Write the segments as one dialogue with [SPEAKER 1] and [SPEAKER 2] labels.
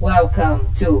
[SPEAKER 1] Welcome to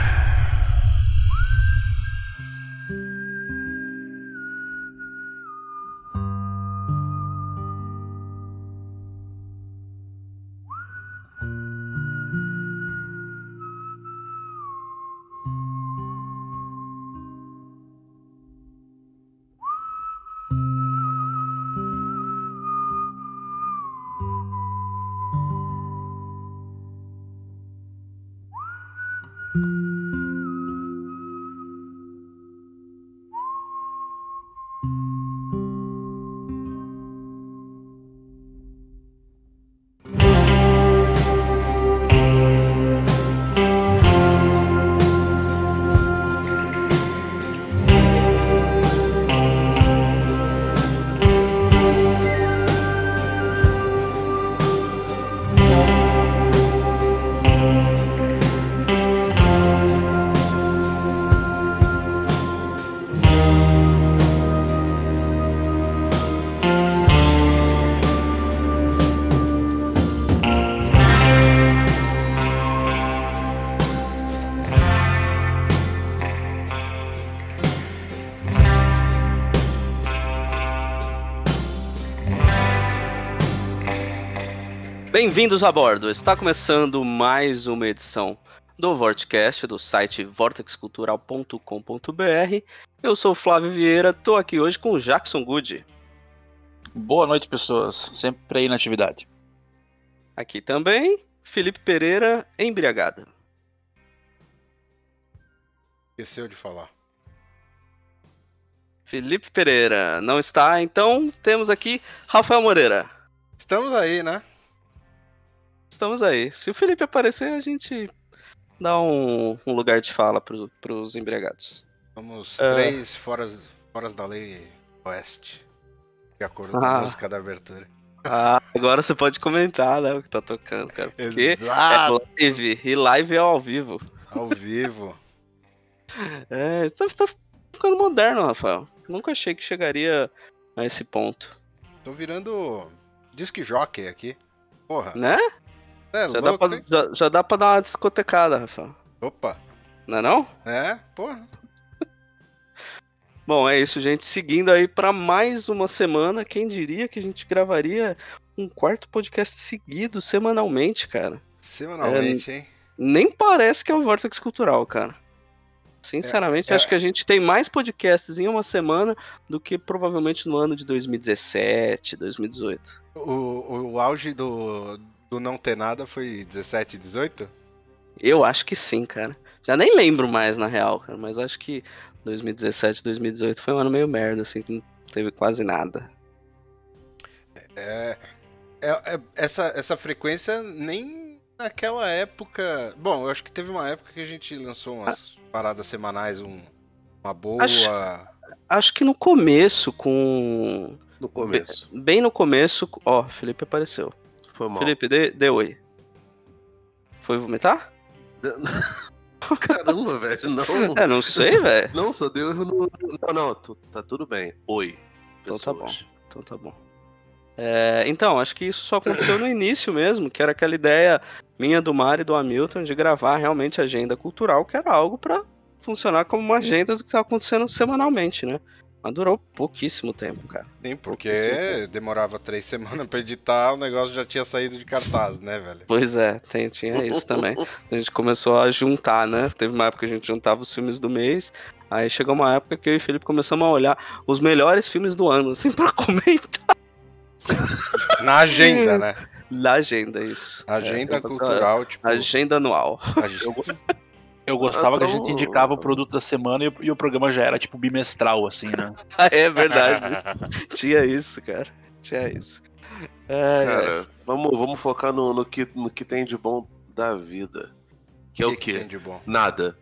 [SPEAKER 2] Bem-vindos a bordo! Está começando mais uma edição do Vortcast do site vortexcultural.com.br. Eu sou o Flávio Vieira, estou aqui hoje com o Jackson Good.
[SPEAKER 3] Boa noite, pessoas. Sempre aí na atividade.
[SPEAKER 2] Aqui também, Felipe Pereira, embriagado.
[SPEAKER 4] Esqueceu de falar.
[SPEAKER 2] Felipe Pereira não está, então temos aqui Rafael Moreira.
[SPEAKER 4] Estamos aí, né?
[SPEAKER 2] estamos aí. Se o Felipe aparecer, a gente dá um, um lugar de fala para os embriagados.
[SPEAKER 4] Somos três é... fora, fora da lei oeste, de acordo com ah. a música da abertura.
[SPEAKER 2] Ah, agora você pode comentar, né, o que tá tocando, cara.
[SPEAKER 4] Porque Exato.
[SPEAKER 2] é live, e live é ao vivo.
[SPEAKER 4] Ao vivo.
[SPEAKER 2] é, tá, tá ficando moderno, Rafael. Nunca achei que chegaria a esse ponto.
[SPEAKER 4] Tô virando disque jockey aqui. Porra.
[SPEAKER 2] Né?
[SPEAKER 4] É,
[SPEAKER 2] já, louco, dá pra, já, já, dá pra dar uma discotecada, Rafa.
[SPEAKER 4] Opa!
[SPEAKER 2] Não é não?
[SPEAKER 4] É, porra.
[SPEAKER 2] Bom, é isso, gente. Seguindo aí para mais uma semana, quem diria que a gente gravaria um quarto podcast seguido semanalmente, cara?
[SPEAKER 4] Semanalmente, é, hein?
[SPEAKER 2] Nem parece que é o Vortex Cultural, cara. Sinceramente, é, acho que a gente tem mais podcasts em uma semana do que provavelmente no ano de 2017, 2018.
[SPEAKER 4] O, o, o auge do, do não ter nada foi 17, 18?
[SPEAKER 2] Eu acho que sim, cara. Já nem lembro mais, na real, cara, mas acho que 2017, 2018 foi um ano meio merda, assim, que não teve quase nada.
[SPEAKER 4] É, é, é, essa, essa frequência nem naquela época. Bom, eu acho que teve uma época que a gente lançou umas ah, paradas semanais, um, uma boa.
[SPEAKER 2] Acho, acho que no começo, com.
[SPEAKER 4] No começo.
[SPEAKER 2] Bem, bem no começo. Ó, Felipe apareceu. Felipe, dê, dê oi. Foi vomitar?
[SPEAKER 5] Caramba, velho, não.
[SPEAKER 2] É, não sei, velho.
[SPEAKER 5] Não, só deu erro no. Não, não, tá tudo bem. Oi.
[SPEAKER 2] Então pessoas. tá bom. Então tá bom. É, então, acho que isso só aconteceu no início mesmo, que era aquela ideia minha do Mar e do Hamilton de gravar realmente agenda cultural, que era algo para funcionar como uma agenda do que tava acontecendo semanalmente, né? Mas durou pouquíssimo tempo, cara.
[SPEAKER 4] Sim, porque
[SPEAKER 2] né?
[SPEAKER 4] tempo. demorava três semanas pra editar, o negócio já tinha saído de cartaz, né, velho?
[SPEAKER 2] Pois é, tem, tinha isso também. A gente começou a juntar, né? Teve uma época que a gente juntava os filmes do mês. Aí chegou uma época que eu e o Felipe começamos a olhar os melhores filmes do ano, assim, pra comentar.
[SPEAKER 4] Na agenda, né?
[SPEAKER 2] Na agenda, isso.
[SPEAKER 4] Agenda é, cultural, pra... tipo.
[SPEAKER 2] Agenda anual.
[SPEAKER 3] Agenda... Eu
[SPEAKER 2] Ah,
[SPEAKER 3] gostava
[SPEAKER 2] tá
[SPEAKER 3] então... que a gente indicava o produto da semana e, e, o programa já era tipo bimestral, assim, né?
[SPEAKER 2] é verdade. Tinha isso, cara. Tinha isso.
[SPEAKER 5] É, cara, é. Vamos, vamos focar no, no, que, no que tem de bom da vida. Que, que é o quê?
[SPEAKER 4] Que
[SPEAKER 5] Nada.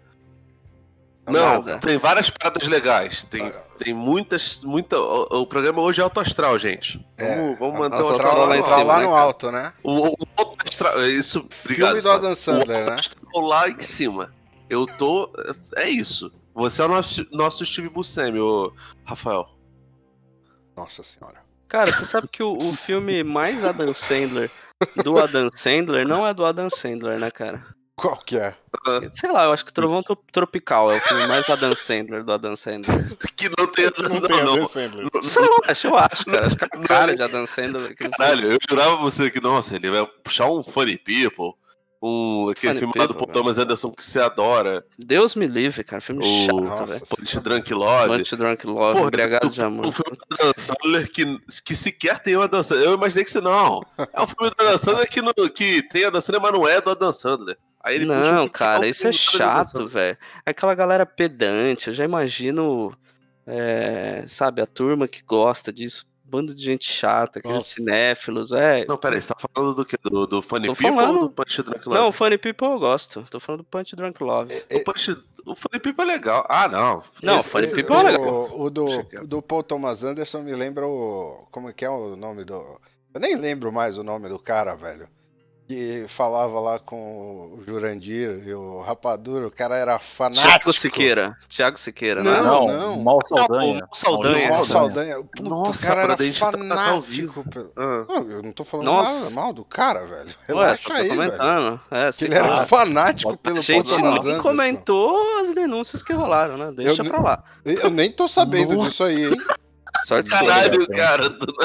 [SPEAKER 5] Não, Nada. tem várias paradas legais. Tem,
[SPEAKER 4] Tá.
[SPEAKER 5] ah. tem muitas. Muita, o, o, programa hoje é alto astral, gente. É. Vamos, vamos manter
[SPEAKER 4] o astral, astral lá, em cima, lá né, no cara? alto, né?
[SPEAKER 5] O, o, alto astral. é Isso,
[SPEAKER 4] obrigado. Filme do Adam Sandler, né?
[SPEAKER 5] Astral lá em cima. Eu tô. É isso. Você é o nosso, nosso Steve Buscemi, ô Rafael.
[SPEAKER 4] Nossa senhora.
[SPEAKER 2] Cara, você sabe que o, o filme mais Adam Sandler do Adam Sandler não é do Adam Sandler, né, cara?
[SPEAKER 4] Qual que é?
[SPEAKER 2] Sei lá, eu acho que Trovão Tro- Tropical é o filme mais Adam Sandler do Adam Sandler.
[SPEAKER 5] Que não tem.
[SPEAKER 4] Não tem Adam Sandler.
[SPEAKER 2] Sei lá, acho, eu acho, cara. Acho que a cara de Adam Sandler. é aquele
[SPEAKER 5] Caralho, eu jurava pra você que, nossa, ele vai puxar um Funny People, um, aquele
[SPEAKER 2] Funny
[SPEAKER 5] filme lá do
[SPEAKER 2] People, né?
[SPEAKER 5] Paul Thomas Anderson que você adora,
[SPEAKER 2] Deus me livre, cara. Filme
[SPEAKER 5] O-
[SPEAKER 2] chato,
[SPEAKER 4] Nossa,
[SPEAKER 2] velho.
[SPEAKER 5] Punch Drunk Love.
[SPEAKER 2] Punch Drunk Love,
[SPEAKER 5] Porra,
[SPEAKER 2] embriagado de
[SPEAKER 5] Um
[SPEAKER 2] amor.
[SPEAKER 5] filme do Adam Sandler que, que sequer tem uma dança. Eu imaginei que você não. É um filme do Adam Sandler que, não, que tem a dançando, mas não é do Adam Sandler. Aí ele puxa um
[SPEAKER 2] Não,
[SPEAKER 5] filme que
[SPEAKER 2] cara,
[SPEAKER 5] tem
[SPEAKER 2] isso é
[SPEAKER 5] do Adam
[SPEAKER 2] chato,
[SPEAKER 5] Sandler.
[SPEAKER 2] velho. É Aquela galera pedante, eu já imagino, é, sabe, a turma que gosta disso. um Bando de gente chata, aqueles
[SPEAKER 4] Nossa.
[SPEAKER 2] cinéfilos, é.
[SPEAKER 5] Não, peraí, você tá falando do que? Do, do Funny
[SPEAKER 2] Tô
[SPEAKER 5] People
[SPEAKER 2] falando.
[SPEAKER 5] ou do Punch Drunk Love?
[SPEAKER 2] Não, Funny People eu gosto. Tô falando do Punch Drunk Love.
[SPEAKER 5] O, Punch, o Funny People é legal. Ah, não.
[SPEAKER 2] Não,
[SPEAKER 5] Esse-
[SPEAKER 2] Funny
[SPEAKER 5] esse-
[SPEAKER 2] People é legal.
[SPEAKER 4] o, o do,
[SPEAKER 5] Deixa quieto.
[SPEAKER 4] do Paul Thomas Anderson me lembra o. Como é que é o nome do. Eu nem lembro mais o nome do cara, velho. Que falava lá com o Jurandir e o Rapadura, o cara era fanático.
[SPEAKER 2] Tiago Siqueira. Tiago Siqueira, né?
[SPEAKER 4] Não,
[SPEAKER 3] Ah, Não,
[SPEAKER 4] não.
[SPEAKER 3] Mal
[SPEAKER 2] Não, o
[SPEAKER 3] Saldanha.
[SPEAKER 2] Mal Saldanha, Saldanha.
[SPEAKER 4] Mal Saldanha. Puta,
[SPEAKER 5] Nossa,
[SPEAKER 4] o cara era
[SPEAKER 5] pra gente tá- tá ao
[SPEAKER 4] fanático.
[SPEAKER 5] vivo.
[SPEAKER 4] pelo-
[SPEAKER 5] Ah.
[SPEAKER 4] Não, eu não tô falando
[SPEAKER 2] Nossa.
[SPEAKER 4] nada mal do cara, velho.
[SPEAKER 2] Ué,
[SPEAKER 4] Relaxa
[SPEAKER 2] só tô
[SPEAKER 4] é um aí, velho.
[SPEAKER 2] comentando. É,
[SPEAKER 4] Que
[SPEAKER 2] sei
[SPEAKER 4] ele era
[SPEAKER 2] lá.
[SPEAKER 4] fanático pelo
[SPEAKER 2] A
[SPEAKER 4] Paul
[SPEAKER 2] gente
[SPEAKER 4] Thomas
[SPEAKER 2] nem
[SPEAKER 4] Anderson.
[SPEAKER 2] comentou as denúncias que rolaram, né? Deixa
[SPEAKER 4] nem-
[SPEAKER 2] pra lá.
[SPEAKER 4] Eu nem tô sabendo disso aí, hein?
[SPEAKER 2] Sorte sua.
[SPEAKER 5] Caralho, cara. do-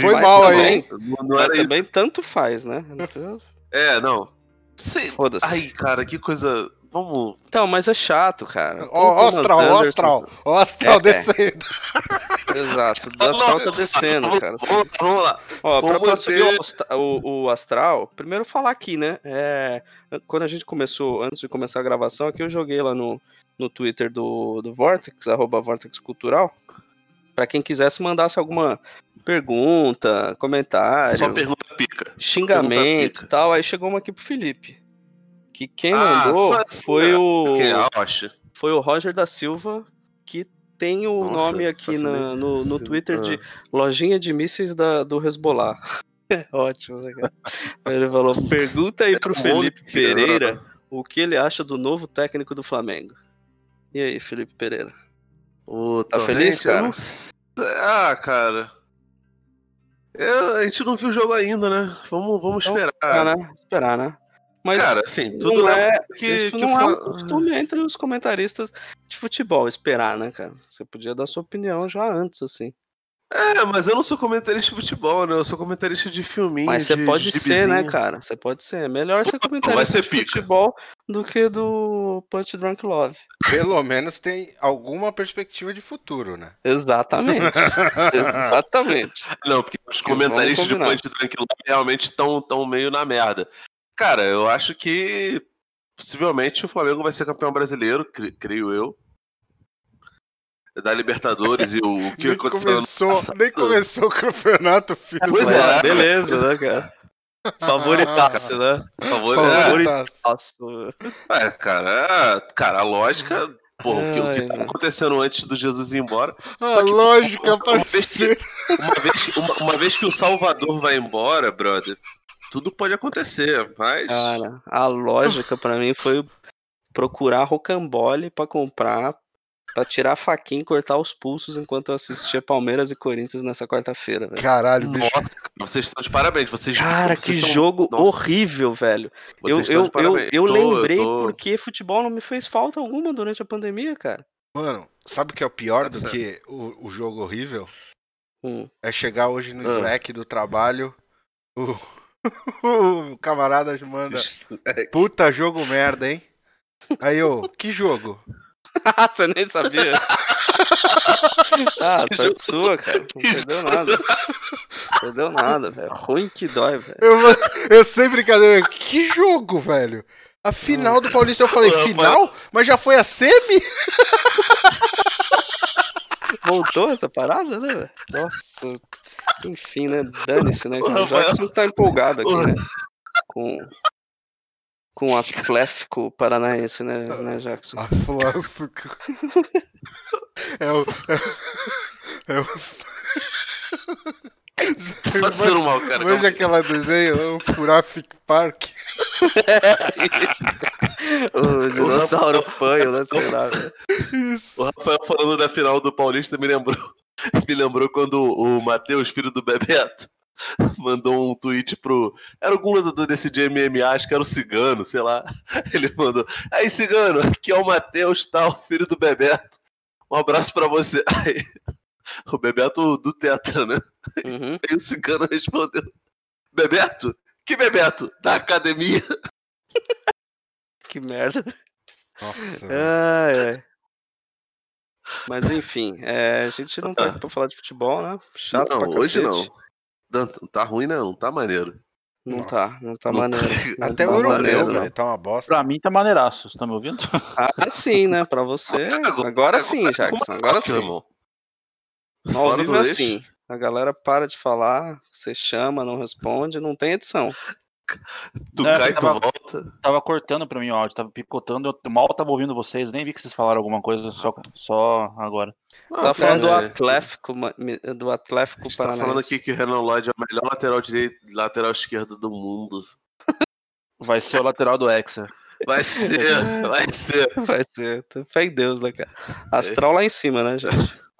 [SPEAKER 4] Foi
[SPEAKER 2] Mas
[SPEAKER 4] mal aí,
[SPEAKER 2] também-
[SPEAKER 4] hein?
[SPEAKER 5] Não, não
[SPEAKER 2] Mas
[SPEAKER 5] era isso.
[SPEAKER 2] também tanto faz, né? Não precisa-
[SPEAKER 5] É, não. Sei.
[SPEAKER 2] Foda-se.
[SPEAKER 5] Ai, cara, que coisa. Vamos.
[SPEAKER 2] Então, mas é chato, cara.
[SPEAKER 4] Ó, ó, astral, ó,
[SPEAKER 2] Anderson-
[SPEAKER 4] astral. Ó, astral
[SPEAKER 2] É, é.
[SPEAKER 4] descendo.
[SPEAKER 2] Exato, o astral tá descendo, cara.
[SPEAKER 5] Vamos, vamos lá.
[SPEAKER 2] Ó, pra, pra
[SPEAKER 5] Vamos
[SPEAKER 2] subir
[SPEAKER 5] manter-
[SPEAKER 2] o, asta- o- o astral, primeiro falar aqui, né? É, quando a gente começou, antes de começar a gravação, aqui eu joguei lá no, no Twitter do, do Vortex, arroba Vortex Cultural, pra quem quisesse mandasse alguma pergunta, comentário,
[SPEAKER 5] Só pergunta pica.
[SPEAKER 2] xingamento
[SPEAKER 5] pica.
[SPEAKER 2] e tal. Aí chegou uma aqui pro Felipe. Que quem
[SPEAKER 5] Ah,
[SPEAKER 2] mandou
[SPEAKER 5] só assim,
[SPEAKER 2] foi
[SPEAKER 5] né?
[SPEAKER 2] o.
[SPEAKER 5] Que acha?
[SPEAKER 2] foi o Roger da Silva, que tem o
[SPEAKER 5] Nossa,
[SPEAKER 2] nome aqui
[SPEAKER 5] faço
[SPEAKER 2] na-
[SPEAKER 5] ideia.
[SPEAKER 2] no, no Twitter
[SPEAKER 5] Ah.
[SPEAKER 2] de Lojinha de Mísseis da- do Hezbollah. É ótimo, né, cara? Aí Ele falou: pergunta aí pro
[SPEAKER 5] Um
[SPEAKER 2] Felipe
[SPEAKER 5] monte de-
[SPEAKER 2] Pereira o que ele acha do novo técnico do Flamengo. E aí, Felipe Pereira?
[SPEAKER 5] Ô,
[SPEAKER 2] Tá feliz,
[SPEAKER 5] Torrente, eu
[SPEAKER 2] cara?
[SPEAKER 5] não sei- Ah, cara. Eu- a gente não viu o jogo ainda, né? Vamos, vamos
[SPEAKER 2] Então,
[SPEAKER 5] esperar.
[SPEAKER 2] Ah, né? Esperar, né? Mas
[SPEAKER 5] cara, assim,
[SPEAKER 2] não
[SPEAKER 5] tudo
[SPEAKER 2] é-
[SPEAKER 5] leva que,
[SPEAKER 2] isso
[SPEAKER 5] que
[SPEAKER 2] não
[SPEAKER 5] o
[SPEAKER 2] é um
[SPEAKER 5] Fla-
[SPEAKER 2] costume entre os comentaristas de futebol, esperar, né, cara? Você podia dar sua opinião já antes, assim.
[SPEAKER 5] É, mas eu não sou comentarista de futebol, né? Eu sou comentarista de filminho.
[SPEAKER 2] Mas você
[SPEAKER 5] de
[SPEAKER 2] pode ser, né,
[SPEAKER 5] gibizinho.
[SPEAKER 2] cara? Você pode ser. É melhor ser
[SPEAKER 5] vai
[SPEAKER 2] comentarista
[SPEAKER 5] ser
[SPEAKER 2] de
[SPEAKER 5] pica.
[SPEAKER 2] futebol do que do Punch Drunk Love.
[SPEAKER 4] Pelo menos tem alguma perspectiva de futuro, né?
[SPEAKER 2] Exatamente. Exatamente.
[SPEAKER 5] Não, porque os
[SPEAKER 2] Porque
[SPEAKER 5] comentaristas de
[SPEAKER 2] vamos combinar.
[SPEAKER 5] Punch Drunk Love realmente estão tão meio na merda. Cara, eu acho que possivelmente o Flamengo vai ser campeão brasileiro, cre- creio eu. Da Libertadores e o, o que
[SPEAKER 4] nem,
[SPEAKER 5] aconteceu ano
[SPEAKER 4] começou,
[SPEAKER 5] passado.
[SPEAKER 4] nem começou o campeonato, filho.
[SPEAKER 5] Pois é,
[SPEAKER 2] Mas beleza, né, cara? Favoritaço, né?
[SPEAKER 5] Por favor,
[SPEAKER 4] Favoritaço.
[SPEAKER 5] né?
[SPEAKER 2] Favoritaço.
[SPEAKER 5] É, cara, é- cara, a lógica, pô, o que, o que
[SPEAKER 2] Ai,
[SPEAKER 5] tá
[SPEAKER 2] velho.
[SPEAKER 5] acontecendo antes do Jesus ir embora.
[SPEAKER 4] Ah,
[SPEAKER 5] Só que-
[SPEAKER 4] lógica,
[SPEAKER 5] Uma vez que-
[SPEAKER 4] parceiro.
[SPEAKER 5] Uma vez, uma- uma vez que o Salvador vai embora, brother, tudo pode acontecer, mas.
[SPEAKER 2] Cara, a lógica pra mim foi procurar rocambole pra comprar, pra tirar a faquinha e cortar os pulsos enquanto eu assistia Palmeiras e Corinthians nessa quarta-feira, velho.
[SPEAKER 4] Caralho, bicho.
[SPEAKER 5] Nossa, cara, vocês estão de parabéns. Vocês,
[SPEAKER 2] Cara, que
[SPEAKER 5] vocês são-
[SPEAKER 2] jogo
[SPEAKER 5] Nossa.
[SPEAKER 2] horrível, velho. Eu,
[SPEAKER 5] Vocês estão
[SPEAKER 2] eu,
[SPEAKER 5] de
[SPEAKER 2] eu,
[SPEAKER 5] parabéns.
[SPEAKER 2] eu
[SPEAKER 5] Tô-
[SPEAKER 2] lembrei
[SPEAKER 5] tô-
[SPEAKER 2] porque futebol não me fez falta alguma durante a pandemia, cara.
[SPEAKER 5] Hum.
[SPEAKER 4] Mano, sabe o que é o pior
[SPEAKER 5] Tá
[SPEAKER 4] do
[SPEAKER 5] certo.
[SPEAKER 4] que o, o jogo horrível?
[SPEAKER 2] Hum.
[SPEAKER 4] É chegar hoje no
[SPEAKER 5] Ah.
[SPEAKER 4] Slack do trabalho, o, o camarada manda, puta jogo merda, hein? Aí eu, que jogo?
[SPEAKER 2] Ah, Você nem sabia. ah, tá de sua, cara. Não perdeu nada. Não perdeu nada, velho. Ruim que dói, velho.
[SPEAKER 4] Eu, eu sem brincadeira, que jogo, velho? A final do Paulista, eu falei,
[SPEAKER 5] Ah, mas-
[SPEAKER 4] final? Mas já foi a semi?
[SPEAKER 2] Voltou essa parada, né, velho? Nossa. Enfim, né? Dane-se, né, cara?
[SPEAKER 5] Rafael-
[SPEAKER 2] O Jackson tá empolgado aqui,
[SPEAKER 5] Ô.
[SPEAKER 2] né? Com. Com o Atlético Paranaense, né, né Jackson?
[SPEAKER 4] A Flávio. É o. É o.
[SPEAKER 5] Tô passando mal, um cara.
[SPEAKER 4] Veja aquela desenho, o Furafic Park.
[SPEAKER 2] o dinossauro fanho, né? Sei lá, velho.
[SPEAKER 5] O Rafael falando da final do Paulista me lembrou. Me lembrou quando o Matheus, filho do Bebeto, mandou um tweet pro. Era algum lutador desse de MMA, acho que era o Cigano, sei lá. Ele mandou: Aí, Cigano, aqui é o Matheus, tal, filho do Bebeto. Um abraço pra você. Aí, o Bebeto do Tetra, né?
[SPEAKER 2] Uhum.
[SPEAKER 5] Aí o Cigano respondeu: Bebeto? Que Bebeto? Da academia?
[SPEAKER 2] Que merda.
[SPEAKER 4] É.
[SPEAKER 6] Nossa. velho.
[SPEAKER 2] Ai, ai. Mas enfim, é, a gente não tá aqui pra falar de futebol, né? Chato
[SPEAKER 5] Ah. não,
[SPEAKER 2] pra
[SPEAKER 5] hoje
[SPEAKER 2] cacete.
[SPEAKER 5] não. Não, não tá ruim, não. Não tá maneiro.
[SPEAKER 2] Não
[SPEAKER 6] Nossa.
[SPEAKER 2] tá, não tá
[SPEAKER 5] Não tá.
[SPEAKER 2] maneiro. Não
[SPEAKER 6] Até
[SPEAKER 2] tá
[SPEAKER 6] o europeu,
[SPEAKER 2] maneiro,
[SPEAKER 4] né?
[SPEAKER 5] maneiro,
[SPEAKER 6] velho, tá uma bosta.
[SPEAKER 3] Pra mim tá maneiraço, você tá me ouvindo?
[SPEAKER 2] Ah, sim, né? Pra você.
[SPEAKER 5] Agora-
[SPEAKER 2] Agora sim,
[SPEAKER 5] agora-
[SPEAKER 2] Jackson. Agora
[SPEAKER 5] Aqui,
[SPEAKER 2] sim.
[SPEAKER 5] irmão.
[SPEAKER 2] Ao
[SPEAKER 5] Fora
[SPEAKER 2] vivo
[SPEAKER 5] do
[SPEAKER 2] é
[SPEAKER 5] eixo.
[SPEAKER 2] assim. A galera para de falar, você chama, não responde, não tem edição.
[SPEAKER 5] Tu
[SPEAKER 2] É,
[SPEAKER 3] Não,
[SPEAKER 5] cai,
[SPEAKER 3] eu
[SPEAKER 5] tu
[SPEAKER 3] tava-
[SPEAKER 5] volta.
[SPEAKER 3] Tava cortando pra mim o áudio, tava picotando, eu mal tava ouvindo vocês, nem vi que vocês falaram alguma coisa, só, só agora.
[SPEAKER 5] Não,
[SPEAKER 2] Tá falando do
[SPEAKER 5] cara, é.
[SPEAKER 2] Atlético, ma- mi- do
[SPEAKER 5] A
[SPEAKER 2] Atlético
[SPEAKER 5] gente tá
[SPEAKER 2] Paranaense.
[SPEAKER 5] falando aqui que o Renan Lodge é o melhor lateral direito lateral esquerdo do mundo.
[SPEAKER 3] Vai ser o lateral do Hexa.
[SPEAKER 5] Vai ser, vai ser.
[SPEAKER 2] Vai ser. tô- Fé em Deus, né, cara? Astral lá em cima, né, gente?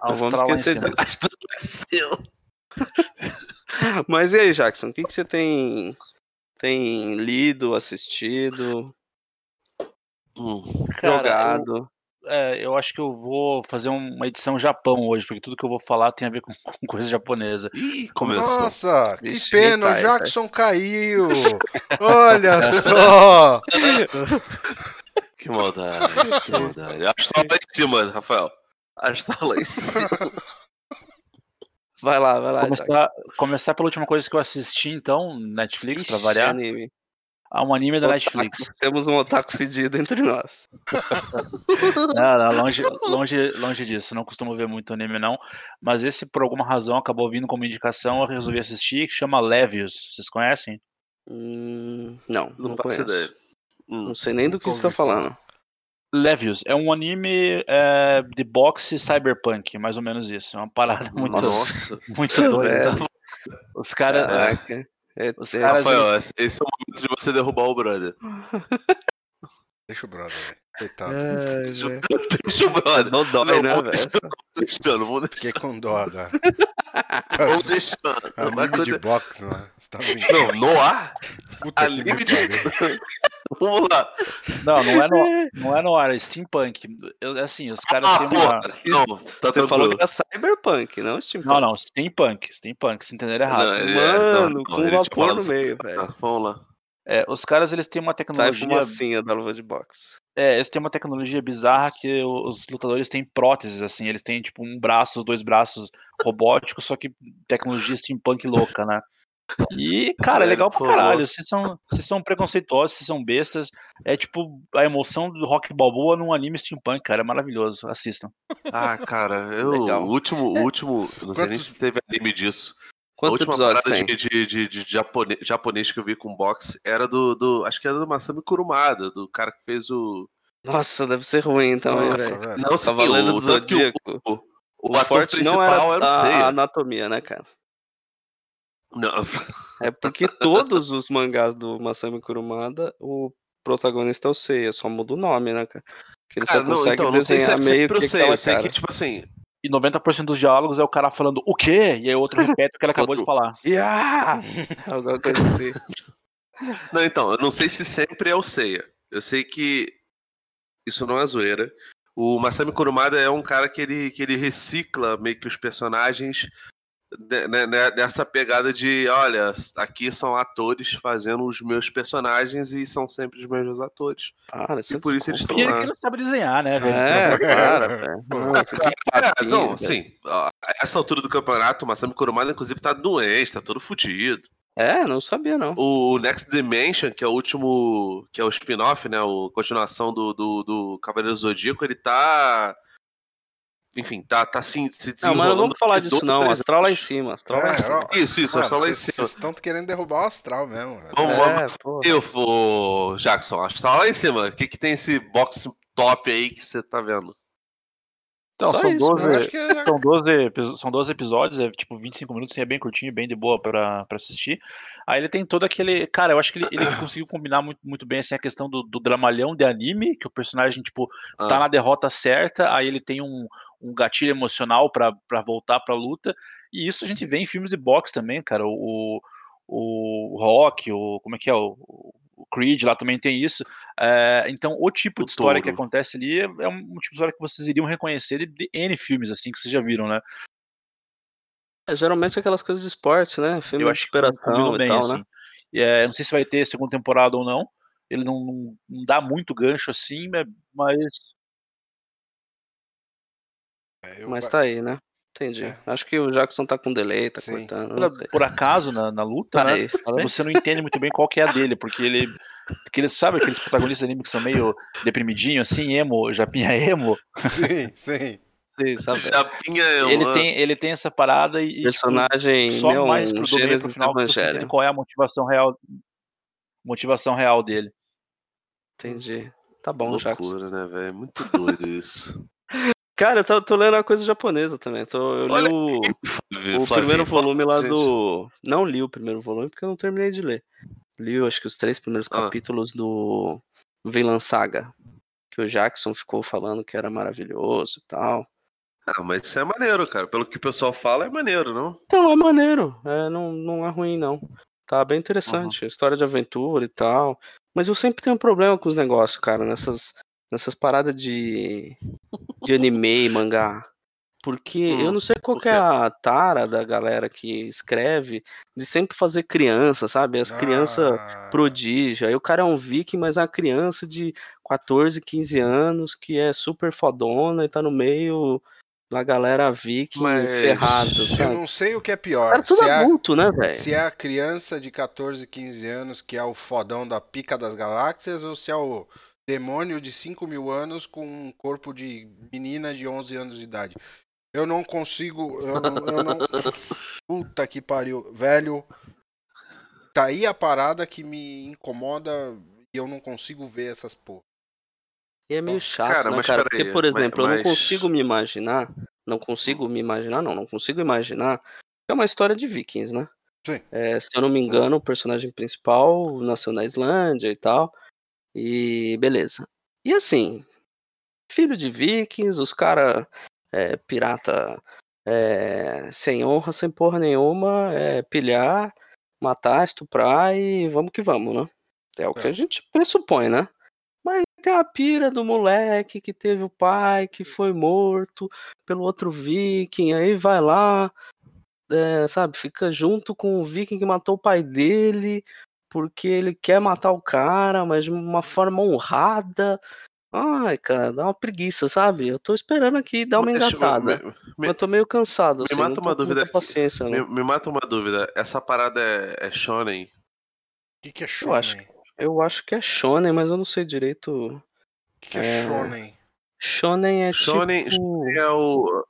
[SPEAKER 2] Não vamos
[SPEAKER 3] Astral lá em
[SPEAKER 2] esquecer
[SPEAKER 3] cima.
[SPEAKER 5] Mas tudo vai ser.
[SPEAKER 2] Mas e aí, Jackson? O que, que você tem, tem lido, assistido,
[SPEAKER 5] Hum,
[SPEAKER 3] Cara,
[SPEAKER 2] jogado?
[SPEAKER 3] Eu, é, eu acho que eu vou fazer um, uma edição Japão hoje, porque tudo que eu vou falar tem a ver com, com coisa japonesa.
[SPEAKER 5] Ih, começou.
[SPEAKER 6] Nossa, que
[SPEAKER 2] Vixe,
[SPEAKER 6] pena,
[SPEAKER 2] nem
[SPEAKER 6] o
[SPEAKER 2] tá,
[SPEAKER 6] Jackson caiu. Olha só.
[SPEAKER 5] Que maldade, que maldade. Astral lá em cima, Rafael. Astral lá em cima.
[SPEAKER 2] Vai lá, vai lá, Jackson.
[SPEAKER 3] Começar, começar pela última coisa que eu assisti, então, Netflix, pra
[SPEAKER 2] Ixi,
[SPEAKER 3] variar.
[SPEAKER 2] anime.
[SPEAKER 3] Há um anime da
[SPEAKER 2] Otaku.
[SPEAKER 3] Netflix.
[SPEAKER 2] Temos um otaku fedido entre nós.
[SPEAKER 3] Não, não, é longe, longe, longe disso. Não costumo ver muito anime, não. Mas esse, por alguma razão, acabou vindo como indicação. Eu resolvi assistir, que chama Levius. Vocês conhecem?
[SPEAKER 2] Hum, não, não,
[SPEAKER 5] Não, faço
[SPEAKER 2] conheço.
[SPEAKER 5] ideia. Hum,
[SPEAKER 2] Não sei nem do que
[SPEAKER 6] Nunca
[SPEAKER 2] você tá
[SPEAKER 6] ouvi falar.
[SPEAKER 2] falando.
[SPEAKER 3] Levius é um anime é, de boxe cyberpunk, mais ou menos isso. É uma parada muito,
[SPEAKER 5] Nossa.
[SPEAKER 3] muito doida.
[SPEAKER 2] velho.
[SPEAKER 3] então. Os caras.
[SPEAKER 2] É, Caraca. É,
[SPEAKER 3] Os
[SPEAKER 2] é-
[SPEAKER 3] caras-
[SPEAKER 5] Rafael, esse esse é o momento de você derrubar o brother.
[SPEAKER 6] Deixa o brother, velho. Coitado.
[SPEAKER 4] É.
[SPEAKER 2] Ai,
[SPEAKER 5] Deixa
[SPEAKER 2] velho.
[SPEAKER 5] Deixa o brother.
[SPEAKER 2] Não dói,
[SPEAKER 5] Não,
[SPEAKER 2] né,
[SPEAKER 5] vamos
[SPEAKER 2] velho?
[SPEAKER 5] deixando, vou
[SPEAKER 6] Fiquei
[SPEAKER 5] deixando.
[SPEAKER 6] com dó agora.
[SPEAKER 5] Vou deixando. Vai
[SPEAKER 6] Amigo de
[SPEAKER 5] acontecer.
[SPEAKER 6] boxe, mano. Você tá brincando.
[SPEAKER 5] Não, no ar?
[SPEAKER 6] Puta que
[SPEAKER 5] anime
[SPEAKER 6] me
[SPEAKER 5] de-
[SPEAKER 6] pariu.
[SPEAKER 5] Vamos lá.
[SPEAKER 3] Não, não é no, não é no ar, é steampunk. Eu- assim, os caras
[SPEAKER 5] Ah,
[SPEAKER 3] têm uma.
[SPEAKER 5] porra. Não, tá
[SPEAKER 2] Você falou que
[SPEAKER 5] tranquilo.
[SPEAKER 2] era cyberpunk, não steampunk.
[SPEAKER 3] Não, não, steampunk, steampunk, se entenderam errado.
[SPEAKER 5] Não, ele- é, não,
[SPEAKER 2] Mano,
[SPEAKER 5] não,
[SPEAKER 2] com
[SPEAKER 5] ele te
[SPEAKER 2] vapor
[SPEAKER 5] fala
[SPEAKER 2] no
[SPEAKER 5] assim,
[SPEAKER 2] meio,
[SPEAKER 5] Tá,
[SPEAKER 2] velho.
[SPEAKER 5] vamos lá.
[SPEAKER 3] É, os caras eles têm uma
[SPEAKER 2] Sai
[SPEAKER 3] tecnologia
[SPEAKER 2] fumacinha da luva de boxe.
[SPEAKER 3] É, eles têm uma tecnologia bizarra que o- os lutadores têm próteses, assim, eles têm tipo um braço, os dois braços robóticos, só que tecnologia steampunk louca, né? E, cara, é
[SPEAKER 5] Velho,
[SPEAKER 3] legal pra
[SPEAKER 5] por favor.
[SPEAKER 3] caralho. Vocês são, vocês são preconceituosos, vocês são bestas. É tipo a emoção do rock balboa num anime steampunk, cara. É maravilhoso. Assistam.
[SPEAKER 5] Ah, cara, eu,
[SPEAKER 2] Legal. É.
[SPEAKER 5] o último, o último, eu não sei nem
[SPEAKER 6] Quantos-
[SPEAKER 5] se teve anime disso.
[SPEAKER 2] Quantos
[SPEAKER 5] a última
[SPEAKER 2] episódios
[SPEAKER 5] parada
[SPEAKER 2] tem?
[SPEAKER 5] de, de, de, de japonês, japonês que eu vi com boxe era do, do, acho que era do Masami Kurumada, do cara que fez o...
[SPEAKER 2] Nossa, deve ser ruim então, hein,
[SPEAKER 6] Nossa,
[SPEAKER 2] velho.
[SPEAKER 6] velho.
[SPEAKER 5] Não, sim,
[SPEAKER 2] Cavaleiro do
[SPEAKER 5] o, tanto que o,
[SPEAKER 2] Zodíaco.
[SPEAKER 5] o,
[SPEAKER 2] O
[SPEAKER 5] ator
[SPEAKER 2] forte não
[SPEAKER 5] principal
[SPEAKER 2] era
[SPEAKER 5] era, o
[SPEAKER 2] a, a
[SPEAKER 5] Seiya.
[SPEAKER 2] anatomia, né, cara?
[SPEAKER 5] Não,
[SPEAKER 2] É porque todos os mangás do Masami Kurumada, o protagonista é o Seiya, só muda o nome, né, cara? Porque ele
[SPEAKER 5] cara,
[SPEAKER 2] só
[SPEAKER 5] não,
[SPEAKER 2] consegue
[SPEAKER 5] então, não sei se
[SPEAKER 2] desenhar
[SPEAKER 5] é
[SPEAKER 2] meio
[SPEAKER 5] sempre
[SPEAKER 2] que
[SPEAKER 5] o Seiya,
[SPEAKER 2] aquela
[SPEAKER 5] eu sei
[SPEAKER 2] cara.
[SPEAKER 5] que, tipo assim,
[SPEAKER 3] E 90% dos diálogos é o cara falando o quê? E aí o outro repete o que ele acabou de
[SPEAKER 5] Outro.
[SPEAKER 3] falar.
[SPEAKER 2] Yeah! Alguma coisa assim.
[SPEAKER 5] não, então, eu não sei se sempre é o Seiya. Eu sei que isso não é zoeira. O Masami Kurumada é um cara que ele, que ele recicla meio que os personagens de- né, né, nessa pegada de, olha, aqui são atores fazendo os meus personagens e são sempre os mesmos atores.
[SPEAKER 2] Para, isso
[SPEAKER 5] E por isso eles
[SPEAKER 3] E
[SPEAKER 5] estão
[SPEAKER 3] ele
[SPEAKER 5] lá.
[SPEAKER 3] que não sabe desenhar, né, velho?
[SPEAKER 2] É, para, velho. Nossa, que
[SPEAKER 5] É, não,
[SPEAKER 2] papinho, velho.
[SPEAKER 5] assim, a essa altura do campeonato, o Masami Kurumada, inclusive, tá doente, tá todo fudido.
[SPEAKER 2] É, não sabia, não.
[SPEAKER 5] O Next Dimension, que é o último, que é o spin-off, né, o continuação do, do, do Cavaleiro Zodíaco, ele tá... Enfim, tá, tá se, se
[SPEAKER 2] Não,
[SPEAKER 5] desenrolando.
[SPEAKER 2] mas não vamos falar
[SPEAKER 5] de
[SPEAKER 2] disso,
[SPEAKER 5] dois,
[SPEAKER 2] não.
[SPEAKER 5] três
[SPEAKER 2] Astral lá em
[SPEAKER 5] anos.
[SPEAKER 2] cima, Astral lá em
[SPEAKER 6] É,
[SPEAKER 2] cima.
[SPEAKER 6] ó,
[SPEAKER 5] Isso, isso,
[SPEAKER 6] mano,
[SPEAKER 5] Astral lá em
[SPEAKER 6] vocês-
[SPEAKER 5] cima.
[SPEAKER 6] Vocês estão querendo derrubar o astral mesmo, velho.
[SPEAKER 5] Vamos, vamos.
[SPEAKER 2] É, pô.
[SPEAKER 5] Eu vou, Jackson, acho que tá lá em cima. O que, que tem esse box top aí que você tá vendo?
[SPEAKER 3] Então,
[SPEAKER 2] Só
[SPEAKER 3] são,
[SPEAKER 2] isso,
[SPEAKER 3] 12,
[SPEAKER 6] Eu acho que é-
[SPEAKER 3] São 12, episo- são 12 episódios, é tipo 25 minutos, assim, é bem curtinho, bem de boa pra, pra assistir. Aí ele tem todo aquele. Cara, eu acho que ele, ele conseguiu combinar muito, muito bem assim, a questão do, do dramalhão de anime, que o personagem, tipo, tá
[SPEAKER 5] Ah.
[SPEAKER 3] na derrota certa, aí ele tem um, um gatilho emocional para voltar para a luta. E isso a gente vê em filmes de boxe também, cara. O, o, o Rock, o como é que é o, o Creed lá também tem isso. É, então o tipo
[SPEAKER 5] O
[SPEAKER 3] de história que
[SPEAKER 5] touro.
[SPEAKER 3] acontece ali é, é um tipo de história que vocês iriam reconhecer de, de N filmes assim que vocês já viram, né?
[SPEAKER 2] É, geralmente aquelas coisas de esporte, né? Filme
[SPEAKER 3] Eu
[SPEAKER 2] de
[SPEAKER 3] acho que
[SPEAKER 2] superação
[SPEAKER 3] combinou
[SPEAKER 2] e
[SPEAKER 3] bem,
[SPEAKER 2] tal,
[SPEAKER 3] assim.
[SPEAKER 2] né?
[SPEAKER 3] E, é, não sei se vai ter segunda temporada ou não. Ele não, não- não dá muito gancho assim, né, mas
[SPEAKER 6] É, eu-
[SPEAKER 2] Mas tá aí, né? Entendi.
[SPEAKER 6] É.
[SPEAKER 2] Acho que o Jackson tá com delay, tá
[SPEAKER 6] Sim.
[SPEAKER 2] cortando.
[SPEAKER 3] por,
[SPEAKER 2] Não sei.
[SPEAKER 3] por acaso na, na luta,
[SPEAKER 2] Tá
[SPEAKER 3] né?
[SPEAKER 2] aí, fala aí.
[SPEAKER 3] você não entende muito bem qual que é a dele, porque ele, que ele sabe aqueles protagonistas de anime que são meio deprimidinho, assim, emo, japinha emo.
[SPEAKER 6] Sim, sim.
[SPEAKER 2] Sim,
[SPEAKER 3] tipo,
[SPEAKER 2] sabe?
[SPEAKER 5] Chapinha é
[SPEAKER 3] Ele
[SPEAKER 5] uma-
[SPEAKER 3] tem, ele tem essa parada e e, tipo,
[SPEAKER 2] Personagem
[SPEAKER 3] só
[SPEAKER 2] neon,
[SPEAKER 3] mais
[SPEAKER 5] um
[SPEAKER 3] pro do meio pro
[SPEAKER 2] Gênesis
[SPEAKER 3] final que você entende
[SPEAKER 2] Evangelho.
[SPEAKER 3] qual é a motivação real, motivação real dele.
[SPEAKER 2] Entendi. Tá bom, Jackson.
[SPEAKER 5] Loucura, né, velho? Muito doido isso.
[SPEAKER 2] Cara, eu tô, tô lendo uma coisa japonesa também. Tô, eu li
[SPEAKER 5] Olha
[SPEAKER 2] o, o
[SPEAKER 5] Flavinho,
[SPEAKER 2] primeiro
[SPEAKER 5] fala-
[SPEAKER 2] volume lá
[SPEAKER 5] gente.
[SPEAKER 2] do. Não li o primeiro volume porque eu não terminei de ler. Li, eu acho que os três primeiros
[SPEAKER 5] Ah.
[SPEAKER 2] capítulos do Vinland Saga. Que o Jackson ficou falando que era maravilhoso e tal.
[SPEAKER 5] Ah, mas isso é maneiro, cara. Pelo que o pessoal fala, é maneiro, não?
[SPEAKER 2] Então, é maneiro. É, não, não é ruim, não. Tá bem interessante. a História de aventura e tal. Mas eu sempre tenho um problema com os negócios, cara. Nessas, nessas paradas de, de anime e mangá. Porque
[SPEAKER 5] Hum,
[SPEAKER 2] eu não sei qual
[SPEAKER 5] por
[SPEAKER 2] que é
[SPEAKER 5] quê?
[SPEAKER 2] a tara da galera que escreve de sempre fazer criança, sabe? As crianças
[SPEAKER 6] Ah,
[SPEAKER 2] prodígio. Aí o cara é um viking, mas é uma criança de 14, 15 anos que é super fodona e tá no meio da galera viking
[SPEAKER 5] Mas
[SPEAKER 2] ferrado,
[SPEAKER 6] Eu
[SPEAKER 2] sabe?
[SPEAKER 6] não sei o que é
[SPEAKER 2] Era
[SPEAKER 6] pior.
[SPEAKER 2] tudo
[SPEAKER 6] Se a,
[SPEAKER 2] adulto, né, velho?
[SPEAKER 6] se é a criança de 14, 15 anos que é o fodão da pica das galáxias ou se é o demônio de 5 mil anos com um corpo de menina de 11 anos de idade. Eu não consigo. Eu não, eu não- Puta que pariu. Velho. Tá aí a parada que me incomoda e eu não consigo ver essas porra.
[SPEAKER 2] E é meio chato,
[SPEAKER 5] Cara,
[SPEAKER 2] né,
[SPEAKER 5] mas
[SPEAKER 2] cara?
[SPEAKER 5] peraí,
[SPEAKER 2] Porque, por
[SPEAKER 5] mas-
[SPEAKER 2] exemplo, eu não
[SPEAKER 5] mas-
[SPEAKER 2] consigo me imaginar. Não consigo me imaginar, não. Não consigo imaginar. que É uma história de vikings, né?
[SPEAKER 6] Sim.
[SPEAKER 2] É, se eu não me engano, o personagem principal nasceu na Islândia e tal. E beleza. E assim, filho de vikings, os cara é, pirata é, sem honra, sem porra nenhuma, é, pilhar, matar, estuprar e vamos que vamos, né? É o que a gente pressupõe, né? Mas tem a pira do moleque que teve o pai que foi morto pelo outro viking, aí vai lá, é, sabe, fica junto com o viking que matou o pai dele, porque ele quer matar o cara, mas de uma forma honrada. Ai, cara, dá uma preguiça, sabe? Eu tô esperando aqui dar uma
[SPEAKER 5] Deixa eu-
[SPEAKER 2] engatada.
[SPEAKER 5] me-
[SPEAKER 2] Mas eu tô meio cansado,
[SPEAKER 5] me
[SPEAKER 2] assim,
[SPEAKER 5] mata
[SPEAKER 2] não tô
[SPEAKER 5] uma
[SPEAKER 2] com
[SPEAKER 5] dúvida
[SPEAKER 2] muita
[SPEAKER 5] aqui.
[SPEAKER 2] paciência,
[SPEAKER 5] Me,
[SPEAKER 2] não.
[SPEAKER 5] me mata uma dúvida. Essa parada é, é shonen?
[SPEAKER 6] O que, que é
[SPEAKER 2] Eu acho
[SPEAKER 6] shonen? O
[SPEAKER 2] Eu acho que é shonen, mas eu não sei direito.
[SPEAKER 6] que, que é,
[SPEAKER 2] É.
[SPEAKER 6] shonen?
[SPEAKER 2] Shonen é
[SPEAKER 5] Shonen-
[SPEAKER 2] tipo...
[SPEAKER 5] É o...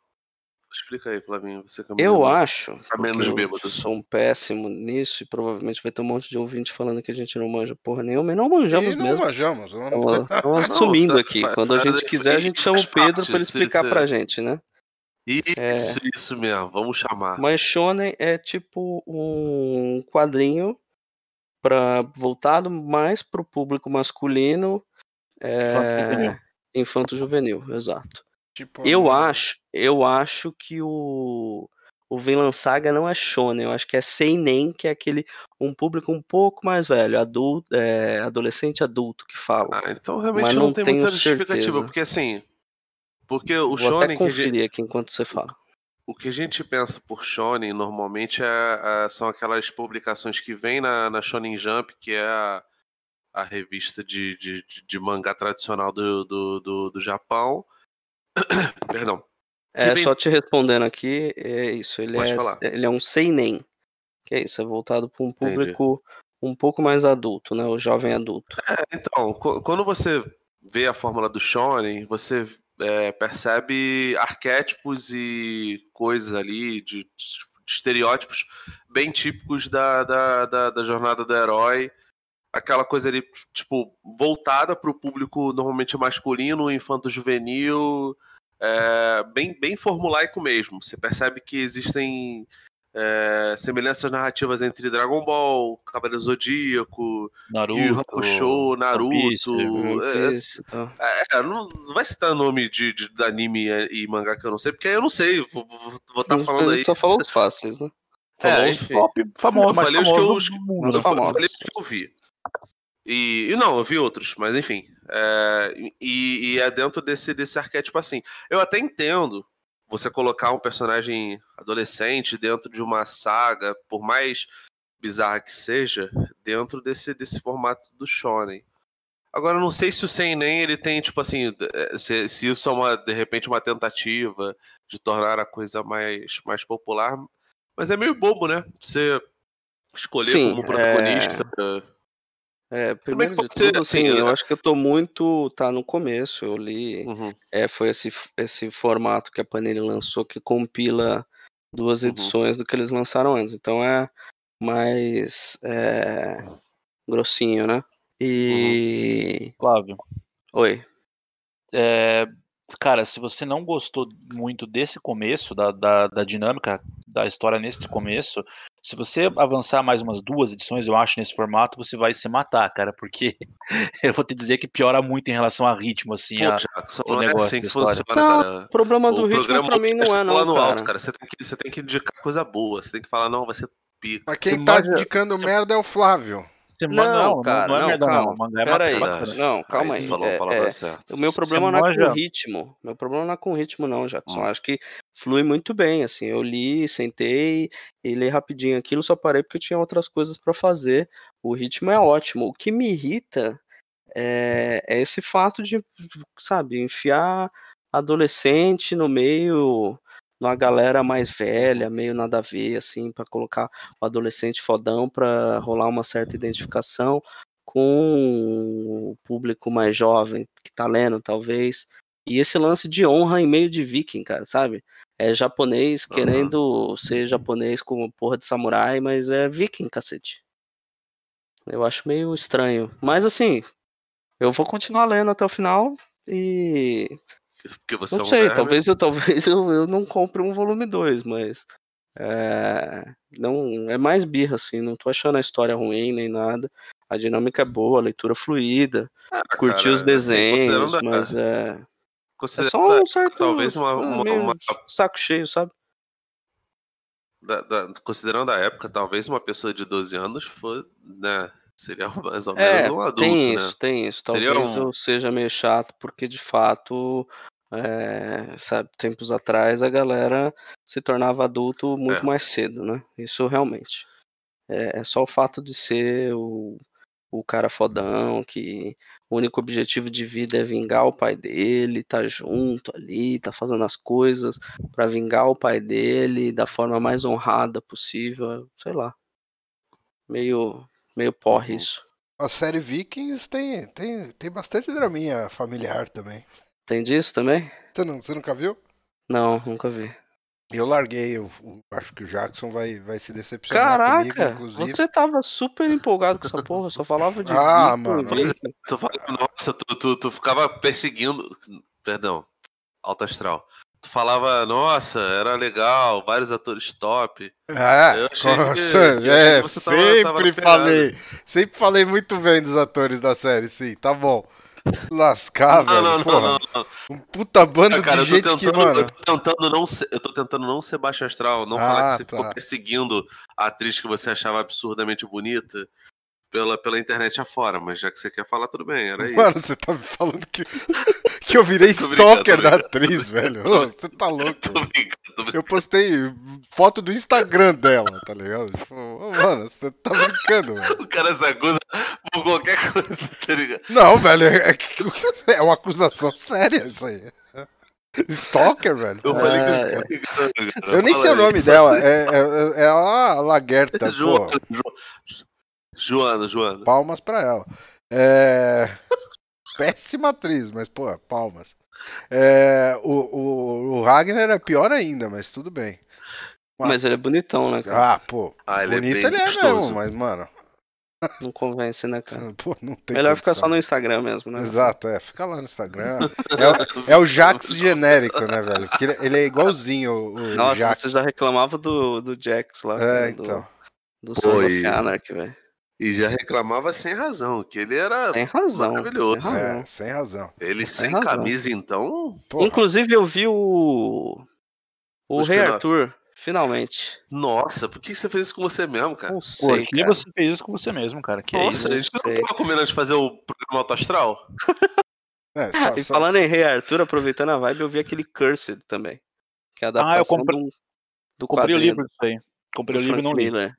[SPEAKER 5] Explica aí, Flavinho. Você que é
[SPEAKER 2] Eu
[SPEAKER 5] menino.
[SPEAKER 2] acho.
[SPEAKER 5] Tá menos
[SPEAKER 2] porque eu
[SPEAKER 5] bêbado.
[SPEAKER 2] Sou um péssimo nisso e provavelmente vai ter um monte de ouvinte falando que a gente não manja porra nenhuma. E não
[SPEAKER 6] E
[SPEAKER 2] manjamos
[SPEAKER 6] não
[SPEAKER 2] mesmo.
[SPEAKER 6] manjamos. Não...
[SPEAKER 2] Estão
[SPEAKER 5] Não,
[SPEAKER 2] assumindo
[SPEAKER 5] tá-
[SPEAKER 2] aqui.
[SPEAKER 5] fa-
[SPEAKER 2] Quando a
[SPEAKER 5] faz-
[SPEAKER 2] gente quiser, a gente chama o
[SPEAKER 5] faz
[SPEAKER 2] Pedro
[SPEAKER 5] parte,
[SPEAKER 2] pra ele
[SPEAKER 5] se-
[SPEAKER 2] explicar
[SPEAKER 5] se-
[SPEAKER 2] pra gente, né?
[SPEAKER 5] Isso, isso mesmo. Vamos chamar.
[SPEAKER 2] é. Mas Shonen é tipo um quadrinho pra, voltado mais pro público masculino.
[SPEAKER 3] Infanto-juvenil.
[SPEAKER 2] É, Infanto-juvenil, exato.
[SPEAKER 6] Tipo,
[SPEAKER 2] Eu
[SPEAKER 6] não-
[SPEAKER 2] acho, eu acho que o o Vinland Saga não é shonen, eu acho que é seinen, que é aquele um público um pouco mais velho, adulto, é, adolescente adulto que fala.
[SPEAKER 5] Ah, então realmente
[SPEAKER 2] Mas
[SPEAKER 5] não,
[SPEAKER 2] não
[SPEAKER 5] tem
[SPEAKER 2] tenho
[SPEAKER 5] muita justificativa.
[SPEAKER 2] certeza.
[SPEAKER 5] Porque assim... Porque o
[SPEAKER 2] Vou até
[SPEAKER 5] shonen que a gente-
[SPEAKER 2] conferir aqui enquanto você fala.
[SPEAKER 5] O que a gente pensa por Shonen normalmente é- é- são aquelas publicações que vêm na, na Shonen Jump, que é a, a revista de, de, de- de mangá tradicional do, do, do, do Japão. Perdão.
[SPEAKER 2] É,
[SPEAKER 5] bem-
[SPEAKER 2] só te respondendo aqui, é isso, ele
[SPEAKER 5] Pode
[SPEAKER 2] é
[SPEAKER 5] falar.
[SPEAKER 2] ele é um seinen, que é isso, é voltado para um
[SPEAKER 5] Entendi.
[SPEAKER 2] público um pouco mais adulto, né, o jovem adulto.
[SPEAKER 5] É, então, qu- quando você vê a fórmula do Shonen, você é, percebe arquétipos e coisas ali de, de estereótipos bem típicos da, da, da, da jornada do herói. Aquela coisa ali, tipo, voltada para o público normalmente masculino, infanto-juvenil, é, bem, bem formulaico mesmo. Você percebe que existem é, semelhanças narrativas entre Dragon Ball, Cavaleiro Zodíaco,
[SPEAKER 3] Naruto,
[SPEAKER 5] Yu Yu Hakusho, Naruto.
[SPEAKER 3] One
[SPEAKER 5] é,
[SPEAKER 2] ah,
[SPEAKER 5] é, não não vai citar nome de, de- de anime é, e mangá que eu não sei, porque eu não sei. Vou estar tá falando aí.
[SPEAKER 2] Uhum, Só falou os fáceis, né?
[SPEAKER 3] Falou
[SPEAKER 5] é,
[SPEAKER 3] os
[SPEAKER 5] enfim.
[SPEAKER 3] top famosos,
[SPEAKER 5] Eu
[SPEAKER 3] mas
[SPEAKER 5] falei os que eu- os
[SPEAKER 3] famosos
[SPEAKER 5] que-
[SPEAKER 3] do
[SPEAKER 5] Eu
[SPEAKER 3] mundo.
[SPEAKER 2] Os um famosos.
[SPEAKER 5] falei os que eu vi. E, e não, eu vi outros, mas enfim. É, e, e é dentro desse, desse arquétipo assim. Eu até entendo você colocar um personagem adolescente dentro de uma saga, por mais bizarra que seja, dentro desse, desse formato do shonen. Agora, eu não sei se o Seinen, ele tem, tipo assim, eh, se, se isso é, uma, de repente, uma tentativa de tornar a coisa mais, mais popular, mas é meio bobo, né? Você escolher
[SPEAKER 2] Sim,
[SPEAKER 5] como protagonista... né?
[SPEAKER 2] É,
[SPEAKER 5] Também
[SPEAKER 2] primeiro de
[SPEAKER 5] pode ser,
[SPEAKER 2] tudo,
[SPEAKER 5] assim,
[SPEAKER 2] assim, eu
[SPEAKER 5] né?
[SPEAKER 2] acho que eu tô muito, tá no começo, eu li,
[SPEAKER 5] Uhum.
[SPEAKER 2] é, foi esse, f- esse formato que a Panini lançou que compila duas
[SPEAKER 5] Uhum.
[SPEAKER 2] edições do que eles lançaram antes, então é mais é, grossinho, né?
[SPEAKER 5] Uhum.
[SPEAKER 2] E...
[SPEAKER 3] Flávio.
[SPEAKER 2] Oi.
[SPEAKER 3] É, cara, se você não gostou muito desse começo, da, da, da dinâmica da história nesse começo, se você avançar mais umas duas edições, eu acho, nesse formato, você vai se matar, cara, porque eu vou te dizer que piora muito em relação a ritmo, assim.
[SPEAKER 5] Pô,
[SPEAKER 3] a-
[SPEAKER 5] Jackson,
[SPEAKER 3] o
[SPEAKER 5] não é
[SPEAKER 3] negócio
[SPEAKER 5] assim
[SPEAKER 3] da
[SPEAKER 5] que
[SPEAKER 3] história.
[SPEAKER 5] funciona,
[SPEAKER 2] Não,
[SPEAKER 5] cara.
[SPEAKER 2] O problema do
[SPEAKER 5] o
[SPEAKER 2] ritmo
[SPEAKER 5] programa
[SPEAKER 2] pra mim não é não,
[SPEAKER 5] lá no
[SPEAKER 2] cara.
[SPEAKER 5] alto, cara. Você tem, que, você tem que indicar coisa boa. Você tem que falar, não, vai ser pica.
[SPEAKER 6] Mas quem
[SPEAKER 3] Você
[SPEAKER 6] tá
[SPEAKER 3] pode-
[SPEAKER 6] indicando merda é o Flávio.
[SPEAKER 3] Você-
[SPEAKER 2] Não, cara, não,
[SPEAKER 3] é merda,
[SPEAKER 2] calma.
[SPEAKER 3] O mangá é
[SPEAKER 2] Pera aí,
[SPEAKER 3] bacana.
[SPEAKER 2] não, calma aí.
[SPEAKER 5] Tu falou
[SPEAKER 2] é-
[SPEAKER 5] a
[SPEAKER 2] é-
[SPEAKER 5] palavra certa.
[SPEAKER 2] O meu
[SPEAKER 3] Você
[SPEAKER 2] problema não é com
[SPEAKER 3] manja.
[SPEAKER 2] o ritmo. Meu problema não é com o ritmo, não, Jackson.
[SPEAKER 5] Hum.
[SPEAKER 2] Acho que flui muito bem, assim. Eu li, sentei e li rapidinho aquilo, só parei porque eu tinha outras coisas pra fazer. O ritmo é ótimo. O que me irrita é, é esse fato de, sabe, enfiar adolescente no meio numa galera mais velha, meio nada a ver, assim, pra colocar o adolescente fodão pra rolar uma certa identificação com o público mais jovem que tá lendo, talvez. E esse lance de honra em meio de viking, cara, sabe? É japonês
[SPEAKER 5] Aham.
[SPEAKER 2] querendo ser japonês com porra de samurai, mas é viking, cacete. Eu acho meio estranho. Mas assim, eu vou continuar lendo até o final e.
[SPEAKER 5] Porque você
[SPEAKER 2] Não
[SPEAKER 5] é um
[SPEAKER 2] sei,
[SPEAKER 5] verme.
[SPEAKER 2] talvez eu, talvez eu, eu não compre um volume 2, mas. É, não, é mais birra, assim. Não tô achando a história ruim nem nada. A dinâmica é boa, a leitura fluida.
[SPEAKER 5] Ah,
[SPEAKER 2] curti
[SPEAKER 5] cara,
[SPEAKER 2] os
[SPEAKER 5] assim,
[SPEAKER 2] desenhos,
[SPEAKER 5] considerando a-
[SPEAKER 2] mas é. É
[SPEAKER 5] considerando
[SPEAKER 2] só um certo.
[SPEAKER 5] talvez uma-
[SPEAKER 2] é,
[SPEAKER 5] uma-
[SPEAKER 2] meio
[SPEAKER 5] uma-
[SPEAKER 2] Saco cheio, sabe?
[SPEAKER 5] da- da- considerando a época, talvez uma pessoa de 12 anos foi, né, seria mais ou menos
[SPEAKER 2] É,
[SPEAKER 5] um adulto,
[SPEAKER 2] tem
[SPEAKER 5] né?
[SPEAKER 2] isso, tem isso. Talvez
[SPEAKER 5] Seria um-
[SPEAKER 2] eu seja meio chato, porque de fato, é, sabe, tempos atrás a galera se tornava adulto muito
[SPEAKER 5] É.
[SPEAKER 2] mais cedo, né? Isso realmente. É, é só o fato de ser o, o cara fodão, que o único objetivo de vida é vingar o pai dele, tá junto ali, tá fazendo as coisas pra vingar o pai dele da forma mais honrada possível, sei lá. Meio, meio porre
[SPEAKER 5] Uhum.
[SPEAKER 2] isso.
[SPEAKER 4] A série Vikings tem, tem, tem bastante draminha familiar também.
[SPEAKER 2] Tem disso também?
[SPEAKER 4] Você, não, você nunca viu?
[SPEAKER 2] Não, nunca vi.
[SPEAKER 4] Eu larguei, eu, eu acho que o Jackson vai, vai se decepcionar
[SPEAKER 2] Caraca,
[SPEAKER 4] comigo, inclusive.
[SPEAKER 2] você tava super empolgado com essa porra, só falava de
[SPEAKER 4] Ah,
[SPEAKER 2] Viking,
[SPEAKER 4] mano.
[SPEAKER 2] Viking.
[SPEAKER 5] Tu fala, nossa, tu, tu, tu ficava perseguindo. Perdão, alto astral. Tu falava, nossa, era legal, vários atores top.
[SPEAKER 4] Ah,
[SPEAKER 5] Eu achei que-
[SPEAKER 4] nossa,
[SPEAKER 5] eu achei
[SPEAKER 4] é,
[SPEAKER 5] que você tava-
[SPEAKER 4] sempre
[SPEAKER 5] tava
[SPEAKER 4] falei. Sempre falei muito bem dos atores da série, sim, tá bom. Lascar, Ah,
[SPEAKER 5] Não,
[SPEAKER 4] velho,
[SPEAKER 5] não, não,
[SPEAKER 4] porra.
[SPEAKER 5] não, não. Ah,
[SPEAKER 4] Um puta banda
[SPEAKER 5] Cara,
[SPEAKER 4] de
[SPEAKER 5] eu tô,
[SPEAKER 4] gente
[SPEAKER 5] tentando,
[SPEAKER 4] que, mano.
[SPEAKER 5] eu tô tentando não ser, eu tô tentando não ser baixo astral, não
[SPEAKER 4] Ah,
[SPEAKER 5] falar que você
[SPEAKER 4] tá.
[SPEAKER 5] ficou perseguindo a atriz que você achava absurdamente bonita pela, pela internet afora, mas já que você quer falar, tudo bem, era isso.
[SPEAKER 4] Mano, você tá me falando que, que eu virei
[SPEAKER 5] Tô brincando,
[SPEAKER 4] stalker
[SPEAKER 5] tô
[SPEAKER 4] da
[SPEAKER 5] brincando.
[SPEAKER 4] atriz, velho. Ô, Você tá louco.
[SPEAKER 5] Tô brincando, tô brincando.
[SPEAKER 4] Eu postei foto do Instagram dela, tá ligado? Tipo, ô, mano, você tá brincando, velho.
[SPEAKER 5] O cara se acusa por qualquer coisa, tá ligado?
[SPEAKER 4] Não, velho, é, que- é uma acusação séria isso aí. Stalker, velho.
[SPEAKER 5] Eu falei que
[SPEAKER 2] Ah,
[SPEAKER 5] eu tô brincando, cara.
[SPEAKER 4] Eu nem sei o
[SPEAKER 5] tá Fala aí.
[SPEAKER 4] nome dela. É, é, é a Laguerta, pô.
[SPEAKER 5] Joana, Jo- Joana, Joana.
[SPEAKER 4] Palmas pra ela. É... Péssima atriz, mas, pô, palmas. É, o, o, o Ragnar é pior ainda, mas tudo bem.
[SPEAKER 2] Mas ele é bonitão, né, cara?
[SPEAKER 4] Ah, pô,
[SPEAKER 5] Ah, ele
[SPEAKER 4] bonito
[SPEAKER 5] é bem
[SPEAKER 4] ele é
[SPEAKER 5] gostoso.
[SPEAKER 4] mesmo, mas, mano...
[SPEAKER 2] Não convence, né, cara?
[SPEAKER 4] Pô, não tem
[SPEAKER 2] Melhor ficar
[SPEAKER 4] condição.
[SPEAKER 2] só no Instagram mesmo, né?
[SPEAKER 4] Exato, é. Fica lá no Instagram. É o, é o Jax genérico, né, velho? Porque ele, ele é igualzinho o, o
[SPEAKER 2] Nossa,
[SPEAKER 4] Jax.
[SPEAKER 2] você já reclamava do, do Jax lá.
[SPEAKER 4] É,
[SPEAKER 2] cara,
[SPEAKER 4] então.
[SPEAKER 2] Do, do
[SPEAKER 5] Pô,
[SPEAKER 2] Sons
[SPEAKER 5] e-
[SPEAKER 2] of Anarchy, velho.
[SPEAKER 5] E já reclamava sem razão, que ele era.
[SPEAKER 2] Tem razão.
[SPEAKER 5] maravilhoso.
[SPEAKER 2] Sem razão.
[SPEAKER 4] É, sem razão.
[SPEAKER 5] Ele sem
[SPEAKER 2] razão.
[SPEAKER 5] camisa, então.
[SPEAKER 4] Porra.
[SPEAKER 2] Inclusive, eu vi o. O
[SPEAKER 5] O
[SPEAKER 2] Rei
[SPEAKER 5] spin-off.
[SPEAKER 2] Arthur, finalmente.
[SPEAKER 5] Nossa, por que você fez isso com você mesmo, cara?
[SPEAKER 2] Não
[SPEAKER 3] Pô,
[SPEAKER 2] sei,
[SPEAKER 3] que
[SPEAKER 2] cara.
[SPEAKER 3] você fez isso com você mesmo, cara. Que isso?
[SPEAKER 5] Nossa, a gente não
[SPEAKER 2] sei.
[SPEAKER 5] tava combinando de fazer o programa Alto Astral?
[SPEAKER 4] É,
[SPEAKER 2] Ah,
[SPEAKER 4] só-
[SPEAKER 2] e
[SPEAKER 4] só-
[SPEAKER 2] falando em Rei Arthur, aproveitando a vibe, eu vi aquele Cursed também. Que é a adaptação
[SPEAKER 3] Ah, comprei-
[SPEAKER 2] do, do
[SPEAKER 3] Comprei o
[SPEAKER 2] quadrinho
[SPEAKER 3] livro disso aí. Comprei
[SPEAKER 2] do
[SPEAKER 3] o livro e
[SPEAKER 2] Frank
[SPEAKER 3] não li.
[SPEAKER 2] Miller.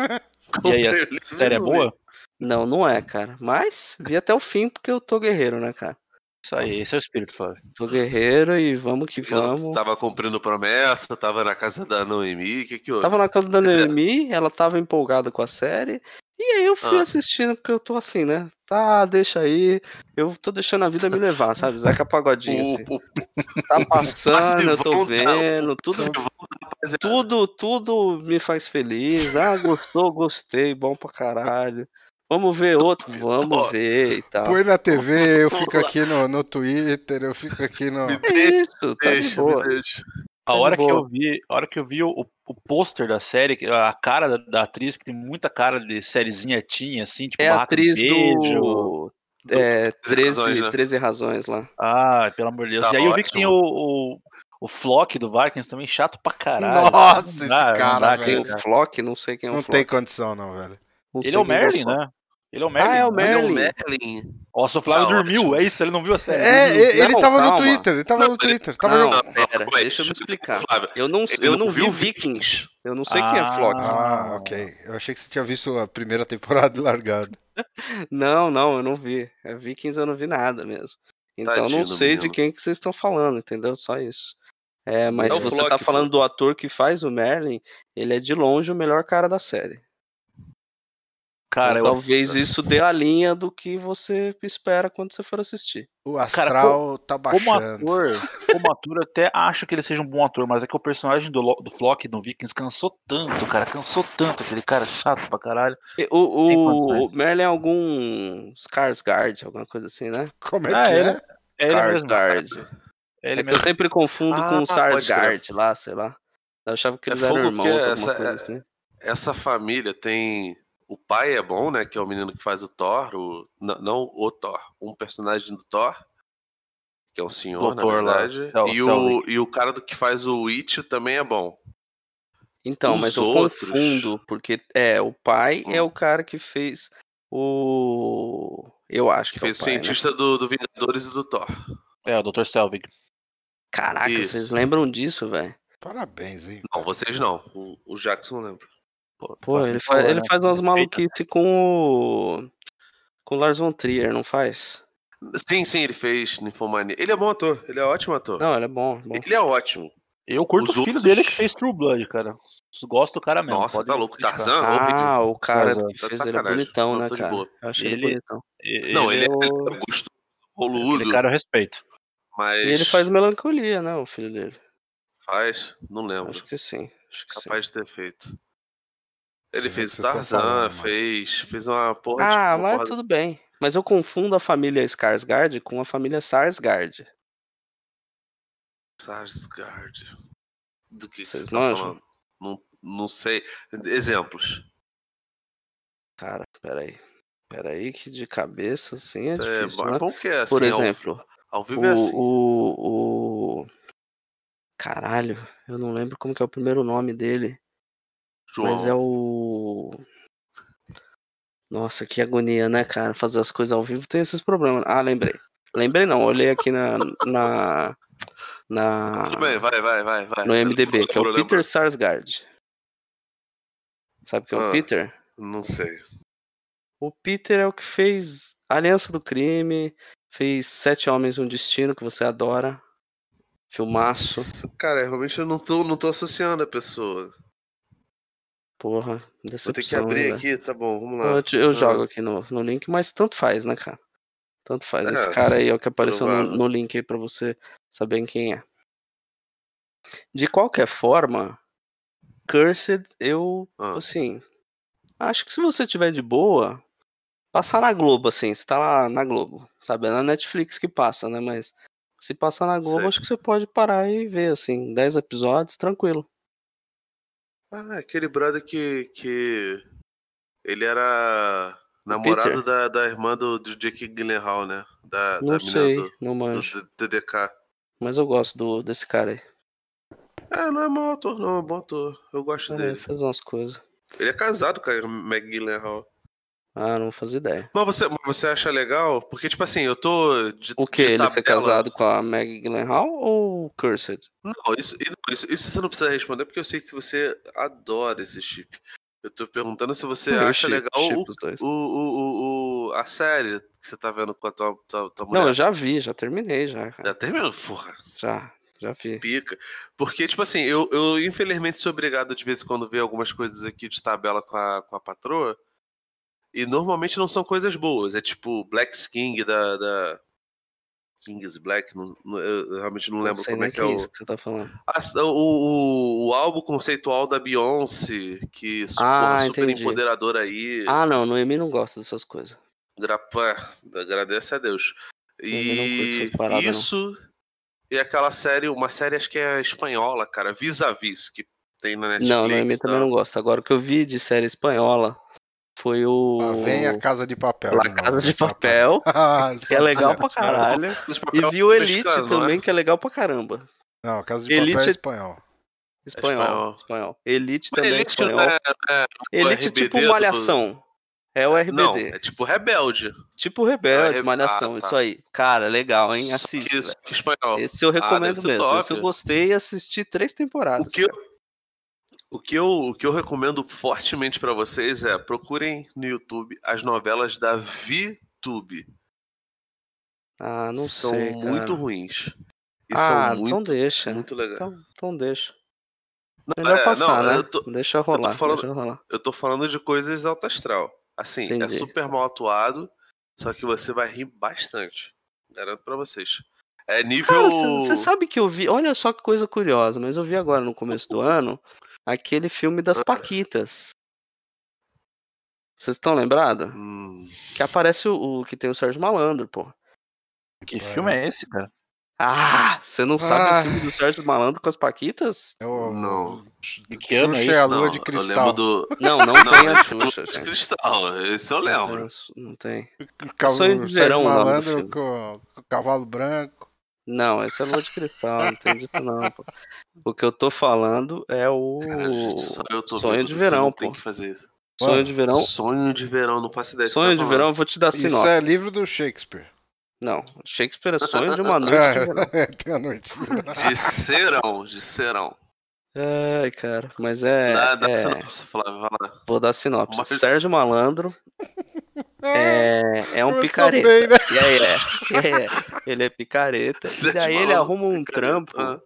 [SPEAKER 3] E aí, a
[SPEAKER 5] Comprei o livro e
[SPEAKER 3] série é
[SPEAKER 5] não li.
[SPEAKER 2] né?
[SPEAKER 3] boa?
[SPEAKER 2] Não, não é, cara. Mas vi até o fim porque eu tô guerreiro, né, cara?
[SPEAKER 3] Isso aí, esse é o espírito, Flávio.
[SPEAKER 2] Tô guerreiro e vamos que
[SPEAKER 5] Eu
[SPEAKER 2] vamos.
[SPEAKER 5] tava cumprindo promessa, tava na casa da Noemi, o que que houve?
[SPEAKER 2] Tava na casa da
[SPEAKER 5] Pois é.
[SPEAKER 2] Noemi, ela tava empolgada com a série. E aí eu fui
[SPEAKER 5] Ah.
[SPEAKER 2] assistindo, porque eu tô assim, né? Tá, deixa aí. Eu tô deixando a vida me levar, sabe? Zeca Pagodinho, assim.
[SPEAKER 5] O, o,
[SPEAKER 2] Tá passando, eu
[SPEAKER 5] Passivão
[SPEAKER 2] tô
[SPEAKER 5] tá-
[SPEAKER 2] vendo, tudo,
[SPEAKER 5] Vocês vão, rapaziada.
[SPEAKER 2] tudo, tudo me faz feliz. Ah, gostou, gostei, bom pra caralho. Vamos ver outro, vamos
[SPEAKER 5] Vitória.
[SPEAKER 2] ver e tal.
[SPEAKER 4] Põe na TV, eu fico
[SPEAKER 5] Vamos lá.
[SPEAKER 4] aqui no, no Twitter, eu fico aqui no.
[SPEAKER 5] Me
[SPEAKER 2] É
[SPEAKER 5] deixa,
[SPEAKER 2] isso, tá de
[SPEAKER 5] me
[SPEAKER 2] boa.
[SPEAKER 5] deixa.
[SPEAKER 2] Tá
[SPEAKER 3] A
[SPEAKER 2] de
[SPEAKER 3] hora que
[SPEAKER 2] boa.
[SPEAKER 3] eu vi, a hora que eu vi o, o pôster da série, que- a cara da, da atriz, que tem muita cara de sériezinha tinha, assim, tipo,
[SPEAKER 2] É a
[SPEAKER 3] Barraca do
[SPEAKER 2] atriz
[SPEAKER 3] Beijo.
[SPEAKER 2] do. É, 13
[SPEAKER 5] 13 razões,
[SPEAKER 2] razões,
[SPEAKER 5] né?
[SPEAKER 2] 13 razões lá.
[SPEAKER 3] Ah, pelo amor de Deus.
[SPEAKER 5] Tá
[SPEAKER 3] e aí eu vi que tem o,
[SPEAKER 5] ótimo.
[SPEAKER 3] o, o Flock do Vikings também, chato pra caralho.
[SPEAKER 4] Nossa, esse
[SPEAKER 3] Não dá, não
[SPEAKER 4] cara,
[SPEAKER 3] dá,
[SPEAKER 2] Tem
[SPEAKER 4] velho.
[SPEAKER 2] o Flock, não sei quem é o
[SPEAKER 4] Não
[SPEAKER 2] Flock.
[SPEAKER 4] tem condição, não, velho.
[SPEAKER 2] Não sei
[SPEAKER 3] Ele É é o
[SPEAKER 2] quem
[SPEAKER 3] Merlin,
[SPEAKER 2] Flock.
[SPEAKER 3] né? Ele é o Merlin.
[SPEAKER 2] Ah, é o
[SPEAKER 3] né?
[SPEAKER 5] Ele é o
[SPEAKER 2] Merlin.
[SPEAKER 5] Merlin.
[SPEAKER 3] Nossa, o Flávio
[SPEAKER 5] Tá
[SPEAKER 3] dormiu,
[SPEAKER 5] ótimo.
[SPEAKER 3] é isso, ele não viu a série.
[SPEAKER 4] É,
[SPEAKER 2] não-
[SPEAKER 4] ele
[SPEAKER 2] não,
[SPEAKER 4] tava no
[SPEAKER 2] calma.
[SPEAKER 4] Twitter, ele tava
[SPEAKER 5] Não,
[SPEAKER 4] no
[SPEAKER 5] ele-
[SPEAKER 4] Twitter, tava
[SPEAKER 2] Não,
[SPEAKER 4] jogando.
[SPEAKER 2] pera,
[SPEAKER 5] calma aí,
[SPEAKER 2] deixa eu me
[SPEAKER 5] é? deixa eu
[SPEAKER 2] explicar.
[SPEAKER 5] Flávio,
[SPEAKER 2] Eu não,
[SPEAKER 5] ele
[SPEAKER 2] eu
[SPEAKER 5] não
[SPEAKER 2] não vi
[SPEAKER 5] viu
[SPEAKER 2] Vikings. Eu não sei quem é
[SPEAKER 3] Ah.
[SPEAKER 2] Flock.
[SPEAKER 4] Ah, ok. Eu achei que você tinha visto a primeira temporada largada.
[SPEAKER 2] Não, não, eu não vi. É Vikings eu não vi nada mesmo. Então eu não
[SPEAKER 5] Tadinho do
[SPEAKER 2] sei de
[SPEAKER 5] menino.
[SPEAKER 2] quem que vocês estão falando, entendeu? Só isso. É, mas
[SPEAKER 5] É o
[SPEAKER 2] se você
[SPEAKER 5] Flock,
[SPEAKER 2] tá
[SPEAKER 5] pô.
[SPEAKER 2] falando do ator que faz o Merlin, ele é de longe o melhor cara da série.
[SPEAKER 3] Cara,
[SPEAKER 2] Então,
[SPEAKER 3] eu-
[SPEAKER 2] talvez isso dê a linha do que você espera quando você for assistir.
[SPEAKER 4] O astral tá
[SPEAKER 3] como
[SPEAKER 4] baixando.
[SPEAKER 3] ator, como ator, eu até acho que ele seja um bom ator, mas é que o personagem do, Lo- do Flock do Vikings cansou tanto, cara, cansou tanto, aquele cara chato pra caralho.
[SPEAKER 2] E O,
[SPEAKER 3] Sem
[SPEAKER 2] o,
[SPEAKER 3] contar.
[SPEAKER 2] o Merlin é algum Skarsgård, alguma coisa assim, né?
[SPEAKER 4] Como é
[SPEAKER 3] Ah,
[SPEAKER 4] que
[SPEAKER 3] ele-
[SPEAKER 4] é?
[SPEAKER 3] É ele mesmo, é ele
[SPEAKER 2] É que eu
[SPEAKER 3] mesmo.
[SPEAKER 2] sempre confundo
[SPEAKER 5] Ah,
[SPEAKER 2] com o
[SPEAKER 5] pode crer.
[SPEAKER 2] Sarsgaard lá, sei lá. Eu achava que
[SPEAKER 5] É
[SPEAKER 2] eles eram
[SPEAKER 5] fogo
[SPEAKER 2] irmãos,
[SPEAKER 5] porque
[SPEAKER 2] alguma
[SPEAKER 5] essa-
[SPEAKER 2] coisa
[SPEAKER 5] é-
[SPEAKER 2] assim.
[SPEAKER 5] Essa família tem. O pai é bom, né? Que é o menino que faz o Thor. O... Não, não o Thor. Um personagem do Thor. Que é um senhor, na
[SPEAKER 3] Doutor lá,
[SPEAKER 5] verdade.
[SPEAKER 3] Sel-
[SPEAKER 5] e, o,
[SPEAKER 3] Selwick.
[SPEAKER 5] e o cara do que faz o It também é bom.
[SPEAKER 2] Então,
[SPEAKER 5] os
[SPEAKER 2] mas
[SPEAKER 5] outros-
[SPEAKER 2] eu confundo, porque é, o pai é
[SPEAKER 5] Hum.
[SPEAKER 2] o cara que fez o. Eu acho
[SPEAKER 5] Que
[SPEAKER 2] que,
[SPEAKER 5] fez
[SPEAKER 2] é
[SPEAKER 5] o
[SPEAKER 2] o pai, né?
[SPEAKER 5] cientista do, do Vingadores e do Thor.
[SPEAKER 3] É, o Dr. Selvig.
[SPEAKER 2] Caraca, vocês
[SPEAKER 5] Isso.
[SPEAKER 2] lembram disso, velho?
[SPEAKER 4] Parabéns, hein?
[SPEAKER 5] Não, vocês não. O, o Jackson lembra.
[SPEAKER 2] Pô, ele, fa-
[SPEAKER 3] né?
[SPEAKER 2] ele
[SPEAKER 5] né?
[SPEAKER 2] faz umas maluquices com o. Com o Lars von Trier, não faz?
[SPEAKER 5] Sim, sim, ele fez Ninfomania. Ele é bom ator. Ele é ótimo ator.
[SPEAKER 2] Não, ele é bom. bom.
[SPEAKER 5] Ele é ótimo.
[SPEAKER 3] Eu curto
[SPEAKER 5] Os
[SPEAKER 3] o filho
[SPEAKER 5] outros-
[SPEAKER 3] dele que fez True Blood, cara. Gosto do cara mesmo.
[SPEAKER 5] Nossa,
[SPEAKER 3] pode
[SPEAKER 5] tá louco.
[SPEAKER 3] criticar.
[SPEAKER 5] Tarzan? horrível.
[SPEAKER 2] Ah, o cara
[SPEAKER 3] Tá
[SPEAKER 2] que
[SPEAKER 5] de
[SPEAKER 2] fez ele é
[SPEAKER 5] sacanagem.
[SPEAKER 2] bonitão,
[SPEAKER 5] Não,
[SPEAKER 2] né,
[SPEAKER 5] tô de
[SPEAKER 2] cara?
[SPEAKER 5] boa.
[SPEAKER 2] Eu achei ele
[SPEAKER 3] Ele-
[SPEAKER 2] bonitão.
[SPEAKER 3] E-
[SPEAKER 5] Não, ele é
[SPEAKER 3] o-
[SPEAKER 5] gosto
[SPEAKER 3] Aquele
[SPEAKER 5] roludo,
[SPEAKER 3] cara eu respeito.
[SPEAKER 5] mas.
[SPEAKER 2] E ele faz melancolia, né, o filho dele?
[SPEAKER 5] Faz? Não lembro.
[SPEAKER 2] Acho que sim. Acho que sim.
[SPEAKER 5] capaz de ter feito. Ele
[SPEAKER 4] Sei
[SPEAKER 5] fez
[SPEAKER 4] do que vocês tão
[SPEAKER 5] Tarzan,
[SPEAKER 4] falando, mas-
[SPEAKER 5] fez, fez uma porra de-
[SPEAKER 2] Ah,
[SPEAKER 5] uma
[SPEAKER 2] mas
[SPEAKER 5] porra-
[SPEAKER 2] tudo bem. Mas eu confundo a família Skarsgård com a família Sarsgard.
[SPEAKER 5] Sarsgaard. Do que, que
[SPEAKER 2] Vocês
[SPEAKER 5] você tá
[SPEAKER 2] não acham?
[SPEAKER 5] falando? Não, não sei. Exemplos.
[SPEAKER 2] Cara, peraí. Peraí que de cabeça, assim, é,
[SPEAKER 5] É,
[SPEAKER 2] difícil,
[SPEAKER 5] bom-
[SPEAKER 2] né?
[SPEAKER 5] é bom que é assim.
[SPEAKER 2] Por
[SPEAKER 5] ao-
[SPEAKER 2] exemplo,
[SPEAKER 5] Ao, vivo é assim.
[SPEAKER 2] o, o, o... Caralho, eu não lembro como que é o primeiro nome dele.
[SPEAKER 5] João.
[SPEAKER 2] Mas é o. Nossa, que agonia, né, cara? Fazer as coisas ao vivo tem esses problemas. Ah, lembrei. Lembrei não, olhei aqui na. na. na-
[SPEAKER 5] Tudo bem, vai, vai, vai. vai.
[SPEAKER 2] no MDB,
[SPEAKER 5] Lembrou,
[SPEAKER 2] que é o
[SPEAKER 5] lembrou,
[SPEAKER 2] Peter Sarsgaard. Sabe quem é o
[SPEAKER 5] Ah.
[SPEAKER 2] Peter?
[SPEAKER 5] lembrou. Não sei.
[SPEAKER 2] O Peter é o que fez Aliança do Crime, fez Sete Homens e um Destino, que você adora. Filmaço,
[SPEAKER 5] Cara, realmente eu não tô, não tô associando a pessoa.
[SPEAKER 2] porra,
[SPEAKER 5] Vou
[SPEAKER 2] decepção.
[SPEAKER 5] ter que
[SPEAKER 2] né,
[SPEAKER 5] abrir
[SPEAKER 2] velho?
[SPEAKER 5] aqui, tá bom, vamos lá.
[SPEAKER 2] Eu, te- eu
[SPEAKER 5] Ah.
[SPEAKER 2] jogo aqui no, no link, mas tanto faz, né, cara? Tanto faz.
[SPEAKER 5] É,
[SPEAKER 2] Esse cara aí é o que apareceu no,
[SPEAKER 5] provável.
[SPEAKER 2] no link aí pra você saber quem é. De qualquer forma, Cursed, eu,
[SPEAKER 5] Ah.
[SPEAKER 2] assim, acho que se você tiver de boa, Passar na Globo, assim, se tá lá na Globo, sabe? É na Netflix que passa, né? Mas se passar na Globo,
[SPEAKER 5] Sei.
[SPEAKER 2] acho que você pode parar e ver, assim, 10 episódios, tranquilo.
[SPEAKER 5] Ah, aquele brother que. que... Ele era namorado
[SPEAKER 2] Peter?
[SPEAKER 5] da, da irmã do, do Jake Gyllenhaal, né? Da, da
[SPEAKER 2] Não
[SPEAKER 5] menina
[SPEAKER 2] sei,
[SPEAKER 5] do-
[SPEAKER 2] não
[SPEAKER 5] do,
[SPEAKER 2] manjo.
[SPEAKER 5] TDK.
[SPEAKER 2] Mas eu gosto do, desse cara aí.
[SPEAKER 5] Ah, não é mau ator, não. É bom ator. Eu gosto
[SPEAKER 2] Ele
[SPEAKER 5] dele.
[SPEAKER 2] fez umas coisas.
[SPEAKER 5] Ele é casado com a Meg Gyllenhaal.
[SPEAKER 2] Ah, não fazia ideia.
[SPEAKER 5] Mas você, mas você acha legal? Porque, tipo assim, eu tô... De,
[SPEAKER 2] O que?
[SPEAKER 5] de
[SPEAKER 2] Ele ser
[SPEAKER 5] tabela-
[SPEAKER 2] casado com a Meg Gyllenhaal ou Cursed?
[SPEAKER 5] Não, isso, e não, isso, isso você não precisa responder, porque eu sei que você adora esse chip. Eu tô perguntando se você
[SPEAKER 2] Eu
[SPEAKER 5] acha
[SPEAKER 2] chip-
[SPEAKER 5] legal
[SPEAKER 2] chip
[SPEAKER 5] o,
[SPEAKER 2] os dois.
[SPEAKER 5] o, o, o- o- a série que você tá vendo com a tua, tua, tua mulher.
[SPEAKER 2] Não, eu já vi, já terminei, já, cara.
[SPEAKER 5] Já terminou, porra,
[SPEAKER 2] Já, já vi.
[SPEAKER 5] pica. Porque, tipo assim, eu, eu infelizmente sou obrigado de vez em quando ver algumas coisas aqui de tabela com a, com a patroa. E normalmente não são coisas boas. É tipo Black King da. da... Kings Black, não- não- eu realmente não lembro
[SPEAKER 2] sei
[SPEAKER 5] como é
[SPEAKER 2] nem
[SPEAKER 5] que é o.
[SPEAKER 2] isso que você tá falando.
[SPEAKER 5] A- o, o, o álbum conceitual da Beyoncé, que su-
[SPEAKER 2] Ah,
[SPEAKER 5] porra, super
[SPEAKER 2] entendi.
[SPEAKER 5] empoderadora aí,
[SPEAKER 2] Ah, não, Noemi não gosta dessas coisas.
[SPEAKER 5] grapa, agradece a Deus.
[SPEAKER 2] Ele não curte
[SPEAKER 5] E
[SPEAKER 2] essas paradas, não.
[SPEAKER 5] isso e aquela série, uma série acho que é espanhola, cara, Vis-a-Vis, que tem na Netflix.
[SPEAKER 2] não, Noemi
[SPEAKER 5] tá?
[SPEAKER 2] também não gosta. Agora, o que eu vi de série espanhola foi o.
[SPEAKER 4] Lá Ah, vem a Casa de Papel.
[SPEAKER 2] La
[SPEAKER 4] de novo,
[SPEAKER 2] Casa de
[SPEAKER 4] essa
[SPEAKER 2] Papel,
[SPEAKER 4] parte.
[SPEAKER 2] que é legal pra
[SPEAKER 5] Cara,
[SPEAKER 2] caralho.
[SPEAKER 5] Casa de
[SPEAKER 2] E
[SPEAKER 5] Papel
[SPEAKER 2] vi o Elite
[SPEAKER 5] é mexicano, né?
[SPEAKER 2] também, que é legal pra caramba.
[SPEAKER 4] Não, Casa de
[SPEAKER 2] Elite-
[SPEAKER 4] Papel é espanhol.
[SPEAKER 2] Espanhol.
[SPEAKER 5] espanhol.
[SPEAKER 2] espanhol. Elite
[SPEAKER 5] Mas
[SPEAKER 2] também é
[SPEAKER 5] Elite
[SPEAKER 2] espanhol.
[SPEAKER 5] não é,
[SPEAKER 2] Elite é
[SPEAKER 5] RBD
[SPEAKER 2] tipo
[SPEAKER 5] do-
[SPEAKER 2] Malhação. É o RBD.
[SPEAKER 5] não, é tipo Rebelde.
[SPEAKER 2] Tipo Rebelde,
[SPEAKER 5] Ah, é-
[SPEAKER 2] Malhação,
[SPEAKER 5] ah, tá.
[SPEAKER 2] isso aí. Cara, legal, hein?
[SPEAKER 5] só
[SPEAKER 2] Assiste.
[SPEAKER 5] que,
[SPEAKER 2] velho.
[SPEAKER 5] que espanhol.
[SPEAKER 2] Esse eu recomendo
[SPEAKER 5] ser
[SPEAKER 2] mesmo.
[SPEAKER 5] top.
[SPEAKER 2] Esse eu gostei e assisti três temporadas.
[SPEAKER 5] O que, eu, o, que eu, o que eu recomendo fortemente pra vocês é procurem no YouTube as novelas da VTube.
[SPEAKER 2] Ah, não
[SPEAKER 5] são
[SPEAKER 2] sei, cara.
[SPEAKER 5] muito ruins. E
[SPEAKER 2] ah,
[SPEAKER 5] são
[SPEAKER 2] então
[SPEAKER 5] muito,
[SPEAKER 2] deixa.
[SPEAKER 5] muito legais.
[SPEAKER 2] Então, então deixa.
[SPEAKER 5] Não,
[SPEAKER 2] Melhor
[SPEAKER 5] é,
[SPEAKER 2] passar,
[SPEAKER 5] não,
[SPEAKER 2] né?
[SPEAKER 5] eu tô-
[SPEAKER 2] Deixa rolar,
[SPEAKER 5] falando-
[SPEAKER 2] deixa rolar.
[SPEAKER 5] Eu tô falando de coisas alta astral. Assim, é
[SPEAKER 2] Entendi.
[SPEAKER 5] super mal atuado, só que você vai rir bastante. Garanto pra vocês. É
[SPEAKER 2] Cara,
[SPEAKER 5] nível.
[SPEAKER 2] você sabe que eu vi, olha só que coisa curiosa, mas eu vi agora no começo do ano aquele filme das Paquitas. Vocês estão lembrados?
[SPEAKER 5] Hum,
[SPEAKER 2] Que aparece o, o que tem o Sérgio Malandro, pô.
[SPEAKER 3] Que filme é esse, cara?
[SPEAKER 2] Ah, você não sabe
[SPEAKER 4] Ah.
[SPEAKER 2] o filme do Sérgio Malandro com as Paquitas?
[SPEAKER 4] É o-
[SPEAKER 5] Não.
[SPEAKER 3] E que ano é
[SPEAKER 4] Xuxa é
[SPEAKER 3] isso?
[SPEAKER 4] a lua
[SPEAKER 5] não,
[SPEAKER 4] de
[SPEAKER 5] Eu lembro
[SPEAKER 4] cristal.
[SPEAKER 5] do.
[SPEAKER 2] Não, não,
[SPEAKER 5] Não,
[SPEAKER 2] tem a
[SPEAKER 5] esse é o
[SPEAKER 2] Xuxa,
[SPEAKER 5] de
[SPEAKER 2] gente.
[SPEAKER 5] cristal. Esse eu lembro.
[SPEAKER 2] Não tem.
[SPEAKER 4] Ca- o
[SPEAKER 2] Sonho de
[SPEAKER 4] Sérgio
[SPEAKER 2] Verão, o nome do
[SPEAKER 4] um Malandro
[SPEAKER 2] filme.
[SPEAKER 4] com, com o cavalo branco.
[SPEAKER 2] Não, esse é Lua de Cristal, não tem isso não, pô. O que eu tô falando é o
[SPEAKER 5] Cara, gente, só eu tô
[SPEAKER 2] Sonho
[SPEAKER 5] vendo,
[SPEAKER 2] de
[SPEAKER 5] você
[SPEAKER 2] verão,
[SPEAKER 5] não Tem
[SPEAKER 2] pô.
[SPEAKER 5] que fazer. isso.
[SPEAKER 2] Sonho de Verão.
[SPEAKER 5] Sonho de verão, não faço ideia. do que
[SPEAKER 2] Sonho
[SPEAKER 5] tá
[SPEAKER 2] de
[SPEAKER 5] falando.
[SPEAKER 2] Verão, eu vou te dar
[SPEAKER 4] Isso
[SPEAKER 2] sinopse.
[SPEAKER 4] é livro do Shakespeare.
[SPEAKER 2] Não, Shakespeare é Sonho de uma Noite de
[SPEAKER 5] É.
[SPEAKER 2] Verão.
[SPEAKER 4] Ah, Tem a noite.
[SPEAKER 5] De serão, de serão.
[SPEAKER 2] Ai, cara, mas é,
[SPEAKER 5] dá, dá
[SPEAKER 2] é,
[SPEAKER 5] sinopse, Flávio, vai lá.
[SPEAKER 2] vou dar sinopse.
[SPEAKER 5] Mas-
[SPEAKER 2] Sérgio Malandro é, é um
[SPEAKER 4] Eu
[SPEAKER 2] picareta.
[SPEAKER 4] sabia, né?
[SPEAKER 2] E aí, é, é, ele é picareta.
[SPEAKER 5] Sérgio
[SPEAKER 2] e daí ele
[SPEAKER 5] Malandro,
[SPEAKER 2] arruma um
[SPEAKER 5] picareta,
[SPEAKER 2] trampo
[SPEAKER 5] ah.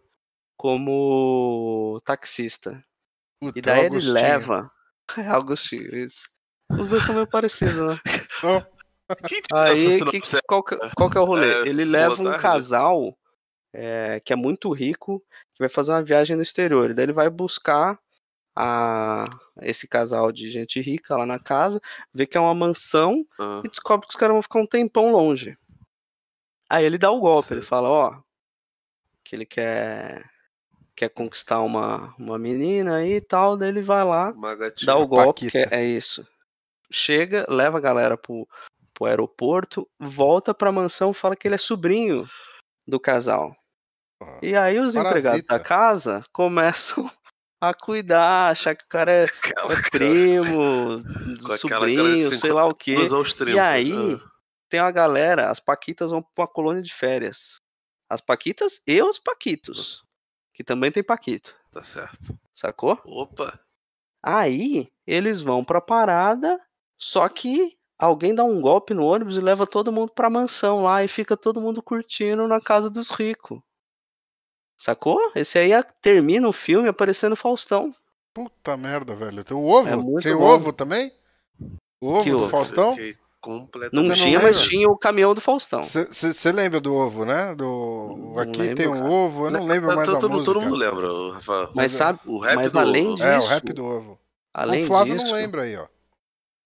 [SPEAKER 2] como taxista.
[SPEAKER 4] Puta,
[SPEAKER 2] E daí ele
[SPEAKER 4] Augustinho.
[SPEAKER 2] leva. É Agostinho, isso. Os dois são meio parecidos, né?
[SPEAKER 5] Quem te deu
[SPEAKER 2] Aí,
[SPEAKER 5] essa
[SPEAKER 2] que-
[SPEAKER 5] sinopse?
[SPEAKER 2] qual, que, qual que é o rolê?
[SPEAKER 5] É,
[SPEAKER 2] Ele
[SPEAKER 5] sessão
[SPEAKER 2] leva
[SPEAKER 5] da
[SPEAKER 2] um
[SPEAKER 5] tarde.
[SPEAKER 2] casal é, que é muito rico, que vai fazer uma viagem no exterior. E daí ele vai buscar a, esse casal de gente rica lá na casa, vê que é uma mansão
[SPEAKER 5] Ah,
[SPEAKER 2] e descobre que os caras vão ficar um tempão longe. Aí ele dá o golpe,
[SPEAKER 5] Sei.
[SPEAKER 2] ele fala, ó, que ele quer, quer conquistar uma, uma menina aí e tal, daí ele vai lá,
[SPEAKER 5] uma gatinha.
[SPEAKER 2] dá o golpe, que
[SPEAKER 4] Paquita.
[SPEAKER 2] é, é isso. Chega, leva a galera pro, pro aeroporto, volta pra mansão, fala que ele é sobrinho do casal.
[SPEAKER 4] Ah,
[SPEAKER 2] E aí os empregados
[SPEAKER 4] parasita.
[SPEAKER 2] da casa começam a cuidar, achar que o cara é,
[SPEAKER 5] Aquela
[SPEAKER 2] é primo,
[SPEAKER 5] aquela cara de
[SPEAKER 2] sobrinho, sei
[SPEAKER 5] 50
[SPEAKER 2] lá o quê.
[SPEAKER 5] cruz aos 30.
[SPEAKER 2] E aí,
[SPEAKER 5] Ah,
[SPEAKER 2] tem uma galera, as paquitas vão pra uma colônia de férias. As paquitas e os paquitos, que também tem paquito,
[SPEAKER 5] tá certo.
[SPEAKER 2] sacou?
[SPEAKER 5] Opa,
[SPEAKER 2] Aí eles vão pra parada, só que alguém dá um golpe no ônibus e leva todo mundo pra mansão lá e fica todo mundo curtindo na casa dos ricos. Sacou? Esse aí é- termina o filme aparecendo Faustão.
[SPEAKER 4] Puta merda, velho. Tem o ovo?
[SPEAKER 2] É muito
[SPEAKER 4] Tem o
[SPEAKER 2] bom.
[SPEAKER 4] ovo também? O ovo
[SPEAKER 2] Que
[SPEAKER 4] do
[SPEAKER 2] ovo?
[SPEAKER 4] Faustão?
[SPEAKER 5] fiquei
[SPEAKER 2] Não
[SPEAKER 4] Você
[SPEAKER 5] completamente.
[SPEAKER 4] não
[SPEAKER 2] tinha, mas
[SPEAKER 4] lembra?
[SPEAKER 2] tinha o caminhão do Faustão.
[SPEAKER 4] Você lembra do ovo, né? Do...
[SPEAKER 2] Não
[SPEAKER 4] Aqui
[SPEAKER 2] lembro,
[SPEAKER 4] tem um
[SPEAKER 2] cara.
[SPEAKER 4] ovo, eu não lembro
[SPEAKER 5] Mas
[SPEAKER 4] mais a
[SPEAKER 5] tá todo,
[SPEAKER 4] música.
[SPEAKER 5] todo mundo lembra, o Rafael.
[SPEAKER 2] Mas
[SPEAKER 4] é-
[SPEAKER 2] sabe,
[SPEAKER 5] O rap
[SPEAKER 2] mas
[SPEAKER 5] do
[SPEAKER 2] além
[SPEAKER 5] ovo.
[SPEAKER 4] É, o
[SPEAKER 2] disso-
[SPEAKER 4] rap do ovo.
[SPEAKER 2] além
[SPEAKER 4] o Flávio
[SPEAKER 2] disso,
[SPEAKER 4] não lembra aí, ó.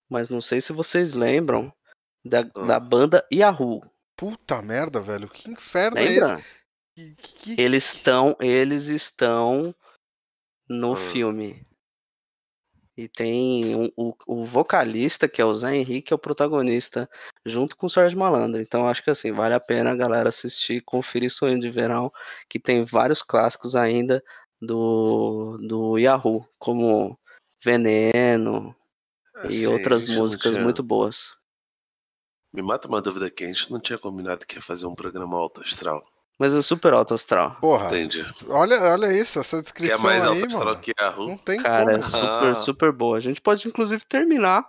[SPEAKER 2] mas não sei se vocês lembram, da,
[SPEAKER 4] Ah.
[SPEAKER 2] da banda Yahoo.
[SPEAKER 4] Puta merda, velho. Que inferno é esse?
[SPEAKER 2] Lembra?
[SPEAKER 4] Que- que- que-
[SPEAKER 2] Eles estão, eles estão no
[SPEAKER 5] Ah.
[SPEAKER 2] filme. E tem um- o, o vocalista, que é o Zé Henrique, é o protagonista, junto com o Sérgio Malandro. Então acho que assim, vale a pena a galera assistir, conferir Sonho de Verão, que tem vários clássicos ainda do, do Yahoo, como Veneno e
[SPEAKER 5] Assim, a
[SPEAKER 2] outras
[SPEAKER 5] gente não
[SPEAKER 2] músicas
[SPEAKER 5] tinha-
[SPEAKER 2] muito boas.
[SPEAKER 5] Me mata uma dúvida aqui, a gente não tinha combinado que ia fazer um programa alto astral.
[SPEAKER 2] Mas é super alto astral.
[SPEAKER 4] Porra,
[SPEAKER 5] Entendi.
[SPEAKER 4] olha, olha isso, essa
[SPEAKER 5] Que um. é
[SPEAKER 4] descrição
[SPEAKER 5] mais
[SPEAKER 4] Ah. aí,
[SPEAKER 5] alto astral
[SPEAKER 4] mano.
[SPEAKER 5] que a Ru.
[SPEAKER 4] Não tem
[SPEAKER 2] Cara, é
[SPEAKER 4] como.
[SPEAKER 2] super,
[SPEAKER 5] Ah.
[SPEAKER 2] super boa. A gente pode, inclusive, terminar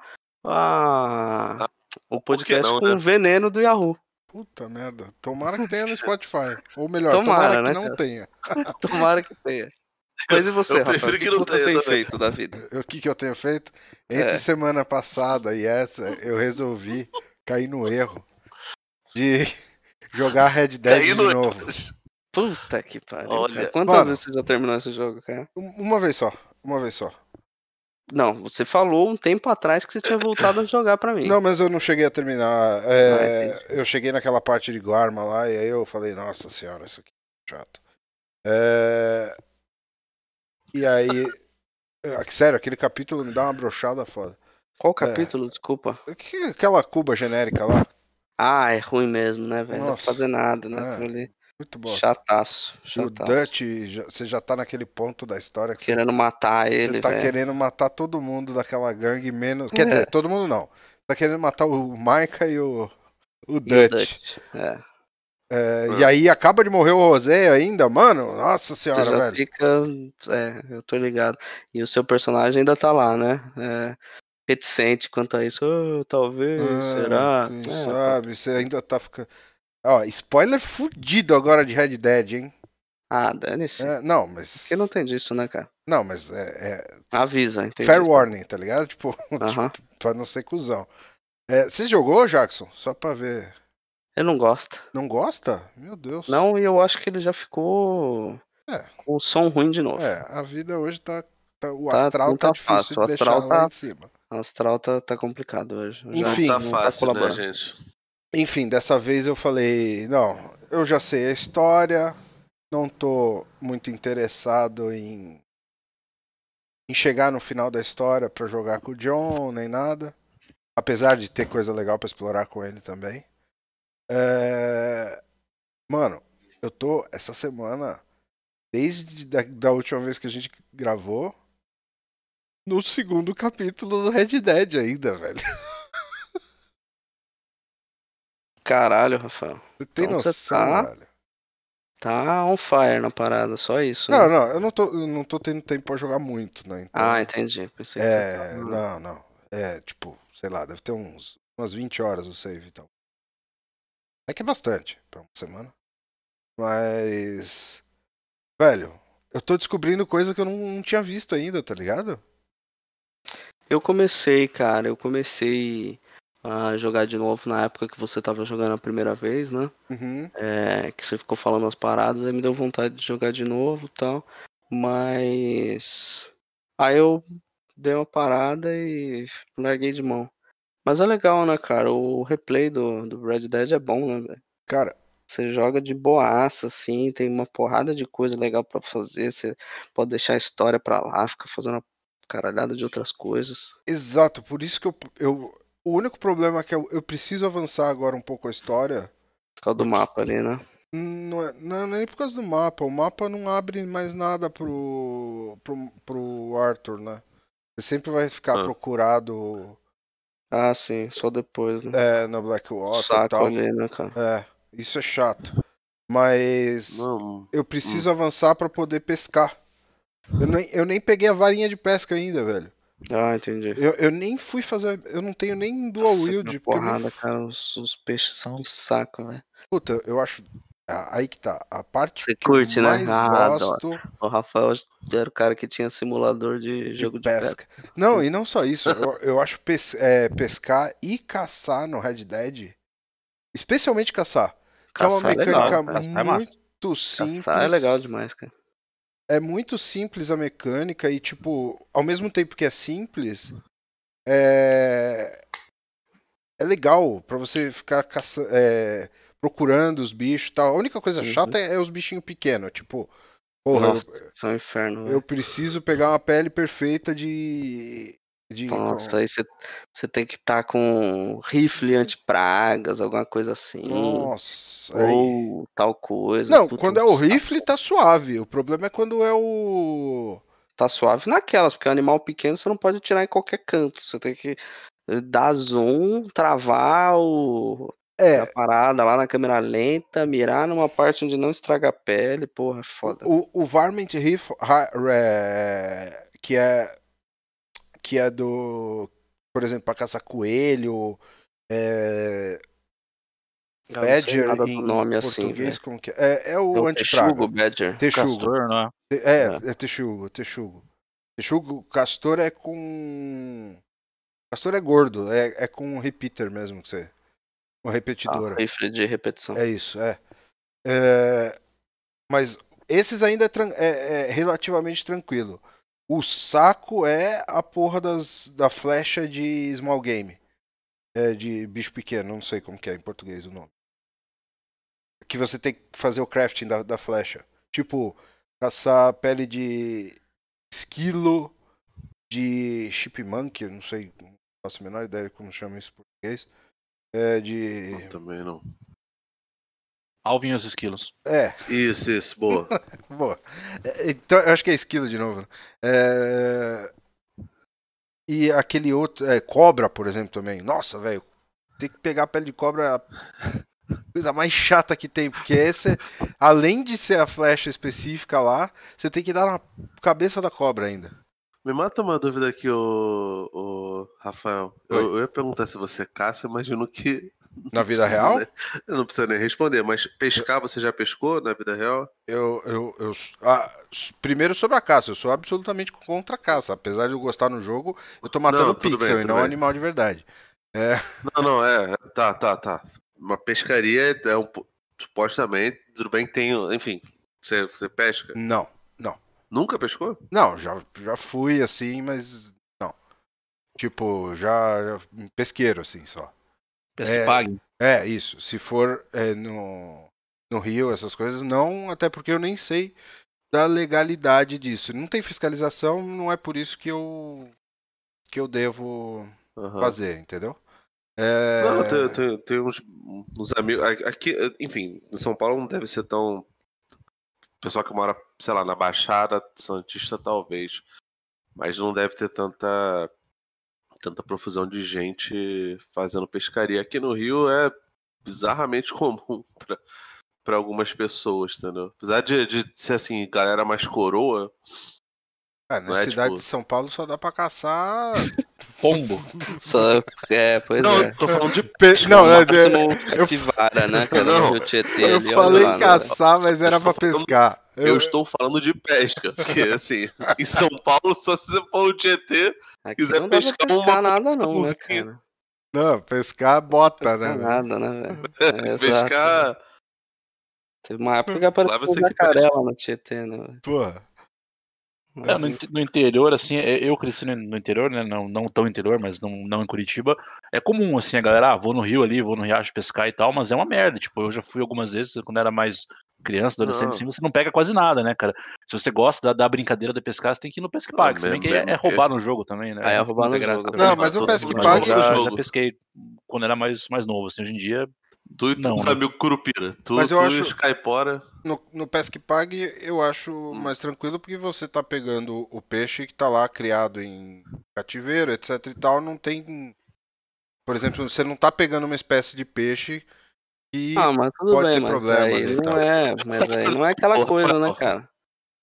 [SPEAKER 2] a- o podcast
[SPEAKER 5] Ah, não,
[SPEAKER 2] com
[SPEAKER 5] né?
[SPEAKER 2] o veneno do Yahoo.
[SPEAKER 4] Puta merda. Tomara que tenha no Spotify. Ou melhor, tomara,
[SPEAKER 2] Tomara,
[SPEAKER 4] que
[SPEAKER 2] né,
[SPEAKER 4] não
[SPEAKER 2] cara?
[SPEAKER 4] tenha.
[SPEAKER 2] Tomara que tenha. Mas e você,
[SPEAKER 5] eu
[SPEAKER 2] Rafael?
[SPEAKER 5] prefiro
[SPEAKER 2] O que,
[SPEAKER 5] que não
[SPEAKER 2] você
[SPEAKER 5] tenha
[SPEAKER 2] tem
[SPEAKER 5] também.
[SPEAKER 2] feito da vida?
[SPEAKER 4] O que, que eu tenho feito? Entre
[SPEAKER 2] É.
[SPEAKER 4] semana passada e essa, eu resolvi cair no erro de jogar Red Dead de
[SPEAKER 5] Caí no-
[SPEAKER 4] novo.
[SPEAKER 2] Puta que pariu.
[SPEAKER 5] Olha,
[SPEAKER 2] cara. Quantas
[SPEAKER 4] mano.
[SPEAKER 2] vezes você já terminou esse jogo, cara?
[SPEAKER 4] Um- Uma vez só. Uma vez só.
[SPEAKER 2] Não, você falou um tempo atrás que você tinha voltado a jogar pra mim.
[SPEAKER 4] Não, mas eu não cheguei a terminar.
[SPEAKER 2] Ah,
[SPEAKER 4] É, eu cheguei naquela parte de Guarma lá e aí eu falei, nossa senhora, isso aqui é chato. É, E aí. é, Sério, aquele capítulo me dá uma brochada foda.
[SPEAKER 2] Qual
[SPEAKER 4] é.
[SPEAKER 2] capítulo? Desculpa.
[SPEAKER 4] O que é aquela cuba genérica lá?
[SPEAKER 2] Ah, é ruim mesmo, né, velho? Não dá pra
[SPEAKER 4] Nossa.
[SPEAKER 2] fazer nada, né?
[SPEAKER 4] É,
[SPEAKER 2] Aquilo ali.
[SPEAKER 4] Muito bom.
[SPEAKER 2] Chataço.
[SPEAKER 4] O
[SPEAKER 2] chataço.
[SPEAKER 4] Dutch, já- você já tá naquele ponto da história que você
[SPEAKER 2] Querendo matar
[SPEAKER 4] Você
[SPEAKER 2] ele,
[SPEAKER 4] tá
[SPEAKER 2] velho. É.
[SPEAKER 4] querendo matar todo mundo daquela gangue, menos. Quer dizer, todo mundo não. Tá querendo matar o Maica e o, o
[SPEAKER 2] E o
[SPEAKER 4] Dutch.
[SPEAKER 2] Dutch. É.
[SPEAKER 4] É, E aí acaba de morrer o Rosé ainda, mano. Nossa
[SPEAKER 2] Você
[SPEAKER 4] senhora,
[SPEAKER 2] já
[SPEAKER 4] velho.
[SPEAKER 2] fica. É, eu tô ligado. E o seu personagem ainda tá lá, né? É, reticente quanto a isso. "Ah, talvez,
[SPEAKER 4] Ah,
[SPEAKER 2] será?
[SPEAKER 4] Quem
[SPEAKER 2] É,
[SPEAKER 4] sabe? Você ainda tá ficando. Ó, spoiler fudido agora de Red Dead, hein?
[SPEAKER 2] Ah, dane-se.
[SPEAKER 4] É, não, mas.
[SPEAKER 2] Porque não tem disso, né, cara?
[SPEAKER 4] Não, mas é. é
[SPEAKER 2] Avisa, entendeu?
[SPEAKER 4] fair warning, tá ligado? Tipo,
[SPEAKER 2] Aham.
[SPEAKER 4] pra não ser cuzão. É, você jogou, Jackson? Só pra ver.
[SPEAKER 2] Eu não gosto.
[SPEAKER 4] Não gosta? Meu Deus.
[SPEAKER 2] Não, e eu acho que ele já ficou
[SPEAKER 4] É.
[SPEAKER 2] com o som ruim de novo.
[SPEAKER 4] É, a vida hoje tá. tá- o
[SPEAKER 2] Tá-
[SPEAKER 4] astral
[SPEAKER 2] não
[SPEAKER 4] tá,
[SPEAKER 2] tá
[SPEAKER 4] difícil
[SPEAKER 2] fácil,
[SPEAKER 4] de
[SPEAKER 2] o
[SPEAKER 4] deixar
[SPEAKER 2] astral
[SPEAKER 4] lá
[SPEAKER 2] tá-
[SPEAKER 4] em cima.
[SPEAKER 2] O astral tá, tá complicado hoje. Já
[SPEAKER 4] Enfim,
[SPEAKER 5] não
[SPEAKER 2] não
[SPEAKER 5] tá fácil, né,
[SPEAKER 2] colaborando.
[SPEAKER 5] gente?
[SPEAKER 4] Enfim, dessa vez eu falei: não, eu já sei a história, não tô muito interessado em, em chegar no final da história pra jogar com o John, nem nada. Apesar de ter coisa legal pra explorar com ele também. É, Mano, eu tô essa semana, desde da, da última vez que a gente gravou, no segundo capítulo do Red Dead ainda, velho.
[SPEAKER 2] Caralho, Rafael.
[SPEAKER 4] Você tem
[SPEAKER 2] Então você
[SPEAKER 4] noção,
[SPEAKER 2] tá-
[SPEAKER 4] velho?
[SPEAKER 2] Tá on fire na parada, só isso. né?
[SPEAKER 4] Não, não, eu não tô, eu não tô tendo tempo pra jogar muito, né? Então,
[SPEAKER 2] Ah, entendi. então. Pensei que você
[SPEAKER 4] é,
[SPEAKER 2] tava-
[SPEAKER 4] não, não. É, tipo, sei lá, deve ter uns, umas 20 horas o save, então. É que é bastante pra uma semana. Mas. Velho, eu tô descobrindo coisa que eu não, não tinha visto ainda, tá ligado?
[SPEAKER 2] Eu comecei, cara, eu comecei a jogar de novo na época que você tava jogando a primeira vez, né?
[SPEAKER 4] Uhum.
[SPEAKER 2] É, que você ficou falando as paradas, aí me deu vontade de jogar de novo e tal. Mas. Aí eu dei uma parada e larguei de mão. Mas é legal, né, cara? O replay do, do Red Dead é bom, né, velho?
[SPEAKER 4] Cara,
[SPEAKER 2] Você joga de boaça, assim, tem uma porrada de coisa legal pra fazer. Você pode deixar a história pra lá, fica fazendo uma caralhada de outras coisas.
[SPEAKER 4] exato, por isso que eu. eu o único problema é que eu, eu preciso avançar agora um pouco a história.
[SPEAKER 2] Por causa do mapa ali, né?
[SPEAKER 4] Não, é, não é nem por causa do mapa. O mapa não abre mais nada pro, pro, pro Arthur, né? Você sempre vai ficar
[SPEAKER 5] Ah.
[SPEAKER 4] procurado
[SPEAKER 2] Ah, sim, só depois, né?
[SPEAKER 4] é, na Blackwater e
[SPEAKER 2] Saco
[SPEAKER 4] tal.
[SPEAKER 2] ali, né, cara?
[SPEAKER 4] É, isso é chato. Mas
[SPEAKER 5] Não, Hum.
[SPEAKER 4] eu preciso avançar pra poder pescar. Eu nem, eu nem peguei a varinha de pesca ainda, velho.
[SPEAKER 2] Ah, entendi.
[SPEAKER 4] Eu, eu nem fui fazer. Eu não tenho nem dual
[SPEAKER 2] Nossa,
[SPEAKER 4] wield.
[SPEAKER 2] que
[SPEAKER 4] Porque eu nem
[SPEAKER 2] porrada, cara, os, os peixes são um saco, velho.
[SPEAKER 4] Puta, eu acho. ah, Aí que tá. A parte
[SPEAKER 2] Você
[SPEAKER 4] que
[SPEAKER 2] curte,
[SPEAKER 4] eu
[SPEAKER 2] né?
[SPEAKER 4] mais
[SPEAKER 2] Ah, adoro.
[SPEAKER 4] gosto.
[SPEAKER 2] O Rafael era o cara que tinha simulador de
[SPEAKER 4] de
[SPEAKER 2] jogo de pesca.
[SPEAKER 4] pesca. Não, e não só isso. Eu, eu acho pes- é, pescar e caçar no Red Dead, especialmente caçar, que
[SPEAKER 2] Caçar
[SPEAKER 4] é
[SPEAKER 2] é
[SPEAKER 4] uma
[SPEAKER 2] legal.
[SPEAKER 4] mecânica
[SPEAKER 2] cara.
[SPEAKER 3] cara. Caçar é massa.
[SPEAKER 4] muito simples.
[SPEAKER 2] Caçar é legal demais, cara.
[SPEAKER 4] É muito simples a mecânica e, tipo, ao mesmo tempo que é simples, é... é legal pra você ficar caça- é, procurando os bichos e tal. A única coisa
[SPEAKER 2] Uhum.
[SPEAKER 4] chata é, é os bichinhos pequenos, tipo, porra, eu-
[SPEAKER 2] Nossa, isso é um inferno.
[SPEAKER 4] eu,
[SPEAKER 2] velho.
[SPEAKER 4] preciso pegar uma pele perfeita de. de
[SPEAKER 2] Nossa, aí você- você tem que estar com rifle anti-pragas, alguma coisa assim.
[SPEAKER 4] Nossa, aí-
[SPEAKER 2] ou tal coisa.
[SPEAKER 4] Não,
[SPEAKER 2] Puta,
[SPEAKER 4] quando é
[SPEAKER 2] um
[SPEAKER 4] o
[SPEAKER 2] saco.
[SPEAKER 4] rifle tá suave. O problema é quando é o.
[SPEAKER 2] Tá suave naquelas, porque animal pequeno você não pode atirar em qualquer canto. Você tem que eh, dar zoom, travar o...
[SPEAKER 4] É,
[SPEAKER 2] a parada lá na câmera lenta, mirar numa parte onde não estraga a pele. Porra, é foda.
[SPEAKER 4] O, o Varmint Riff, ha- é, que é que é do, por exemplo, para caçar coelho, é,
[SPEAKER 2] Cara, não sei
[SPEAKER 4] badger
[SPEAKER 2] nada do
[SPEAKER 4] em
[SPEAKER 2] nome assim.
[SPEAKER 4] português,
[SPEAKER 2] velho.
[SPEAKER 4] como que é? É, é
[SPEAKER 2] É
[SPEAKER 4] o
[SPEAKER 2] o texugo,
[SPEAKER 4] antipraga.
[SPEAKER 2] badger.
[SPEAKER 4] Texugo.
[SPEAKER 3] Castor, não é?
[SPEAKER 4] É, é texugo, texugo. Texugo, castor é com castor é gordo, é, é com um repeater mesmo que você, um
[SPEAKER 2] Ah,
[SPEAKER 4] repetidor.
[SPEAKER 2] rifle de repetição.
[SPEAKER 4] É isso, é. É, mas esses ainda é, tran- é- é relativamente tranquilo. O saco é a porra das, da flecha de small game. É, de bicho pequeno, não sei como que é em português o nome. Que você tem que fazer o crafting da, da flecha. Tipo, caçar pele de esquilo, de chipmunk, eu não sei, não faço a menor ideia de como chama isso em português. É, de...
[SPEAKER 5] Eu também não.
[SPEAKER 3] Alvin e os esquilos.
[SPEAKER 4] É,
[SPEAKER 5] Isso, isso, boa.
[SPEAKER 4] Boa. É, Então, eu acho que é esquilo de novo. né? É, E aquele outro. é, cobra, por exemplo, também. Nossa, velho. Tem que pegar a pele de cobra. é a Coisa mais chata que tem. Porque esse, além de ser a flecha específica lá, você tem que dar na cabeça da cobra ainda.
[SPEAKER 5] Me mata uma dúvida aqui, ô, ô Rafael. Eu, eu ia perguntar se você caça, imagino que.
[SPEAKER 4] Na vida
[SPEAKER 5] precisa
[SPEAKER 4] real?
[SPEAKER 5] nem- né? eu não precisa nem responder, mas pescar você já pescou na vida real?
[SPEAKER 4] Eu, eu, eu ah, s- primeiro sobre a caça, eu sou absolutamente contra a caça, apesar de eu gostar no jogo, eu tô matando
[SPEAKER 5] Não,
[SPEAKER 4] pixel
[SPEAKER 5] tudo bem,
[SPEAKER 4] e
[SPEAKER 5] tudo
[SPEAKER 4] não
[SPEAKER 5] bem.
[SPEAKER 4] animal de verdade.
[SPEAKER 5] Não, não, é. Tá, tá, tá. Uma pescaria é um. po- Supostamente, tudo bem que tem. Enfim, você, você pesca?
[SPEAKER 4] Não,
[SPEAKER 5] Nunca pescou?
[SPEAKER 4] Não, já, já fui assim, mas não. Tipo, já, já um pesqueiro assim só.
[SPEAKER 3] Peço
[SPEAKER 4] É.
[SPEAKER 3] que pague.
[SPEAKER 4] É, isso. Se for é, no, no Rio, essas coisas, não, até porque eu nem sei da legalidade disso. Não tem fiscalização, não é por isso que eu que eu devo
[SPEAKER 5] Aham.
[SPEAKER 4] fazer, entendeu? É,
[SPEAKER 5] Tá. Não, tem, tem, tem uns, uns amigos. a- Aqui, enfim, em São Paulo não deve ser tão. Pessoal que mora, sei lá, na Baixada Santista, talvez. Mas não deve ter tanta. Tanta profusão de gente fazendo pescaria. Aqui no Rio é bizarramente comum pra, pra algumas pessoas, entendeu? Apesar de, de ser assim, galera mais coroa,
[SPEAKER 4] ah, na
[SPEAKER 5] não é,
[SPEAKER 4] cidade
[SPEAKER 5] tipo-
[SPEAKER 4] de São Paulo só dá pra caçar.
[SPEAKER 3] Pombo.
[SPEAKER 2] Só- é, pois
[SPEAKER 5] Não,
[SPEAKER 2] é.
[SPEAKER 5] tô falando de.
[SPEAKER 4] Pe- Não,
[SPEAKER 2] No
[SPEAKER 4] é-
[SPEAKER 2] máximo,
[SPEAKER 4] eu-
[SPEAKER 2] capivara, né? Cara,
[SPEAKER 5] Não,
[SPEAKER 2] no Tietê
[SPEAKER 4] eu
[SPEAKER 2] ali, olha
[SPEAKER 4] falei
[SPEAKER 2] lá, né?
[SPEAKER 4] caçar, mas era
[SPEAKER 5] Eu tô
[SPEAKER 4] pra
[SPEAKER 5] falando-
[SPEAKER 4] pescar.
[SPEAKER 5] Eu estou falando de pesca. Porque, assim, em São Paulo, só se você for no Tietê,
[SPEAKER 2] Aqui
[SPEAKER 5] quiser
[SPEAKER 2] não dá pra
[SPEAKER 5] pescar
[SPEAKER 2] pescar
[SPEAKER 5] uma
[SPEAKER 2] nada não, né,
[SPEAKER 5] porçãozinha,
[SPEAKER 2] cara?
[SPEAKER 4] Não, pescar bota,
[SPEAKER 2] Pescar
[SPEAKER 4] né? velho?
[SPEAKER 2] nada, né, velho? É, exato.
[SPEAKER 5] pescar.
[SPEAKER 2] Teve uma época que
[SPEAKER 5] Lá
[SPEAKER 2] apareceu
[SPEAKER 5] você
[SPEAKER 2] um
[SPEAKER 5] que pesca.
[SPEAKER 2] jacaré lá no Tietê, né? velho?
[SPEAKER 4] Porra.
[SPEAKER 3] É, no, inte- no interior, assim, é- eu cresci no, no interior, né? Não, não tão interior, mas não, não em Curitiba. É comum, assim, a galera, ah, vou no rio ali, vou no riacho pescar e tal, mas é uma merda. Tipo, eu já fui algumas vezes quando era mais criança, adolescente,
[SPEAKER 5] Não.
[SPEAKER 3] assim, você não pega quase nada, né, cara? Se você gosta da, da brincadeira de pescar, você tem que ir no Pesque
[SPEAKER 5] Não,
[SPEAKER 3] Pague. Se bem
[SPEAKER 5] mesmo-
[SPEAKER 3] que é,
[SPEAKER 5] mesmo
[SPEAKER 3] é
[SPEAKER 5] que-
[SPEAKER 3] roubar no jogo também, né?
[SPEAKER 2] Ah, é
[SPEAKER 3] Não tem
[SPEAKER 2] roubar no
[SPEAKER 3] muita graça,
[SPEAKER 2] jogo,
[SPEAKER 3] né?
[SPEAKER 4] Não, mas o
[SPEAKER 5] Todo
[SPEAKER 4] Pesque
[SPEAKER 5] mundo
[SPEAKER 3] Mas eu
[SPEAKER 4] Pague- é
[SPEAKER 5] joga
[SPEAKER 3] já,
[SPEAKER 5] no
[SPEAKER 3] já
[SPEAKER 5] jogo.
[SPEAKER 3] pesquei quando era mais, mais novo, assim. Hoje em dia,
[SPEAKER 5] Tu e tu,
[SPEAKER 3] Não,
[SPEAKER 5] os
[SPEAKER 3] né?
[SPEAKER 5] amigos Curupira. Tu,
[SPEAKER 4] Mas eu
[SPEAKER 5] tu
[SPEAKER 4] acho-
[SPEAKER 5] e os Caipora.
[SPEAKER 4] No, no Pesque Pague eu acho mais tranquilo porque você tá pegando o peixe que tá lá criado em cativeiro, etc e tal, não tem. Por exemplo, você não tá pegando uma espécie de peixe que.
[SPEAKER 2] Ah, mas tudo
[SPEAKER 4] pode
[SPEAKER 2] bem,
[SPEAKER 4] ter
[SPEAKER 2] mas
[SPEAKER 4] problema,
[SPEAKER 2] aí
[SPEAKER 4] né,
[SPEAKER 2] não
[SPEAKER 4] tal.
[SPEAKER 2] é, mas aí não é aquela
[SPEAKER 5] Porra,
[SPEAKER 2] coisa, né,
[SPEAKER 5] porra.
[SPEAKER 2] cara?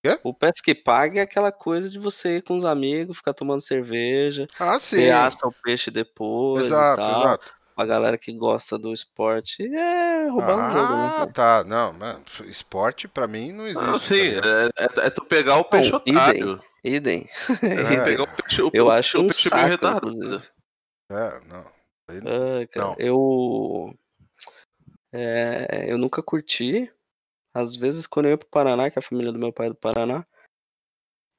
[SPEAKER 4] Quê?
[SPEAKER 2] O pesque pague é aquela coisa de você ir com os amigos, ficar tomando cerveja,
[SPEAKER 4] Ah,
[SPEAKER 2] você
[SPEAKER 4] sim.
[SPEAKER 2] assa o peixe depois
[SPEAKER 4] Exato,
[SPEAKER 2] e tal. Tá
[SPEAKER 4] exato.
[SPEAKER 2] Pra galera que gosta do esporte, é roubar no jogo, né?
[SPEAKER 4] Ah,
[SPEAKER 2] cara? Ah,
[SPEAKER 4] tá. Não, mano, esporte pra mim não existe.
[SPEAKER 5] Não, sim,
[SPEAKER 4] tá ligado?
[SPEAKER 5] é, é- é tu pegar o peixe
[SPEAKER 2] Bom,
[SPEAKER 5] otário.
[SPEAKER 2] Idem.
[SPEAKER 5] É
[SPEAKER 4] É.
[SPEAKER 5] tu pegar o peixe, o,
[SPEAKER 2] Eu
[SPEAKER 5] o-
[SPEAKER 2] acho
[SPEAKER 5] o
[SPEAKER 2] um
[SPEAKER 5] peixe meio
[SPEAKER 2] saco,
[SPEAKER 5] retardado.
[SPEAKER 2] inclusive.
[SPEAKER 4] É, não. Aí não-
[SPEAKER 2] Ah, cara,
[SPEAKER 4] Não.
[SPEAKER 2] eu. é, eu nunca curti. Às vezes, quando eu ia pro Paraná, que a família do meu pai é do Paraná,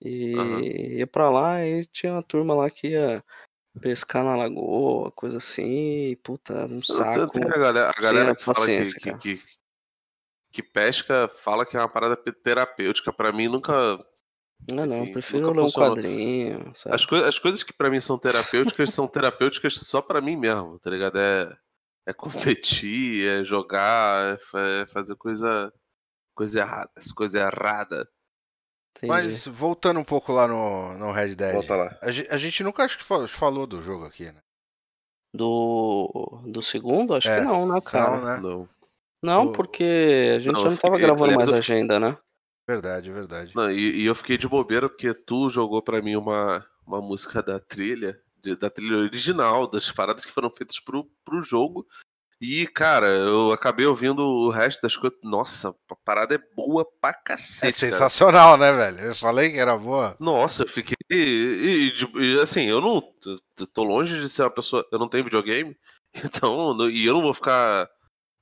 [SPEAKER 2] e
[SPEAKER 5] Aham.
[SPEAKER 2] ia pra lá e tinha uma turma lá que ia pescar na lagoa, coisa assim, puta, um saco.
[SPEAKER 5] Tem a galera, a galera que fala que,
[SPEAKER 2] paciência,
[SPEAKER 5] que,
[SPEAKER 2] cara.
[SPEAKER 5] que- que pesca fala que é uma parada terapêutica. Pra mim, nunca.
[SPEAKER 2] Não, não,
[SPEAKER 5] enfim,
[SPEAKER 2] eu prefiro
[SPEAKER 5] nunca
[SPEAKER 2] ler um
[SPEAKER 5] funcionou.
[SPEAKER 2] quadrinho, sabe?
[SPEAKER 5] As, coi- as coisas que pra mim são terapêuticas são terapêuticas só pra mim mesmo, tá ligado? É, é competir, é jogar, é, fa- é fazer coisa. Coisa errada, essa coisa errada.
[SPEAKER 2] Entendi.
[SPEAKER 4] Mas voltando um pouco lá no, no Red Dead.
[SPEAKER 5] Volta lá.
[SPEAKER 4] A, ge- a gente nunca acho que falou, falou do jogo aqui, né?
[SPEAKER 2] Do, do segundo, acho
[SPEAKER 4] É,
[SPEAKER 2] que não, né,
[SPEAKER 4] Não,
[SPEAKER 2] cara?
[SPEAKER 4] né?
[SPEAKER 5] Não.
[SPEAKER 2] Não,
[SPEAKER 4] O-
[SPEAKER 2] porque a gente
[SPEAKER 5] Não,
[SPEAKER 2] já
[SPEAKER 5] eu
[SPEAKER 2] não tava
[SPEAKER 5] fiquei-
[SPEAKER 2] gravando
[SPEAKER 5] aliás,
[SPEAKER 2] mais
[SPEAKER 5] eu-
[SPEAKER 2] a agenda, né?
[SPEAKER 4] Verdade, verdade.
[SPEAKER 5] Não, e, e eu fiquei de bobeira porque tu jogou pra mim uma, uma música da trilha, de- da trilha original, das paradas que foram feitas pro, pro jogo. E, cara, eu acabei ouvindo o resto das coisas. Nossa, a parada é boa pra
[SPEAKER 4] É
[SPEAKER 5] cacete. cara.
[SPEAKER 4] sensacional, né, velho? Eu falei que era boa.
[SPEAKER 5] Nossa, eu fiquei. E, e- de- e, assim, eu não. t- t- Tô longe de ser uma pessoa. Eu não tenho videogame. Então, no- e eu não vou ficar.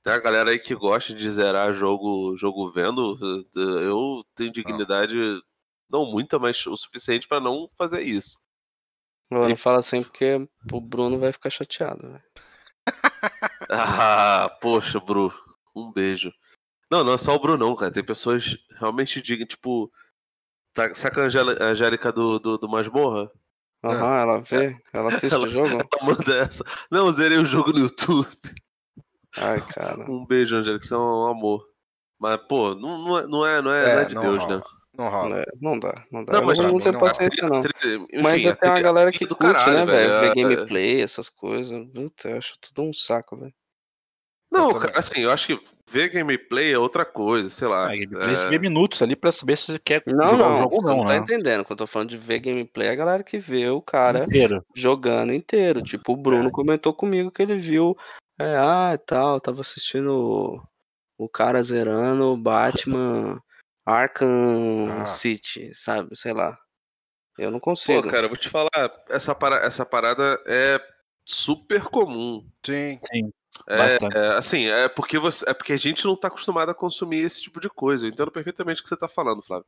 [SPEAKER 5] Tem a galera aí que gosta de zerar jogo, jogo vendo. eh, Eu tenho dignidade, não, muita, mas o suficiente pra não fazer isso.
[SPEAKER 2] Agora não fala assim porque o Bruno vai ficar chateado, velho.
[SPEAKER 5] Ah, poxa, Bru. Um beijo. Não, não é só o Bru, não, cara. Tem pessoas realmente dignas, tipo. Tá, saca a Angélica- a Angélica do, do, do Masmorra?
[SPEAKER 2] Aham, ela vê, ela assiste
[SPEAKER 5] Ela-
[SPEAKER 2] o
[SPEAKER 5] Tá
[SPEAKER 2] jogo.
[SPEAKER 5] Ela manda essa. Não, eu zerei o jogo no YouTube.
[SPEAKER 2] Ai, cara.
[SPEAKER 5] Um beijo, Angélica, você é um amor. Mas, pô, não, não, é, não, é, não, é,
[SPEAKER 4] É,
[SPEAKER 5] não é de
[SPEAKER 4] não
[SPEAKER 5] Deus,
[SPEAKER 4] rola.
[SPEAKER 5] né?
[SPEAKER 4] Não rola.
[SPEAKER 2] É, não dá, não dá.
[SPEAKER 5] Não, é
[SPEAKER 2] Eu
[SPEAKER 5] mas tipo,
[SPEAKER 2] não
[SPEAKER 4] pra
[SPEAKER 2] tenho
[SPEAKER 4] mim não
[SPEAKER 2] paciência,
[SPEAKER 4] é. dá.
[SPEAKER 2] não.
[SPEAKER 5] Trilha- enfim,
[SPEAKER 2] Mas
[SPEAKER 5] a
[SPEAKER 2] até uma
[SPEAKER 5] trilha-
[SPEAKER 2] galera
[SPEAKER 5] trilha
[SPEAKER 2] que
[SPEAKER 5] do
[SPEAKER 2] curte,
[SPEAKER 5] caralho,
[SPEAKER 2] né, velho? Ver
[SPEAKER 5] É-
[SPEAKER 2] gameplay, essas coisas. Puta, eu acho tudo um saco, velho.
[SPEAKER 5] Não,
[SPEAKER 4] Eu também.
[SPEAKER 5] cara, assim, eu acho que ver gameplay é outra coisa, sei lá.
[SPEAKER 3] Ah, gameplay,
[SPEAKER 5] é,
[SPEAKER 3] Você vê minutos ali pra saber se você quer
[SPEAKER 2] Não,
[SPEAKER 3] jogar
[SPEAKER 2] não,
[SPEAKER 3] o jogo ou
[SPEAKER 2] você não
[SPEAKER 3] não,
[SPEAKER 2] tá
[SPEAKER 3] né?
[SPEAKER 2] entendendo. Quando eu tô falando de ver gameplay, é a galera que vê o cara
[SPEAKER 3] Inteiro.
[SPEAKER 2] jogando inteiro. Tipo, o Bruno comentou comigo que ele viu. É, ah, e tal, eu tava assistindo o, o cara zerando o Batman Arkham
[SPEAKER 4] Ah.
[SPEAKER 2] City, sabe? Sei lá. Eu não
[SPEAKER 5] Pô,
[SPEAKER 2] consigo.
[SPEAKER 5] cara, eu vou te falar, essa, para- essa parada é super comum.
[SPEAKER 4] Sim.
[SPEAKER 5] É,
[SPEAKER 3] Bastante.
[SPEAKER 5] é, assim, é porque você, é porque a gente não tá acostumado a consumir esse tipo de coisa. Eu entendo perfeitamente o que você tá falando, Flávio.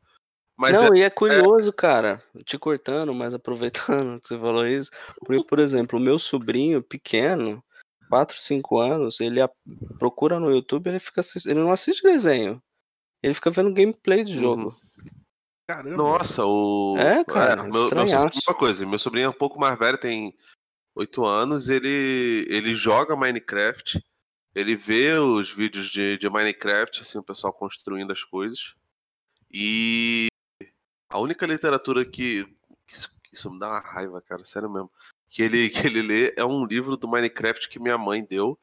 [SPEAKER 5] Mas
[SPEAKER 2] não, e é curioso, cara, te cortando, mas aproveitando que você falou isso, porque, por exemplo, o meu sobrinho pequeno, 4, 5 anos, ele a- procura no YouTube, ele fica assis- ele não assiste desenho. Ele fica vendo gameplay de
[SPEAKER 5] Uhum.
[SPEAKER 2] jogo.
[SPEAKER 4] Caramba.
[SPEAKER 5] Nossa, o.
[SPEAKER 2] É, cara,
[SPEAKER 5] meu, meu
[SPEAKER 2] estranhaço.
[SPEAKER 5] sobrinho é uma coisa. Meu sobrinho é um pouco mais velho, tem 8 anos. Ele, ele joga Minecraft. Ele vê os vídeos de, de Minecraft, assim, o pessoal construindo as coisas. E a única literatura que. que Isso, que isso me dá uma raiva, cara, sério mesmo. Que ele, que ele lê é um livro do Minecraft que minha mãe deu.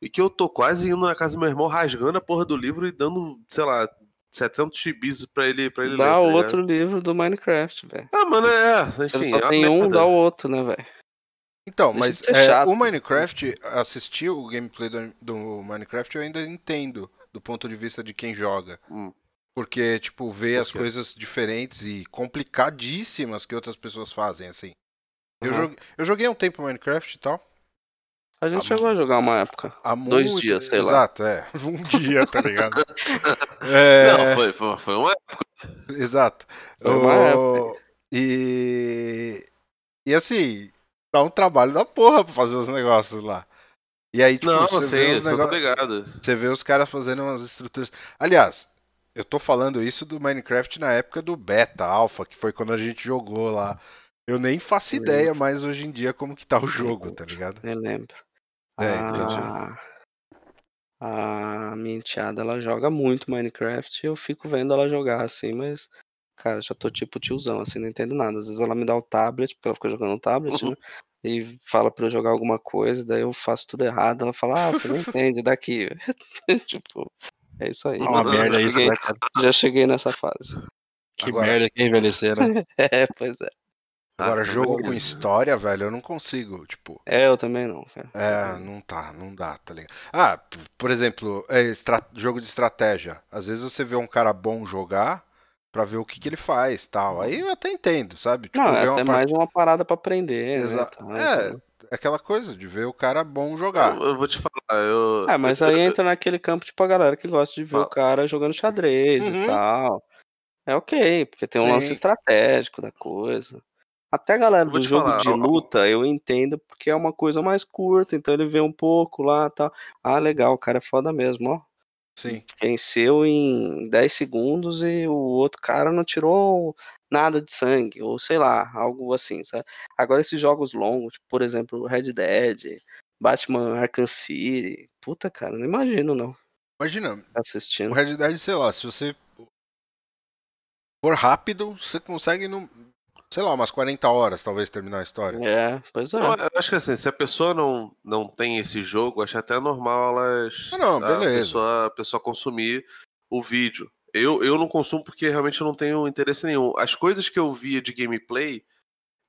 [SPEAKER 5] E que eu tô quase indo na casa do meu irmão, rasgando a porra do livro e dando, sei lá, 700 chibis pra ele, pra ele ler.
[SPEAKER 2] Dá
[SPEAKER 5] tá
[SPEAKER 2] o
[SPEAKER 5] ligado?
[SPEAKER 2] outro livro do Minecraft, velho.
[SPEAKER 5] Ah, mano, é.
[SPEAKER 2] Você
[SPEAKER 5] Enfim, é
[SPEAKER 2] só
[SPEAKER 5] uma
[SPEAKER 2] tem um,
[SPEAKER 5] merda.
[SPEAKER 2] dá o outro, né, velho?
[SPEAKER 4] Então,
[SPEAKER 2] Deixa
[SPEAKER 4] mas
[SPEAKER 2] de ser
[SPEAKER 4] é,
[SPEAKER 2] chato.
[SPEAKER 4] o Minecraft, assistir o gameplay do, do Minecraft eu ainda entendo do ponto de vista de quem joga.
[SPEAKER 5] Hum.
[SPEAKER 4] Porque, tipo, ver
[SPEAKER 5] Por
[SPEAKER 4] as
[SPEAKER 5] quê?
[SPEAKER 4] coisas diferentes e complicadíssimas que outras pessoas fazem, assim. Eu,
[SPEAKER 2] Aham.
[SPEAKER 4] jogue- eu joguei um tempo Minecraft e tal.
[SPEAKER 5] Tá
[SPEAKER 2] A gente
[SPEAKER 4] Ah,
[SPEAKER 2] chegou a jogar uma época.
[SPEAKER 4] Há
[SPEAKER 2] Dois
[SPEAKER 4] muito-
[SPEAKER 2] dias, sei lá.
[SPEAKER 4] Exato, é. Um dia, tá ligado? É,
[SPEAKER 5] Não, foi, foi, foi um uma.
[SPEAKER 4] Exato.
[SPEAKER 2] Foi
[SPEAKER 5] é,
[SPEAKER 2] uma
[SPEAKER 4] O- E... e assim, dá um trabalho da porra pra fazer os negócios lá. E aí, tipo,
[SPEAKER 5] Não,
[SPEAKER 4] você,
[SPEAKER 5] eu
[SPEAKER 4] vê
[SPEAKER 5] sei, eu
[SPEAKER 4] os
[SPEAKER 5] sou
[SPEAKER 4] negó-
[SPEAKER 5] obrigado.
[SPEAKER 4] você vê os caras fazendo umas estruturas. Aliás, eu tô falando isso do Minecraft na época do beta, alpha, que foi quando a gente jogou lá. Eu nem faço
[SPEAKER 2] Lembro.
[SPEAKER 4] ideia mais hoje em dia como que tá o jogo, tá ligado?
[SPEAKER 2] Eu lembro.
[SPEAKER 4] É,
[SPEAKER 2] a... a minha enteada, ela joga muito Minecraft e eu fico vendo ela jogar assim, mas, cara, já tô tipo tiozão, assim, não entendo nada. Às vezes ela me dá o tablet, porque ela fica jogando no tablet, né? E fala pra eu jogar alguma coisa, daí eu faço tudo errado. Ela fala, ah, você não entende, daqui. tipo, é isso aí.
[SPEAKER 3] É uma
[SPEAKER 5] Não,
[SPEAKER 3] merda isso,
[SPEAKER 2] cheguei,
[SPEAKER 3] né, cara?
[SPEAKER 2] já cheguei nessa fase.
[SPEAKER 3] Que
[SPEAKER 4] Agora-
[SPEAKER 3] merda que é envelhecer, né?
[SPEAKER 2] É, pois é.
[SPEAKER 4] Agora,
[SPEAKER 5] Ah,
[SPEAKER 4] jogo com
[SPEAKER 5] também.
[SPEAKER 4] história, velho, eu não consigo, tipo...
[SPEAKER 2] É, eu também não, cara.
[SPEAKER 5] Uhum.
[SPEAKER 4] É, não tá, não dá, tá ligado? Ah, p- por exemplo, é, estra- jogo de estratégia. Às vezes você vê um cara bom jogar pra ver o que, que ele faz, tal. Aí
[SPEAKER 5] Uhum.
[SPEAKER 4] eu até entendo, sabe? Tipo,
[SPEAKER 2] Não, é
[SPEAKER 4] ver
[SPEAKER 2] até
[SPEAKER 4] par-
[SPEAKER 2] mais uma parada pra aprender, né,
[SPEAKER 4] Exato.
[SPEAKER 2] tal,
[SPEAKER 4] É,
[SPEAKER 2] então.
[SPEAKER 4] aquela coisa de ver o cara bom jogar.
[SPEAKER 5] Uhum. Eu, eu vou te falar, eu.
[SPEAKER 2] É, mas
[SPEAKER 5] eu-
[SPEAKER 2] aí
[SPEAKER 5] eu-
[SPEAKER 2] entra naquele campo, tipo, a galera que gosta de ver o
[SPEAKER 5] Fala.
[SPEAKER 2] cara jogando xadrez
[SPEAKER 4] Uhum.
[SPEAKER 2] e tal. É ok, porque tem um lance
[SPEAKER 4] Sim.
[SPEAKER 2] estratégico da coisa. Até a galera
[SPEAKER 5] Vou
[SPEAKER 2] do
[SPEAKER 5] te
[SPEAKER 2] jogo
[SPEAKER 5] falar,
[SPEAKER 2] de
[SPEAKER 5] ó, ó.
[SPEAKER 2] luta, eu entendo porque é uma coisa mais curta, então ele vê um pouco lá tal. Ah, legal, o cara é foda mesmo, ó.
[SPEAKER 4] Sim.
[SPEAKER 2] Venceu em 10 segundos e o outro cara não tirou nada de sangue, ou sei lá, algo assim, sabe? Agora esses jogos longos, tipo, por exemplo, Red Dead, Batman Arkham City, puta cara, não imagino não
[SPEAKER 4] Imagina, o
[SPEAKER 2] assistindo.
[SPEAKER 4] Red Dead, sei lá, se você for rápido, você consegue, no, sei lá, umas 40 horas talvez terminar a
[SPEAKER 5] Uhum.
[SPEAKER 4] história.
[SPEAKER 2] É, pois é.
[SPEAKER 5] Eu, eu acho que assim, se a pessoa não, não tem esse jogo, acho até normal elas.
[SPEAKER 4] Ah, não,
[SPEAKER 5] A
[SPEAKER 4] beleza.
[SPEAKER 5] pessoa, a pessoa consumir o vídeo. Eu, eu não consumo porque realmente eu não tenho interesse nenhum. As coisas que eu via de gameplay,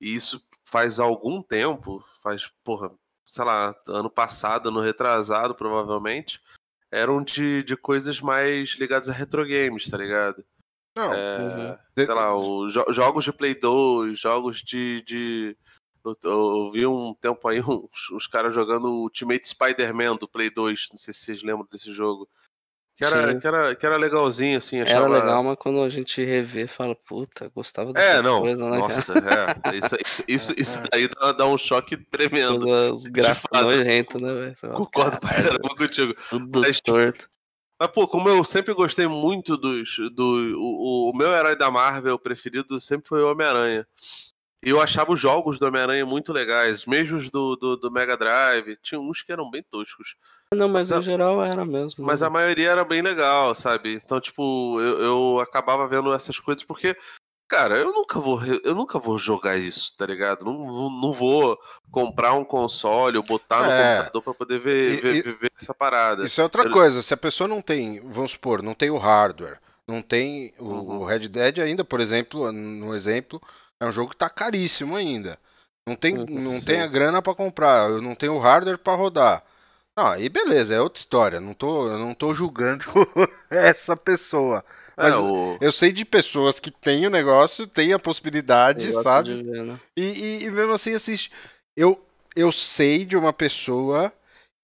[SPEAKER 5] e isso faz algum tempo, faz, porra, sei lá, ano passado, ano retrasado, provavelmente, eram de, de coisas mais ligadas a retro games, tá ligado?
[SPEAKER 4] Não,
[SPEAKER 5] É,
[SPEAKER 4] de-
[SPEAKER 5] sei lá, o jo- jogos de Play 2, jogos de. de- Eu, eu vi um tempo aí uns, uns caras jogando o Ultimate Spider-Man do Play 2, não sei se vocês lembram desse jogo. Que era,
[SPEAKER 2] Sim.
[SPEAKER 5] que era, que era legalzinho, assim,
[SPEAKER 2] Era
[SPEAKER 5] achava.
[SPEAKER 2] legal, mas quando a gente revê, fala, puta, gostava
[SPEAKER 5] É,
[SPEAKER 2] dessa
[SPEAKER 5] não.
[SPEAKER 2] coisa, né, cara?
[SPEAKER 5] Nossa, é. Isso, isso, isso, isso daí dá, dá um choque tremendo.
[SPEAKER 2] Todos os gráficos
[SPEAKER 5] fato.
[SPEAKER 2] nojentos, né, velho? Você fala,
[SPEAKER 5] Concordo pra
[SPEAKER 2] "Caralho,
[SPEAKER 5] caramba contigo.
[SPEAKER 2] Tudo
[SPEAKER 5] Mas-
[SPEAKER 2] torto.
[SPEAKER 5] Mas, pô, como eu sempre gostei muito dos. Do, o, o- o meu herói da Marvel preferido sempre foi o Homem-Aranha. E eu achava os jogos do Homem-Aranha muito legais, mesmo os do, do, do Mega Drive. Tinha uns que eram bem toscos.
[SPEAKER 2] Não, mas
[SPEAKER 5] Não.
[SPEAKER 2] no geral era mesmo.
[SPEAKER 5] Mas
[SPEAKER 2] né?
[SPEAKER 4] Uhum.
[SPEAKER 5] a maioria era bem legal, sabe? Então, tipo, eu, eu acabava vendo essas coisas porque. Cara, eu nunca vou, re- eu nunca vou jogar isso, tá ligado? Não, vou- não vou comprar um console ou botar no
[SPEAKER 4] É.
[SPEAKER 5] computador pra poder ver,
[SPEAKER 4] E-
[SPEAKER 5] ver,
[SPEAKER 4] e-
[SPEAKER 5] ver- ver essa parada.
[SPEAKER 4] Isso é outra
[SPEAKER 5] Eu-
[SPEAKER 4] coisa. Se a pessoa não tem, vamos supor, não tem o hardware, não tem o,
[SPEAKER 5] Uhum.
[SPEAKER 4] o Red Dead ainda, por exemplo, no exemplo, é um jogo que tá caríssimo ainda. Não tem,
[SPEAKER 2] Uhum,
[SPEAKER 4] não
[SPEAKER 2] sim.
[SPEAKER 4] tem a grana pra comprar, eu não tenho o hardware pra rodar. Ah, aí beleza, é outra história. Não tô, eu não tô julgando essa pessoa. Mas
[SPEAKER 5] É, o-
[SPEAKER 4] eu sei de pessoas que têm o negócio, têm a
[SPEAKER 2] Eu
[SPEAKER 4] possibilidade,
[SPEAKER 2] gosto
[SPEAKER 4] sabe?
[SPEAKER 2] de ver, né?
[SPEAKER 4] E, e- e mesmo assim assiste. Eu, eu sei de uma pessoa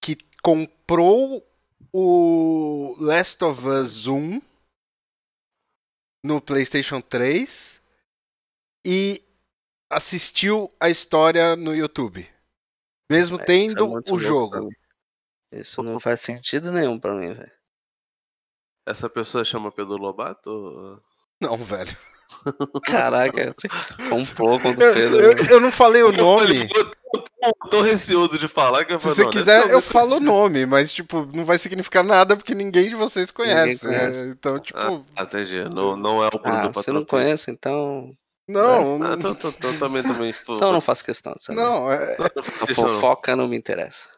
[SPEAKER 4] que comprou o Last of Us 1 no PlayStation 3 e assistiu a história no YouTube. Mesmo
[SPEAKER 2] É, isso é
[SPEAKER 4] tendo
[SPEAKER 2] muito louco
[SPEAKER 4] o
[SPEAKER 2] pra
[SPEAKER 4] jogo.
[SPEAKER 2] mim. Isso não faz sentido nenhum pra mim, velho.
[SPEAKER 5] Essa pessoa chama Pedro Lobato? ou-
[SPEAKER 4] Não, velho.
[SPEAKER 2] Caraca, comprou quando
[SPEAKER 4] Eu,
[SPEAKER 2] Pedro.
[SPEAKER 4] eu-
[SPEAKER 2] né?
[SPEAKER 4] eu não falei o
[SPEAKER 5] Olha,
[SPEAKER 4] nome.
[SPEAKER 5] eu tô- eu tô- tô receoso de falar que eu
[SPEAKER 4] Se
[SPEAKER 5] falo,
[SPEAKER 4] você
[SPEAKER 5] né? não,
[SPEAKER 4] quiser,
[SPEAKER 5] deve ser
[SPEAKER 4] eu
[SPEAKER 5] outra
[SPEAKER 4] falo o
[SPEAKER 5] pessoa.
[SPEAKER 4] nome, mas, tipo, não vai significar nada porque ninguém de vocês conhece.
[SPEAKER 2] conhece.
[SPEAKER 4] é, Então, tipo,
[SPEAKER 5] Ah, entendi. Não, não é o Bruno
[SPEAKER 2] Ah,
[SPEAKER 5] do
[SPEAKER 2] você
[SPEAKER 5] patrão.
[SPEAKER 2] não conhece, então.
[SPEAKER 4] não,
[SPEAKER 5] Ah, tô, tô- tô- também, também. pô,
[SPEAKER 2] Então eu não
[SPEAKER 5] putz.
[SPEAKER 2] faço questão disso. né?
[SPEAKER 4] Não, é,
[SPEAKER 5] Não, não faço
[SPEAKER 2] Essa
[SPEAKER 5] questão, não.
[SPEAKER 2] fofoca não me interessa.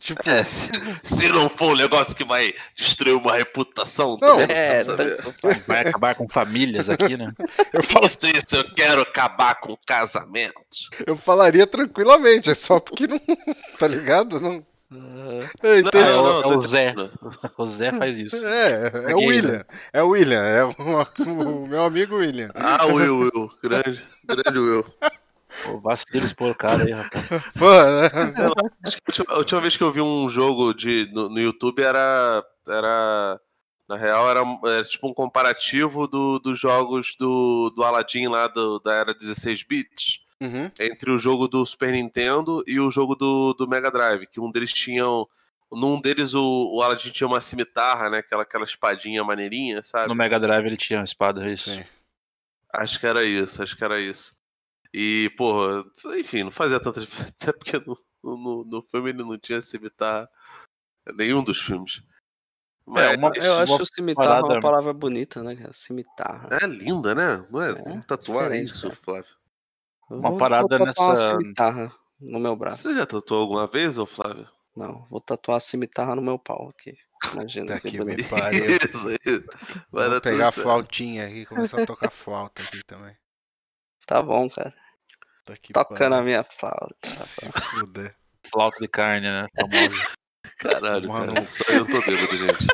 [SPEAKER 4] tipo,
[SPEAKER 5] É, se, se não for um negócio que vai destruir uma reputação,
[SPEAKER 4] Não.
[SPEAKER 5] também
[SPEAKER 2] É,
[SPEAKER 5] quero saber.
[SPEAKER 2] tanto faz.
[SPEAKER 3] Vai acabar com famílias aqui, né?
[SPEAKER 4] eu, falo-
[SPEAKER 5] Isso, isso, eu quero acabar com casamentos.
[SPEAKER 4] eu falaria tranquilamente, é só porque não. Tá ligado? Não,
[SPEAKER 2] Ah,
[SPEAKER 4] é,
[SPEAKER 5] Não,
[SPEAKER 4] entende?
[SPEAKER 5] não,
[SPEAKER 3] é o-
[SPEAKER 5] não, tô
[SPEAKER 3] é o Zé.
[SPEAKER 5] entendendo.
[SPEAKER 3] O Zé faz isso.
[SPEAKER 4] É, é o
[SPEAKER 3] Aqui,
[SPEAKER 4] William. É o William, é o, o meu amigo William.
[SPEAKER 5] Ah, Will, Will. Grande, grande Will.
[SPEAKER 3] Pô, vacilo expor o cara aí, rapaz.
[SPEAKER 4] Mano,
[SPEAKER 5] Acho que a última, a última vez que eu vi um jogo de, no, no YouTube era. era na real, era, era tipo um comparativo do- dos jogos do, do Aladdin lá do- da era 16 bits.
[SPEAKER 4] uhum,
[SPEAKER 5] Entre o jogo do Super Nintendo e o jogo do, do Mega Drive. Que um deles tinham. Num deles o, o Aladdin tinha uma cimitarra, né? Aquela, aquela espadinha maneirinha, sabe?
[SPEAKER 3] No Mega Drive ele tinha uma espada, é isso.
[SPEAKER 4] Sim.
[SPEAKER 5] Acho que era isso, acho que era isso. E, porra, enfim, não fazia tanta diferença. Até porque no, no, no filme ele não tinha cimitarra. Nenhum dos filmes. Mas é,
[SPEAKER 3] uma-
[SPEAKER 2] Eu
[SPEAKER 3] Uma
[SPEAKER 2] acho cimitarra uma
[SPEAKER 3] parada-
[SPEAKER 2] palavra bonita, né, cara?
[SPEAKER 4] É?
[SPEAKER 2] Cimitarra.
[SPEAKER 5] linda, né? Não é?
[SPEAKER 2] É,
[SPEAKER 5] Vamos tatuar
[SPEAKER 2] diferente,
[SPEAKER 5] isso,
[SPEAKER 2] cara.
[SPEAKER 5] Flávio.
[SPEAKER 2] Eu
[SPEAKER 3] Uma
[SPEAKER 2] vou-
[SPEAKER 3] parada
[SPEAKER 2] vou tatuar uma
[SPEAKER 3] nessa-
[SPEAKER 2] cimitarra no meu braço.
[SPEAKER 5] Você já tatuou alguma vez, ô Flávio?
[SPEAKER 2] Não, vou tatuar a cimitarra no meu pau aqui. Imagina
[SPEAKER 4] Puta
[SPEAKER 2] que
[SPEAKER 4] que
[SPEAKER 2] bonito.
[SPEAKER 4] me pariu.
[SPEAKER 5] Isso, isso. Vai
[SPEAKER 4] Vou
[SPEAKER 5] dar tudo
[SPEAKER 4] pegar a
[SPEAKER 5] certo.
[SPEAKER 4] flautinha aqui e começar a tocar flauta aqui também. Tá
[SPEAKER 2] Tá bom, cara.
[SPEAKER 4] Puta que
[SPEAKER 2] Toca na
[SPEAKER 4] pariu.
[SPEAKER 2] minha flauta. tá
[SPEAKER 4] Se fuder.
[SPEAKER 3] Flauta de carne, né? Famosa.
[SPEAKER 5] Caralho,
[SPEAKER 4] Mano.
[SPEAKER 5] cara, só eu tô bêbado, gente.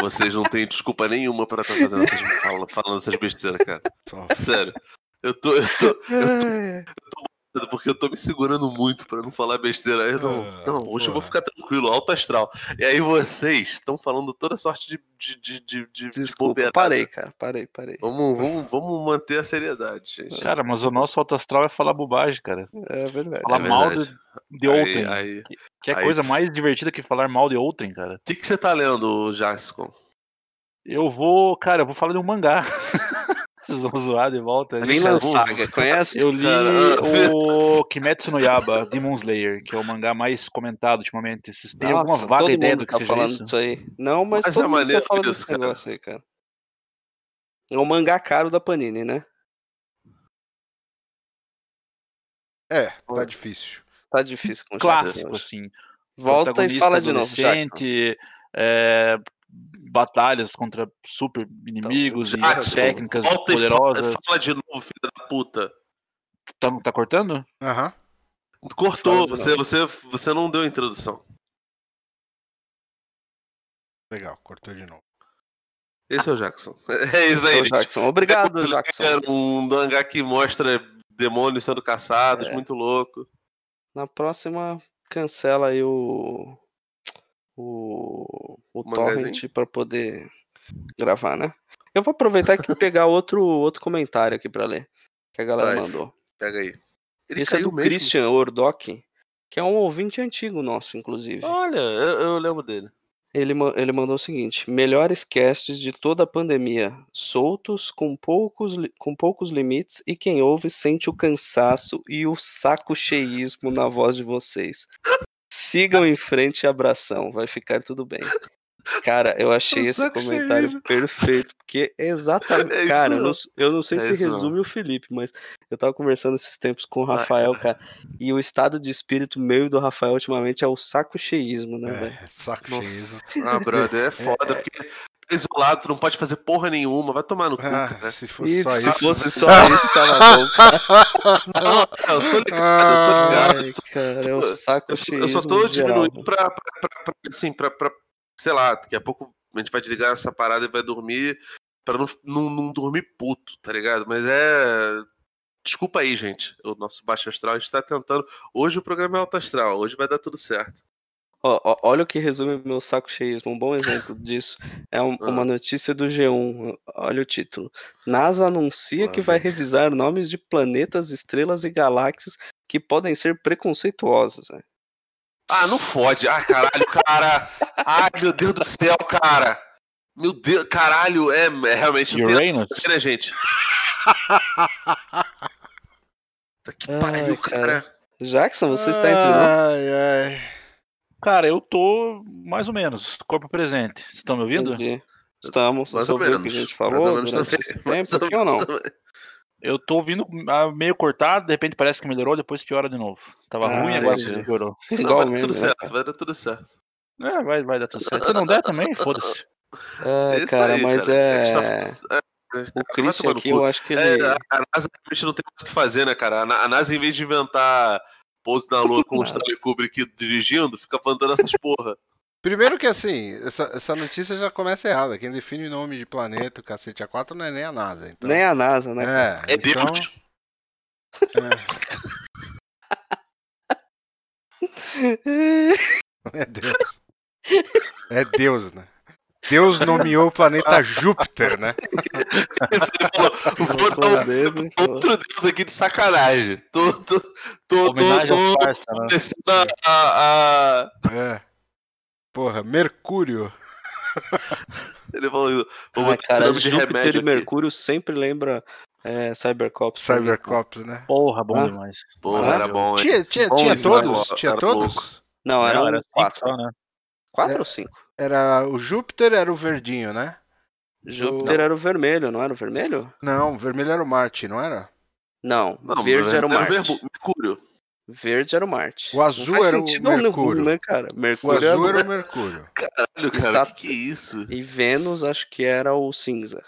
[SPEAKER 5] Vocês não têm desculpa nenhuma pra estar fazendo essas, fala- falando essas besteiras, cara.
[SPEAKER 4] Só.
[SPEAKER 5] Sério. Eu tô, eu tô,
[SPEAKER 2] Ai,
[SPEAKER 5] porque eu tô me segurando muito pra não falar besteira. Eu não,
[SPEAKER 6] Ah,
[SPEAKER 5] não, hoje
[SPEAKER 6] porra.
[SPEAKER 5] eu vou ficar tranquilo, alto astral. E aí vocês estão falando toda sorte de, de, de, de, de, de
[SPEAKER 2] Desculpa,
[SPEAKER 5] bobeirada.
[SPEAKER 2] parei, cara, parei, parei.
[SPEAKER 5] Vamos, vamos, vamos manter a seriedade, gente.
[SPEAKER 3] Cara, mas o nosso alto astral é falar bobagem, cara.
[SPEAKER 2] É verdade.
[SPEAKER 3] Falar
[SPEAKER 5] É
[SPEAKER 3] mal de,
[SPEAKER 5] verdade.
[SPEAKER 3] de
[SPEAKER 5] Aí,
[SPEAKER 3] outrem.
[SPEAKER 5] aí. O
[SPEAKER 3] que é
[SPEAKER 5] aí
[SPEAKER 3] coisa
[SPEAKER 5] tu-
[SPEAKER 3] mais divertida que falar mal de outrem, cara.
[SPEAKER 5] que, que você tá lendo, Jascon?
[SPEAKER 3] Eu vou, cara, eu vou falar de um mangá. Vocês vão zoar de volta.
[SPEAKER 5] Vem
[SPEAKER 2] Vinland
[SPEAKER 5] Cara,
[SPEAKER 2] Saga, conhece?
[SPEAKER 3] Eu li
[SPEAKER 5] Cara,
[SPEAKER 3] o Kimetsu no Yaba, Demon Slayer, que é o mangá mais comentado ultimamente. Vocês têm alguma
[SPEAKER 2] Nossa,
[SPEAKER 3] vaga
[SPEAKER 2] todo
[SPEAKER 3] ideia
[SPEAKER 2] mundo
[SPEAKER 3] do que
[SPEAKER 2] tá
[SPEAKER 3] seja
[SPEAKER 2] falando
[SPEAKER 3] isso?
[SPEAKER 2] disso aí. Não, mas,
[SPEAKER 5] Mas
[SPEAKER 2] todo
[SPEAKER 5] é
[SPEAKER 2] mundo
[SPEAKER 5] maneiro
[SPEAKER 2] tá falando
[SPEAKER 5] isso,
[SPEAKER 2] desse
[SPEAKER 5] cara.
[SPEAKER 2] negócio aí, cara. É um mangá caro da Panini, né?
[SPEAKER 4] É, tá difícil.
[SPEAKER 2] Tá difícil com
[SPEAKER 3] Clássico, assim.
[SPEAKER 2] Volta e
[SPEAKER 3] protagonista
[SPEAKER 2] fala de novo, Jackson.
[SPEAKER 3] adolescente, é, batalhas contra super inimigos e
[SPEAKER 5] Jackson,
[SPEAKER 3] técnicas
[SPEAKER 5] Ah, Volta e
[SPEAKER 3] poderosas.
[SPEAKER 5] fala, fala de novo, filho da puta.
[SPEAKER 3] Tá, tá cortando?
[SPEAKER 4] Aham.
[SPEAKER 5] Cortou,
[SPEAKER 2] Fala de
[SPEAKER 5] você, você, você não deu a introdução.
[SPEAKER 4] Legal, cortou de novo.
[SPEAKER 5] Esse é o Jackson. É isso aí,
[SPEAKER 2] Ô,
[SPEAKER 5] gente.
[SPEAKER 2] Jackson. Obrigado,
[SPEAKER 5] Demon
[SPEAKER 2] Jackson.
[SPEAKER 5] Slayer, Um mangá que mostra demônios sendo caçados,
[SPEAKER 2] É.
[SPEAKER 5] muito louco.
[SPEAKER 2] Na próxima, cancela aí o. O. O
[SPEAKER 5] Mangazinho?
[SPEAKER 2] Torrent pra poder gravar, né? Eu vou aproveitar aqui e pegar outro, outro comentário aqui pra ler. Que a galera
[SPEAKER 5] Vai.
[SPEAKER 2] mandou.
[SPEAKER 5] Pega aí. Ele
[SPEAKER 2] Esse é
[SPEAKER 5] caiu
[SPEAKER 2] do
[SPEAKER 5] mesmo.
[SPEAKER 2] Christian Ordock, que é um ouvinte antigo nosso, inclusive.
[SPEAKER 5] Olha, eu, eu lembro dele.
[SPEAKER 2] Ele, ma- ele mandou o seguinte: melhores casts de toda a pandemia, soltos, com poucos, li- com poucos limites, e quem ouve sente o cansaço e o saco cheísmo na voz de vocês. Sigam em frente e abração, vai ficar tudo bem. Cara, eu achei esse
[SPEAKER 5] saco
[SPEAKER 2] comentário
[SPEAKER 5] cheísmo.
[SPEAKER 2] perfeito, porque exatamente.
[SPEAKER 5] É isso
[SPEAKER 2] cara, eu
[SPEAKER 5] mesmo.
[SPEAKER 2] não, s- eu não sei
[SPEAKER 5] É
[SPEAKER 2] se
[SPEAKER 5] isso mesmo.
[SPEAKER 2] resume o Felipe, mas eu tava conversando esses tempos com o
[SPEAKER 5] Ah,
[SPEAKER 2] Rafael, cara, e o estado de espírito meu e do Rafael ultimamente é o saco cheísmo, né, velho?
[SPEAKER 4] É, saco
[SPEAKER 5] Nossa.
[SPEAKER 4] cheio.
[SPEAKER 5] Ah, brother, é foda, porque tá isolado, tu não pode fazer porra nenhuma, vai tomar no cu,
[SPEAKER 4] Ah,
[SPEAKER 5] cara.
[SPEAKER 4] se fosse
[SPEAKER 2] E
[SPEAKER 4] só
[SPEAKER 2] se
[SPEAKER 4] isso.
[SPEAKER 2] fosse só isso, tava bom. cara.
[SPEAKER 5] Não, Ah, eu tô ligado, eu tô ligado.
[SPEAKER 2] Ai, cara, é um
[SPEAKER 5] Eu-
[SPEAKER 2] saco
[SPEAKER 5] Eu, só- eu só
[SPEAKER 2] cheísmo
[SPEAKER 5] tô
[SPEAKER 2] Ah, geral.
[SPEAKER 5] diminuindo pra, pra- pra- pra- assim, pra, pra- sei lá, daqui a pouco a gente vai desligar essa parada e vai dormir pra não, não, não dormir puto, tá ligado? Mas é... Desculpa aí, gente, o nosso baixo astral, a gente tá tentando. Hoje o programa é alto astral, hoje vai dar tudo certo.
[SPEAKER 2] Ó, ó, olha o que resume meu saco cheísmo. Um bom exemplo disso é um-
[SPEAKER 5] Ah.
[SPEAKER 2] uma notícia do G1. Olha o título. NASA anuncia
[SPEAKER 5] Lá
[SPEAKER 2] que vai
[SPEAKER 5] vem.
[SPEAKER 2] revisar nomes de planetas, estrelas e galáxias que podem ser preconceituosas. né?
[SPEAKER 5] Ah, não fode. Ah, caralho, cara. Ai, meu Deus do céu, cara. Meu Deus, caralho, é, é realmente não tem nada
[SPEAKER 3] Uranus?
[SPEAKER 5] pra fazer, né, gente? Tá que
[SPEAKER 2] Ai,
[SPEAKER 5] pariu, cara. Ah.
[SPEAKER 2] Jackson, você está entre nós?
[SPEAKER 4] Ai, ai.
[SPEAKER 3] Cara, eu tô mais ou menos, corpo presente. Vocês estão me ouvindo?
[SPEAKER 2] Entendi. Estamos,
[SPEAKER 5] Mais
[SPEAKER 2] você
[SPEAKER 5] ou
[SPEAKER 2] ouviu o que a
[SPEAKER 5] menos,
[SPEAKER 2] gente
[SPEAKER 5] mais ou
[SPEAKER 2] falou
[SPEAKER 5] menos
[SPEAKER 2] durante
[SPEAKER 5] também,
[SPEAKER 2] esse
[SPEAKER 5] mais
[SPEAKER 2] tempo
[SPEAKER 5] ou
[SPEAKER 2] aqui ou não?
[SPEAKER 5] menos também.
[SPEAKER 3] Eu tô ouvindo ah, meio cortado, de repente parece que melhorou, depois piora de novo. Tava
[SPEAKER 2] Ah,
[SPEAKER 3] ruim, agora
[SPEAKER 5] entendi.
[SPEAKER 3] melhorou.
[SPEAKER 5] Não,
[SPEAKER 2] Igual
[SPEAKER 5] vai dar
[SPEAKER 2] mesmo,
[SPEAKER 5] tudo
[SPEAKER 2] né,
[SPEAKER 5] certo,
[SPEAKER 2] cara?
[SPEAKER 5] vai dar tudo certo.
[SPEAKER 3] É, vai, vai dar tudo certo. Se não der também, foda-se.
[SPEAKER 2] Ah,
[SPEAKER 5] É isso
[SPEAKER 2] cara,
[SPEAKER 5] aí,
[SPEAKER 2] mas
[SPEAKER 5] cara. É que
[SPEAKER 2] é...
[SPEAKER 5] você tá falando- é, cara,
[SPEAKER 2] O
[SPEAKER 5] vai
[SPEAKER 2] Christian
[SPEAKER 5] tomar no
[SPEAKER 2] aqui,
[SPEAKER 5] cu.
[SPEAKER 2] eu acho que ele...
[SPEAKER 5] É, a a NASA realmente não tem mais o que fazer, né, cara? A Na- a NASA, em vez de inventar pouso na lua com o Stanley Kubrick dirigindo, fica plantando essas porra.
[SPEAKER 4] Primeiro que assim, essa, essa notícia já começa errada. Quem define o nome de planeta, o cacete A4, não é nem a NASA. Então.
[SPEAKER 2] Nem a NASA, né?
[SPEAKER 4] É,
[SPEAKER 5] É
[SPEAKER 4] então,
[SPEAKER 5] Deus.
[SPEAKER 4] É, é Deus. É Deus, né? Deus nomeou o planeta Júpiter, né?
[SPEAKER 5] Você falou, vou
[SPEAKER 2] Botou o
[SPEAKER 5] dar
[SPEAKER 2] dedo e
[SPEAKER 5] um
[SPEAKER 2] falou.
[SPEAKER 5] outro deus aqui de sacanagem. Tô, tô, tô, tô,
[SPEAKER 3] Homenagem
[SPEAKER 5] tô,
[SPEAKER 3] ao Parça, né?
[SPEAKER 5] descendo a- a- a-
[SPEAKER 4] É. Porra, Mercúrio.
[SPEAKER 5] Ele falou,
[SPEAKER 2] Ai,
[SPEAKER 5] vou botar esse
[SPEAKER 2] Ah, cara,
[SPEAKER 5] nome de
[SPEAKER 2] Júpiter
[SPEAKER 5] remédio
[SPEAKER 2] e
[SPEAKER 5] aqui.
[SPEAKER 2] Mercúrio sempre lembra é, Cybercops. pra mim, cara.
[SPEAKER 4] Cybercops, né?
[SPEAKER 3] Porra, bom
[SPEAKER 2] Ah.
[SPEAKER 3] demais.
[SPEAKER 5] Pô,
[SPEAKER 2] Ah,
[SPEAKER 5] era bom, hein?
[SPEAKER 4] Tinha, tinha,
[SPEAKER 5] Bom,
[SPEAKER 4] tinha
[SPEAKER 5] isso era
[SPEAKER 4] todos?
[SPEAKER 5] bom,
[SPEAKER 4] Tinha
[SPEAKER 5] era
[SPEAKER 4] é todos?
[SPEAKER 5] louco.
[SPEAKER 2] Não, eram
[SPEAKER 3] Não, era cinco
[SPEAKER 2] quatro.
[SPEAKER 3] só, né?
[SPEAKER 2] Quatro
[SPEAKER 4] É.
[SPEAKER 2] ou cinco?
[SPEAKER 4] Era o Júpiter era o verdinho, né?
[SPEAKER 2] Júpiter era o vermelho, não era o vermelho?
[SPEAKER 4] Não, o vermelho era o Marte, não era?
[SPEAKER 2] Não,
[SPEAKER 5] Não,
[SPEAKER 2] verde era o Marte.
[SPEAKER 5] verbo- Mercúrio.
[SPEAKER 2] Verde era o Marte.
[SPEAKER 4] O azul
[SPEAKER 2] não faz
[SPEAKER 4] era o
[SPEAKER 2] sentido algum,
[SPEAKER 4] Mercúrio.
[SPEAKER 2] né, cara?
[SPEAKER 4] O
[SPEAKER 2] Mercúrio
[SPEAKER 4] azul
[SPEAKER 2] era...
[SPEAKER 4] era o Mercúrio.
[SPEAKER 5] Caralho,
[SPEAKER 2] E
[SPEAKER 5] cara,
[SPEAKER 2] Sat-
[SPEAKER 5] que que é isso?
[SPEAKER 2] E Vênus acho que era o cinza.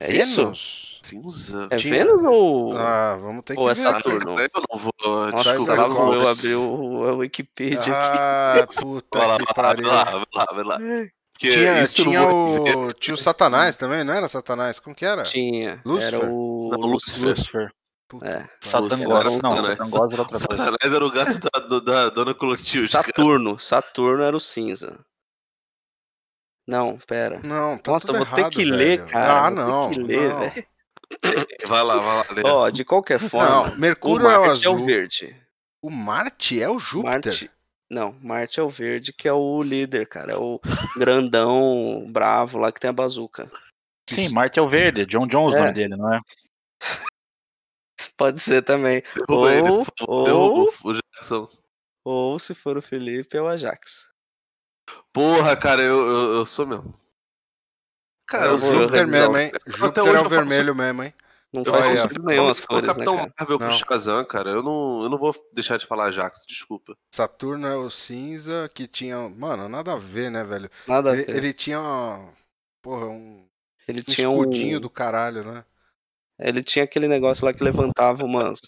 [SPEAKER 2] É isso?
[SPEAKER 4] Vênus?
[SPEAKER 5] Assim, Cinza.
[SPEAKER 2] É
[SPEAKER 4] Tinha-
[SPEAKER 2] Vênus ou...
[SPEAKER 4] Ah, vamos ter que
[SPEAKER 2] Ou é
[SPEAKER 4] ver.
[SPEAKER 2] Saturno?
[SPEAKER 5] cara, eu não vou.
[SPEAKER 2] Nossa,
[SPEAKER 5] desculpa,
[SPEAKER 2] lá
[SPEAKER 5] eu
[SPEAKER 2] vou eu
[SPEAKER 5] vou-
[SPEAKER 2] abrir o, a Wikipedia aqui.
[SPEAKER 4] Ah, puta
[SPEAKER 5] Vai lá,
[SPEAKER 4] que
[SPEAKER 5] vai
[SPEAKER 4] pariu.
[SPEAKER 5] lá,
[SPEAKER 2] né?
[SPEAKER 5] vai lá, vai lá, vai lá.
[SPEAKER 2] É.
[SPEAKER 5] Porque
[SPEAKER 4] Tinha,
[SPEAKER 5] isso
[SPEAKER 4] tinha,
[SPEAKER 5] não-
[SPEAKER 4] o, tinha o Satanás também, não era Satanás? Como que era?
[SPEAKER 2] Tinha.
[SPEAKER 4] Ah, Lúcifer?
[SPEAKER 2] Era o...
[SPEAKER 5] Não, Lúcifer.
[SPEAKER 3] Lucifer.
[SPEAKER 4] Puta.
[SPEAKER 2] É.
[SPEAKER 3] Satangosa. Não,
[SPEAKER 5] Satanás.
[SPEAKER 3] Satangosa era outra coisa.
[SPEAKER 5] Satanás era o gato da, do- da dona Clotilde. cara.
[SPEAKER 2] Saturno. Saturno era o cinza. Não, pera.
[SPEAKER 4] Não, tá
[SPEAKER 2] Nossa,
[SPEAKER 4] tudo
[SPEAKER 2] vou ter
[SPEAKER 4] errado,
[SPEAKER 2] que
[SPEAKER 4] velho.
[SPEAKER 2] ler, cara.
[SPEAKER 4] Ah,
[SPEAKER 2] vou
[SPEAKER 4] não.
[SPEAKER 2] ter que ler,
[SPEAKER 4] não.
[SPEAKER 2] velho.
[SPEAKER 5] Vai lá, vai lá. lê.
[SPEAKER 2] Ó, de qualquer forma,
[SPEAKER 4] Não,
[SPEAKER 2] o
[SPEAKER 4] Mercúrio é o
[SPEAKER 2] Marte é o
[SPEAKER 4] azul.
[SPEAKER 2] verde.
[SPEAKER 4] O Marte é o Júpiter.
[SPEAKER 2] Marte. Não, Marte é o verde, que é o líder, cara. É o grandão bravo lá que tem a bazuca.
[SPEAKER 3] Sim, Marte é o verde. John Jones é o
[SPEAKER 2] É.
[SPEAKER 3] nome dele, não é?
[SPEAKER 2] Pode ser também.
[SPEAKER 5] Derruba ele,
[SPEAKER 2] Ou,
[SPEAKER 5] por favor,
[SPEAKER 2] ou,
[SPEAKER 5] derruba o Jackson.
[SPEAKER 2] ou, se for o Felipe, é o Ajax.
[SPEAKER 5] Porra, cara, eu, eu, eu sou mesmo. Cara,
[SPEAKER 2] Eu
[SPEAKER 5] eu
[SPEAKER 2] vou-
[SPEAKER 5] sou
[SPEAKER 4] Júpiter
[SPEAKER 2] revisar
[SPEAKER 4] mesmo,
[SPEAKER 2] os-
[SPEAKER 4] hein?
[SPEAKER 5] até hoje
[SPEAKER 4] Júpiter
[SPEAKER 5] eu
[SPEAKER 4] é o
[SPEAKER 5] faço-
[SPEAKER 4] vermelho mesmo, hein?
[SPEAKER 2] Não
[SPEAKER 5] Eu
[SPEAKER 2] faz
[SPEAKER 4] Olha,
[SPEAKER 5] faço
[SPEAKER 2] sentido nenhum as cores, né,
[SPEAKER 5] Capitão
[SPEAKER 2] cara?
[SPEAKER 5] Marvel com
[SPEAKER 4] Não.
[SPEAKER 5] o Shazam, cara. Eu não, eu não vou deixar de falar Jax, desculpa.
[SPEAKER 4] Saturno é o cinza, que tinha. Mano, nada a ver, né, velho?
[SPEAKER 2] Nada a
[SPEAKER 4] Ele,
[SPEAKER 2] ver. Ele,
[SPEAKER 4] ele tinha. uma- Porra, um, um
[SPEAKER 2] tinha um...
[SPEAKER 4] escudinho do caralho, né?
[SPEAKER 2] Ele tinha aquele negócio lá que levantava umas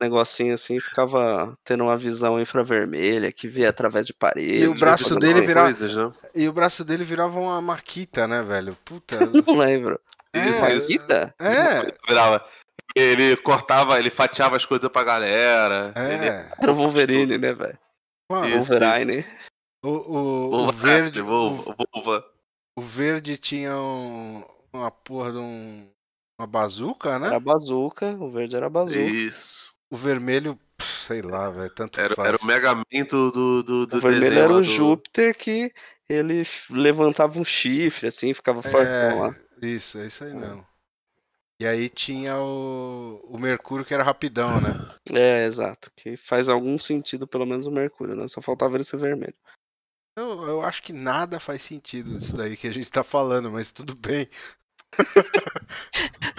[SPEAKER 2] negocinho assim e ficava tendo uma visão infravermelha que via através de parede.
[SPEAKER 4] E o braço
[SPEAKER 2] fazendo
[SPEAKER 4] dele
[SPEAKER 2] assim.
[SPEAKER 4] virava-
[SPEAKER 5] Coisas, né?
[SPEAKER 4] E o braço dele virava uma maquita, né, velho? Puta.
[SPEAKER 2] Não lembro.
[SPEAKER 5] Isso, isso.
[SPEAKER 2] Maquita?
[SPEAKER 4] é,
[SPEAKER 5] Virava. Ele cortava, ele fatiava as coisas pra galera. Ele...
[SPEAKER 4] é.
[SPEAKER 2] Era o Wolverine, né, velho?
[SPEAKER 4] Mano,
[SPEAKER 5] Isso,
[SPEAKER 2] Wolverine.
[SPEAKER 4] o, o, o
[SPEAKER 5] Vulva, é
[SPEAKER 4] verde.
[SPEAKER 5] vulva,
[SPEAKER 4] O,
[SPEAKER 5] vulva. o
[SPEAKER 4] o verde tinha um, uma porra de um. Uma bazuca, né?
[SPEAKER 2] Era bazuca, o verde era bazuca.
[SPEAKER 5] Isso.
[SPEAKER 4] O vermelho, pff, sei lá, velho. Tanto
[SPEAKER 5] Era,
[SPEAKER 4] faz.
[SPEAKER 5] era o megamento do, do, do
[SPEAKER 2] O vermelho
[SPEAKER 5] desenho
[SPEAKER 2] era
[SPEAKER 5] lá
[SPEAKER 2] o
[SPEAKER 5] do-
[SPEAKER 2] Júpiter que ele f- levantava um chifre, assim, ficava fortão lá.
[SPEAKER 4] É, isso, é isso aí mesmo. E aí tinha o, o Mercúrio que era rapidão, né?
[SPEAKER 2] É, exato. Que faz algum sentido, pelo menos, o Mercúrio, né? Só faltava ele ser vermelho.
[SPEAKER 4] Eu, eu acho que nada faz sentido isso daí que a gente tá falando, mas tudo bem.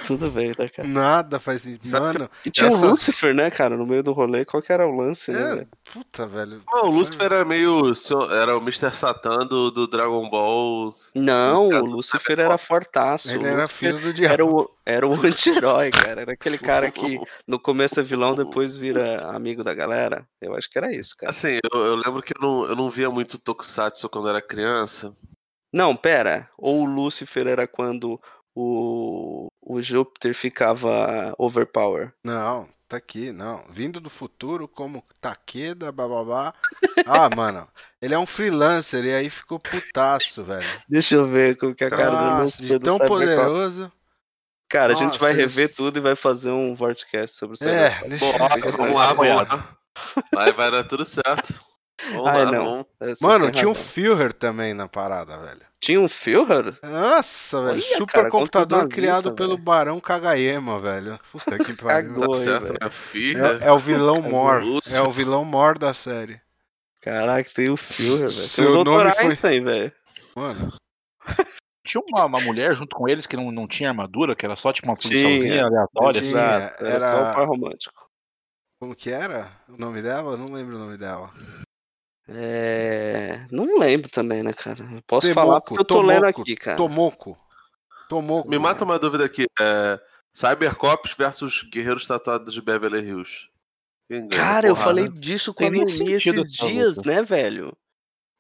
[SPEAKER 2] Tudo bem, né, cara?
[SPEAKER 4] Nada faz sentido.
[SPEAKER 5] Sabe
[SPEAKER 4] Mano,
[SPEAKER 2] E tinha
[SPEAKER 4] Essas-
[SPEAKER 2] o Lúcifer, né, cara, no meio do rolê. Qual que era o lance, né,
[SPEAKER 4] É,
[SPEAKER 2] velho?
[SPEAKER 4] puta, velho.
[SPEAKER 5] Não, o
[SPEAKER 4] sabe?
[SPEAKER 5] Lúcifer era meio. so- Era o Mr. Satan do, do Dragon Ball.
[SPEAKER 2] Não,
[SPEAKER 5] No
[SPEAKER 2] o
[SPEAKER 5] caso, é
[SPEAKER 2] Lúcifer era fortaço.
[SPEAKER 4] Ele
[SPEAKER 2] o
[SPEAKER 4] era
[SPEAKER 2] Lúcifer
[SPEAKER 4] filho do
[SPEAKER 2] era
[SPEAKER 4] diabo.
[SPEAKER 2] o, era o anti-herói, cara. Era aquele cara que no começo é vilão, depois vira amigo da galera. Eu acho que era isso, cara.
[SPEAKER 5] Assim, eu, eu lembro que eu não, eu não via muito Tokusatsu quando era criança.
[SPEAKER 2] Não, pera. Ou o Lúcifer era quando o, o Júpiter ficava overpower.
[SPEAKER 4] Não, tá aqui, não. Vindo do futuro como Takeda, bababá. Ah, mano, ele é um freelancer e aí ficou putaço, velho.
[SPEAKER 2] Deixa eu ver como que é a cara do
[SPEAKER 4] Nossa,
[SPEAKER 2] Lúcifer
[SPEAKER 4] de
[SPEAKER 2] do
[SPEAKER 4] tão
[SPEAKER 2] Cybercop.
[SPEAKER 4] poderoso.
[SPEAKER 2] Cara, a gente vai
[SPEAKER 4] Nossa,
[SPEAKER 2] rever
[SPEAKER 4] isso-
[SPEAKER 2] tudo e vai fazer um podcast sobre o Cybercop.
[SPEAKER 4] É, deixa eu ver.
[SPEAKER 5] Bora, vamos lá, vamos
[SPEAKER 3] Apoiado.
[SPEAKER 5] lá. Vai, vai dar tudo certo. Vamos
[SPEAKER 2] Ai,
[SPEAKER 5] lá,
[SPEAKER 2] não.
[SPEAKER 5] vamos.
[SPEAKER 2] Essa
[SPEAKER 4] Mano,
[SPEAKER 2] foi
[SPEAKER 4] tinha um
[SPEAKER 2] errada.
[SPEAKER 4] Führer também na parada, velho.
[SPEAKER 2] tinha um Führer?
[SPEAKER 4] Nossa, velho.
[SPEAKER 2] Olha, cara,
[SPEAKER 4] Supercomputador
[SPEAKER 2] quanto nazista,
[SPEAKER 4] criado pelo
[SPEAKER 2] velho.
[SPEAKER 4] Barão Kagayema, velho. Puta que pariu.
[SPEAKER 2] Cagou.
[SPEAKER 5] Tá
[SPEAKER 2] Oi,
[SPEAKER 5] certo,
[SPEAKER 2] velho.
[SPEAKER 5] minha filha.
[SPEAKER 4] É, é o vilão mor.
[SPEAKER 5] Lúcio.
[SPEAKER 4] É o vilão mor da série.
[SPEAKER 2] Caraca, tem o Führer, velho. Tem
[SPEAKER 4] Seu
[SPEAKER 2] o
[SPEAKER 4] nome
[SPEAKER 2] Dr.
[SPEAKER 4] foi-
[SPEAKER 2] Einstein, velho.
[SPEAKER 4] Mano,
[SPEAKER 3] Tinha uma, uma mulher junto com eles que não, não tinha armadura, que era só tipo uma
[SPEAKER 2] Tinha.
[SPEAKER 3] policialzinha aleatória.
[SPEAKER 4] Tinha.
[SPEAKER 3] assim.
[SPEAKER 2] Exato, é, era só
[SPEAKER 4] era-
[SPEAKER 2] o par romântico.
[SPEAKER 4] como que era o nome dela? Eu Não lembro o nome dela.
[SPEAKER 2] É... Não lembro também, né, cara? Eu posso
[SPEAKER 4] Temoco,
[SPEAKER 2] falar porque eu tô lendo
[SPEAKER 4] Tomoco,
[SPEAKER 2] aqui, cara.
[SPEAKER 4] Tomoko. Tomoko.
[SPEAKER 5] Me mata uma dúvida aqui. É, Cybercops versus Guerreiros Tatuados de Beverly Hills. Quem ganha,
[SPEAKER 2] Cara, eu
[SPEAKER 5] porrada?
[SPEAKER 2] falei
[SPEAKER 4] né?
[SPEAKER 2] disso
[SPEAKER 3] Tem
[SPEAKER 2] quando eu
[SPEAKER 3] nem
[SPEAKER 2] li
[SPEAKER 3] sentido
[SPEAKER 2] esses
[SPEAKER 3] essa
[SPEAKER 2] dias,
[SPEAKER 3] luta.
[SPEAKER 2] né, velho?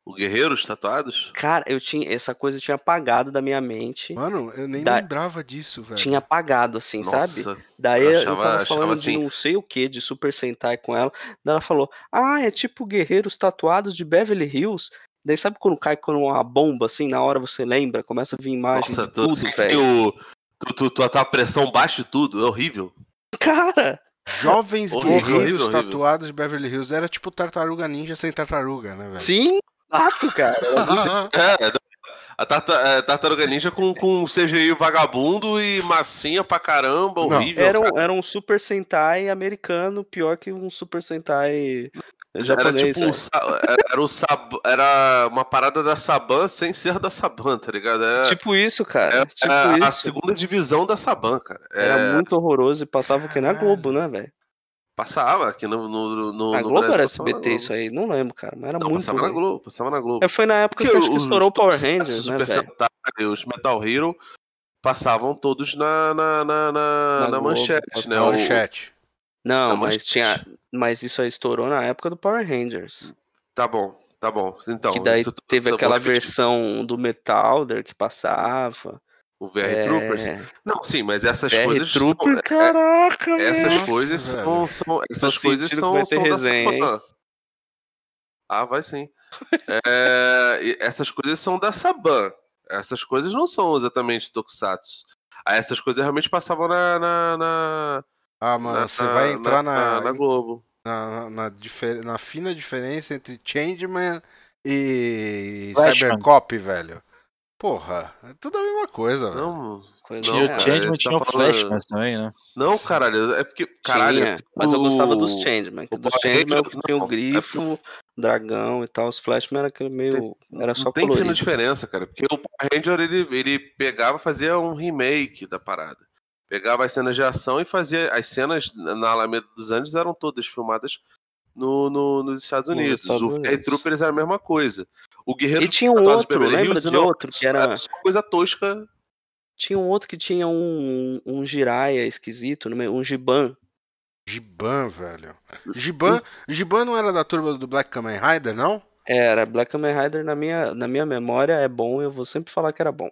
[SPEAKER 5] O Guerreiros Tatuados?
[SPEAKER 2] Cara, eu tinha. Essa coisa tinha apagado da minha mente.
[SPEAKER 4] Mano, eu nem
[SPEAKER 2] É. Da-
[SPEAKER 4] lembrava disso, velho.
[SPEAKER 2] Tinha apagado, assim, sabe?
[SPEAKER 5] Nossa.
[SPEAKER 2] Daí
[SPEAKER 5] eu
[SPEAKER 2] eu,
[SPEAKER 5] achava-
[SPEAKER 2] tava
[SPEAKER 5] achava
[SPEAKER 2] falando
[SPEAKER 5] assim.
[SPEAKER 2] de não sei o que, de Super Sentai com ela. Daí ela falou: Ah, é tipo guerreiros tatuados de Beverly Hills. Daí sabe quando cai com uma bomba assim, na hora você lembra, começa a vir imagem
[SPEAKER 5] Nossa,
[SPEAKER 2] de
[SPEAKER 5] tu,
[SPEAKER 2] tudo,
[SPEAKER 5] sem- sem
[SPEAKER 2] velho.
[SPEAKER 5] o- tu, tu, tu- a tua pressão baixa e tudo, é horrível.
[SPEAKER 2] Cara,
[SPEAKER 4] Jovens
[SPEAKER 5] Horrível,
[SPEAKER 4] guerreiros
[SPEAKER 5] horrível, horrível.
[SPEAKER 4] tatuados de Beverly Hills. Era tipo Tartaruga Ninja sem tartaruga, né, velho? Então,
[SPEAKER 2] sim, fato, cara.
[SPEAKER 5] É, não. a tarta, é, Tartaruga Ninja com, com um CGI vagabundo e massinha pra caramba,
[SPEAKER 4] Não,
[SPEAKER 5] horrível.
[SPEAKER 2] Era
[SPEAKER 5] cara.
[SPEAKER 2] um, era um Super Sentai americano, pior que um Super Sentai É
[SPEAKER 5] Era
[SPEAKER 2] japonês.
[SPEAKER 5] tipo um
[SPEAKER 2] velho.
[SPEAKER 5] sa- era, era o sab, era uma parada da Saban sem ser da Saban, tá ligado? Era,
[SPEAKER 2] Tipo isso, cara. tipo
[SPEAKER 5] era a
[SPEAKER 2] isso.
[SPEAKER 5] segunda divisão da Saban, cara. assim, É,
[SPEAKER 2] Era muito horroroso e passava o que na
[SPEAKER 4] Caralho.
[SPEAKER 2] Globo, né, velho?
[SPEAKER 5] Passava aqui no. no, no
[SPEAKER 2] A
[SPEAKER 5] no
[SPEAKER 2] Globo era
[SPEAKER 5] Brasil, passava na
[SPEAKER 2] SBT, isso aí. Não lembro, cara. Mas era
[SPEAKER 5] Não,
[SPEAKER 2] muito.
[SPEAKER 5] passava na
[SPEAKER 2] ruim.
[SPEAKER 5] Globo, passava na Globo.
[SPEAKER 2] É, foi na época que, eu acho que
[SPEAKER 5] os
[SPEAKER 2] estourou o Power
[SPEAKER 5] Super
[SPEAKER 2] Rangers, né,
[SPEAKER 5] Sentai, Super
[SPEAKER 2] velho?
[SPEAKER 5] Sentai, os Metal Hero passavam todos na, na, na, na,
[SPEAKER 2] Na
[SPEAKER 5] na
[SPEAKER 2] Globo,
[SPEAKER 5] manchete, né?
[SPEAKER 2] na
[SPEAKER 5] O-
[SPEAKER 4] Manchete.
[SPEAKER 2] Não,
[SPEAKER 5] Na
[SPEAKER 2] mas
[SPEAKER 5] manchete.
[SPEAKER 2] tinha, mas isso aí estourou na época do Power Rangers,
[SPEAKER 5] Tá bom, tá bom. Então,
[SPEAKER 2] que daí
[SPEAKER 5] eu tô-
[SPEAKER 2] teve
[SPEAKER 5] tá bom,
[SPEAKER 2] aquela
[SPEAKER 5] repetindo.
[SPEAKER 2] versão do Metalder que passava.
[SPEAKER 5] O VR Troopers. Não, sim, mas essas
[SPEAKER 2] VR
[SPEAKER 5] coisas. são-
[SPEAKER 2] É. Troopers,
[SPEAKER 5] é-
[SPEAKER 2] caraca,
[SPEAKER 5] essas
[SPEAKER 2] velho.
[SPEAKER 5] coisas
[SPEAKER 6] velho.
[SPEAKER 5] são, são- essas
[SPEAKER 2] sentindo
[SPEAKER 5] coisas
[SPEAKER 2] que
[SPEAKER 5] são,
[SPEAKER 2] vai ter
[SPEAKER 5] são da
[SPEAKER 2] resenha, hein?
[SPEAKER 5] Saban. Ah, vai sim. É, e essas coisas são da Saban. Essas coisas não são exatamente Tokusatsu. Ah, Essas coisas realmente passavam na. na, na-
[SPEAKER 4] Ah, mano,
[SPEAKER 5] na-
[SPEAKER 4] você vai entrar na,
[SPEAKER 5] na
[SPEAKER 4] na,
[SPEAKER 5] Globo.
[SPEAKER 4] na, difer- na fina diferença entre Changeman e
[SPEAKER 3] Flashman.
[SPEAKER 4] Cybercop, velho. Porra, é tudo a mesma coisa, velho.
[SPEAKER 5] Não,
[SPEAKER 2] Coisa
[SPEAKER 3] Tinha o
[SPEAKER 5] cara,
[SPEAKER 2] cara.
[SPEAKER 3] Changeman,
[SPEAKER 5] ele tá
[SPEAKER 3] tinha o
[SPEAKER 5] falando-
[SPEAKER 3] Flashman também, né?
[SPEAKER 5] não, caralho. É porque. Caralho.
[SPEAKER 2] Tinha, mas eu gostava dos
[SPEAKER 5] o-
[SPEAKER 2] Changeman. que
[SPEAKER 5] o
[SPEAKER 2] Dos
[SPEAKER 5] Power
[SPEAKER 2] Changeman eu
[SPEAKER 5] Ranger
[SPEAKER 2] tinha o
[SPEAKER 5] não, é
[SPEAKER 2] grifo, dragão e tal. Os Flashman era aquele meio. Era É só
[SPEAKER 5] não tem fina
[SPEAKER 2] colorido. né?
[SPEAKER 5] diferença, cara. Porque o Power Ranger, ele, ele pegava e fazia um remake da parada. Pegava as cenas de ação e fazia. As cenas na na Alameda dos Andes eram todas filmadas no, no- nos Estados
[SPEAKER 2] Nos
[SPEAKER 5] Unidos.
[SPEAKER 2] Estados
[SPEAKER 5] o Fire
[SPEAKER 2] Unidos.
[SPEAKER 5] Troopers era a mesma coisa. O Guerreiro
[SPEAKER 2] E né? tinha um
[SPEAKER 5] Fantasma de
[SPEAKER 2] outro,
[SPEAKER 5] Beverly
[SPEAKER 2] lembra
[SPEAKER 5] Hills
[SPEAKER 2] de
[SPEAKER 5] não-
[SPEAKER 2] outro que era.
[SPEAKER 5] era só coisa tosca.
[SPEAKER 2] Tinha um outro que tinha um, um giraia esquisito, no meio, um giban.
[SPEAKER 4] Giban, velho. Giban, Giban não era da turma do Black Kamen Rider, não?
[SPEAKER 2] Era, Black Kamen Rider na minha, na minha memória é bom, eu vou sempre falar que era bom.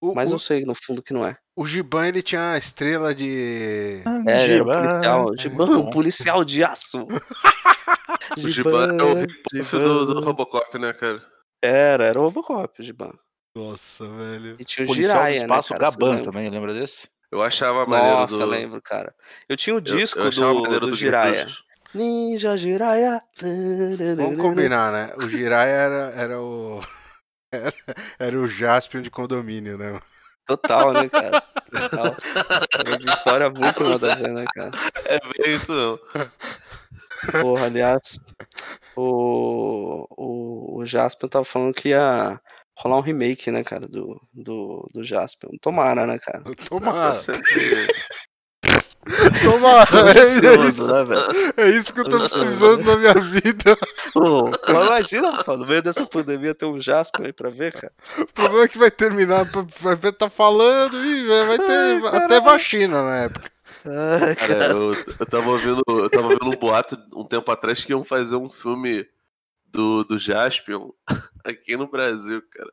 [SPEAKER 4] O,
[SPEAKER 2] Mas
[SPEAKER 4] o,
[SPEAKER 2] eu sei no fundo que não é.
[SPEAKER 4] o Giban, ele tinha a estrela de...
[SPEAKER 2] É, era
[SPEAKER 3] Giba-
[SPEAKER 2] policial. Giban, é um
[SPEAKER 3] bom.
[SPEAKER 2] policial de aço.
[SPEAKER 5] O Giban é o hip-hop
[SPEAKER 2] Giban.
[SPEAKER 5] do, do Robocop, né, cara?
[SPEAKER 2] Era, era o Robocop, o Giban.
[SPEAKER 4] Nossa, velho.
[SPEAKER 2] E tinha o
[SPEAKER 3] Policial do
[SPEAKER 2] Jiraiya,
[SPEAKER 3] Espaço
[SPEAKER 2] né, cara? Você
[SPEAKER 3] Gaban
[SPEAKER 2] lembra?
[SPEAKER 3] também, lembra desse?
[SPEAKER 5] Eu achava maneiro
[SPEAKER 2] Nossa,
[SPEAKER 5] do.
[SPEAKER 2] lembro, cara. Eu tinha o
[SPEAKER 5] eu- eu
[SPEAKER 2] disco
[SPEAKER 5] achava
[SPEAKER 2] do,
[SPEAKER 5] maneiro
[SPEAKER 2] do
[SPEAKER 5] do
[SPEAKER 2] Jiraiya.
[SPEAKER 5] Guerreiros.
[SPEAKER 2] Ninja Jiraiya.
[SPEAKER 5] é
[SPEAKER 4] Vamos combinar, né? O Jiraiya era, era o... Era, era o Jaspion de condomínio, né? mano?
[SPEAKER 2] Total, né, cara? Total. É uma história muito nada a ver, né, cara?
[SPEAKER 5] É isso mesmo.
[SPEAKER 2] Porra, aliás, o, o, o Jaspion tava falando que ia rolar um remake, né, cara, do, do, do Jaspion. Tomara, né, cara?
[SPEAKER 4] Tomara,
[SPEAKER 5] Sempre-
[SPEAKER 4] tomara. É
[SPEAKER 2] Ansioso,
[SPEAKER 4] isso,
[SPEAKER 2] né, velho?
[SPEAKER 4] é isso que eu tô precisando na minha vida.
[SPEAKER 2] Pô, mas imagina, Rafa, no meio dessa pandemia ter um Jaspion aí pra ver, cara.
[SPEAKER 4] O problema é que vai terminar, vai estar falando, ih, vai ter até vacina na época.
[SPEAKER 2] Ai,
[SPEAKER 5] Cara, eu, eu tava ouvindo, eu tava ouvindo um boato um tempo atrás que iam fazer um filme do, do Jaspion aqui no Brasil, cara.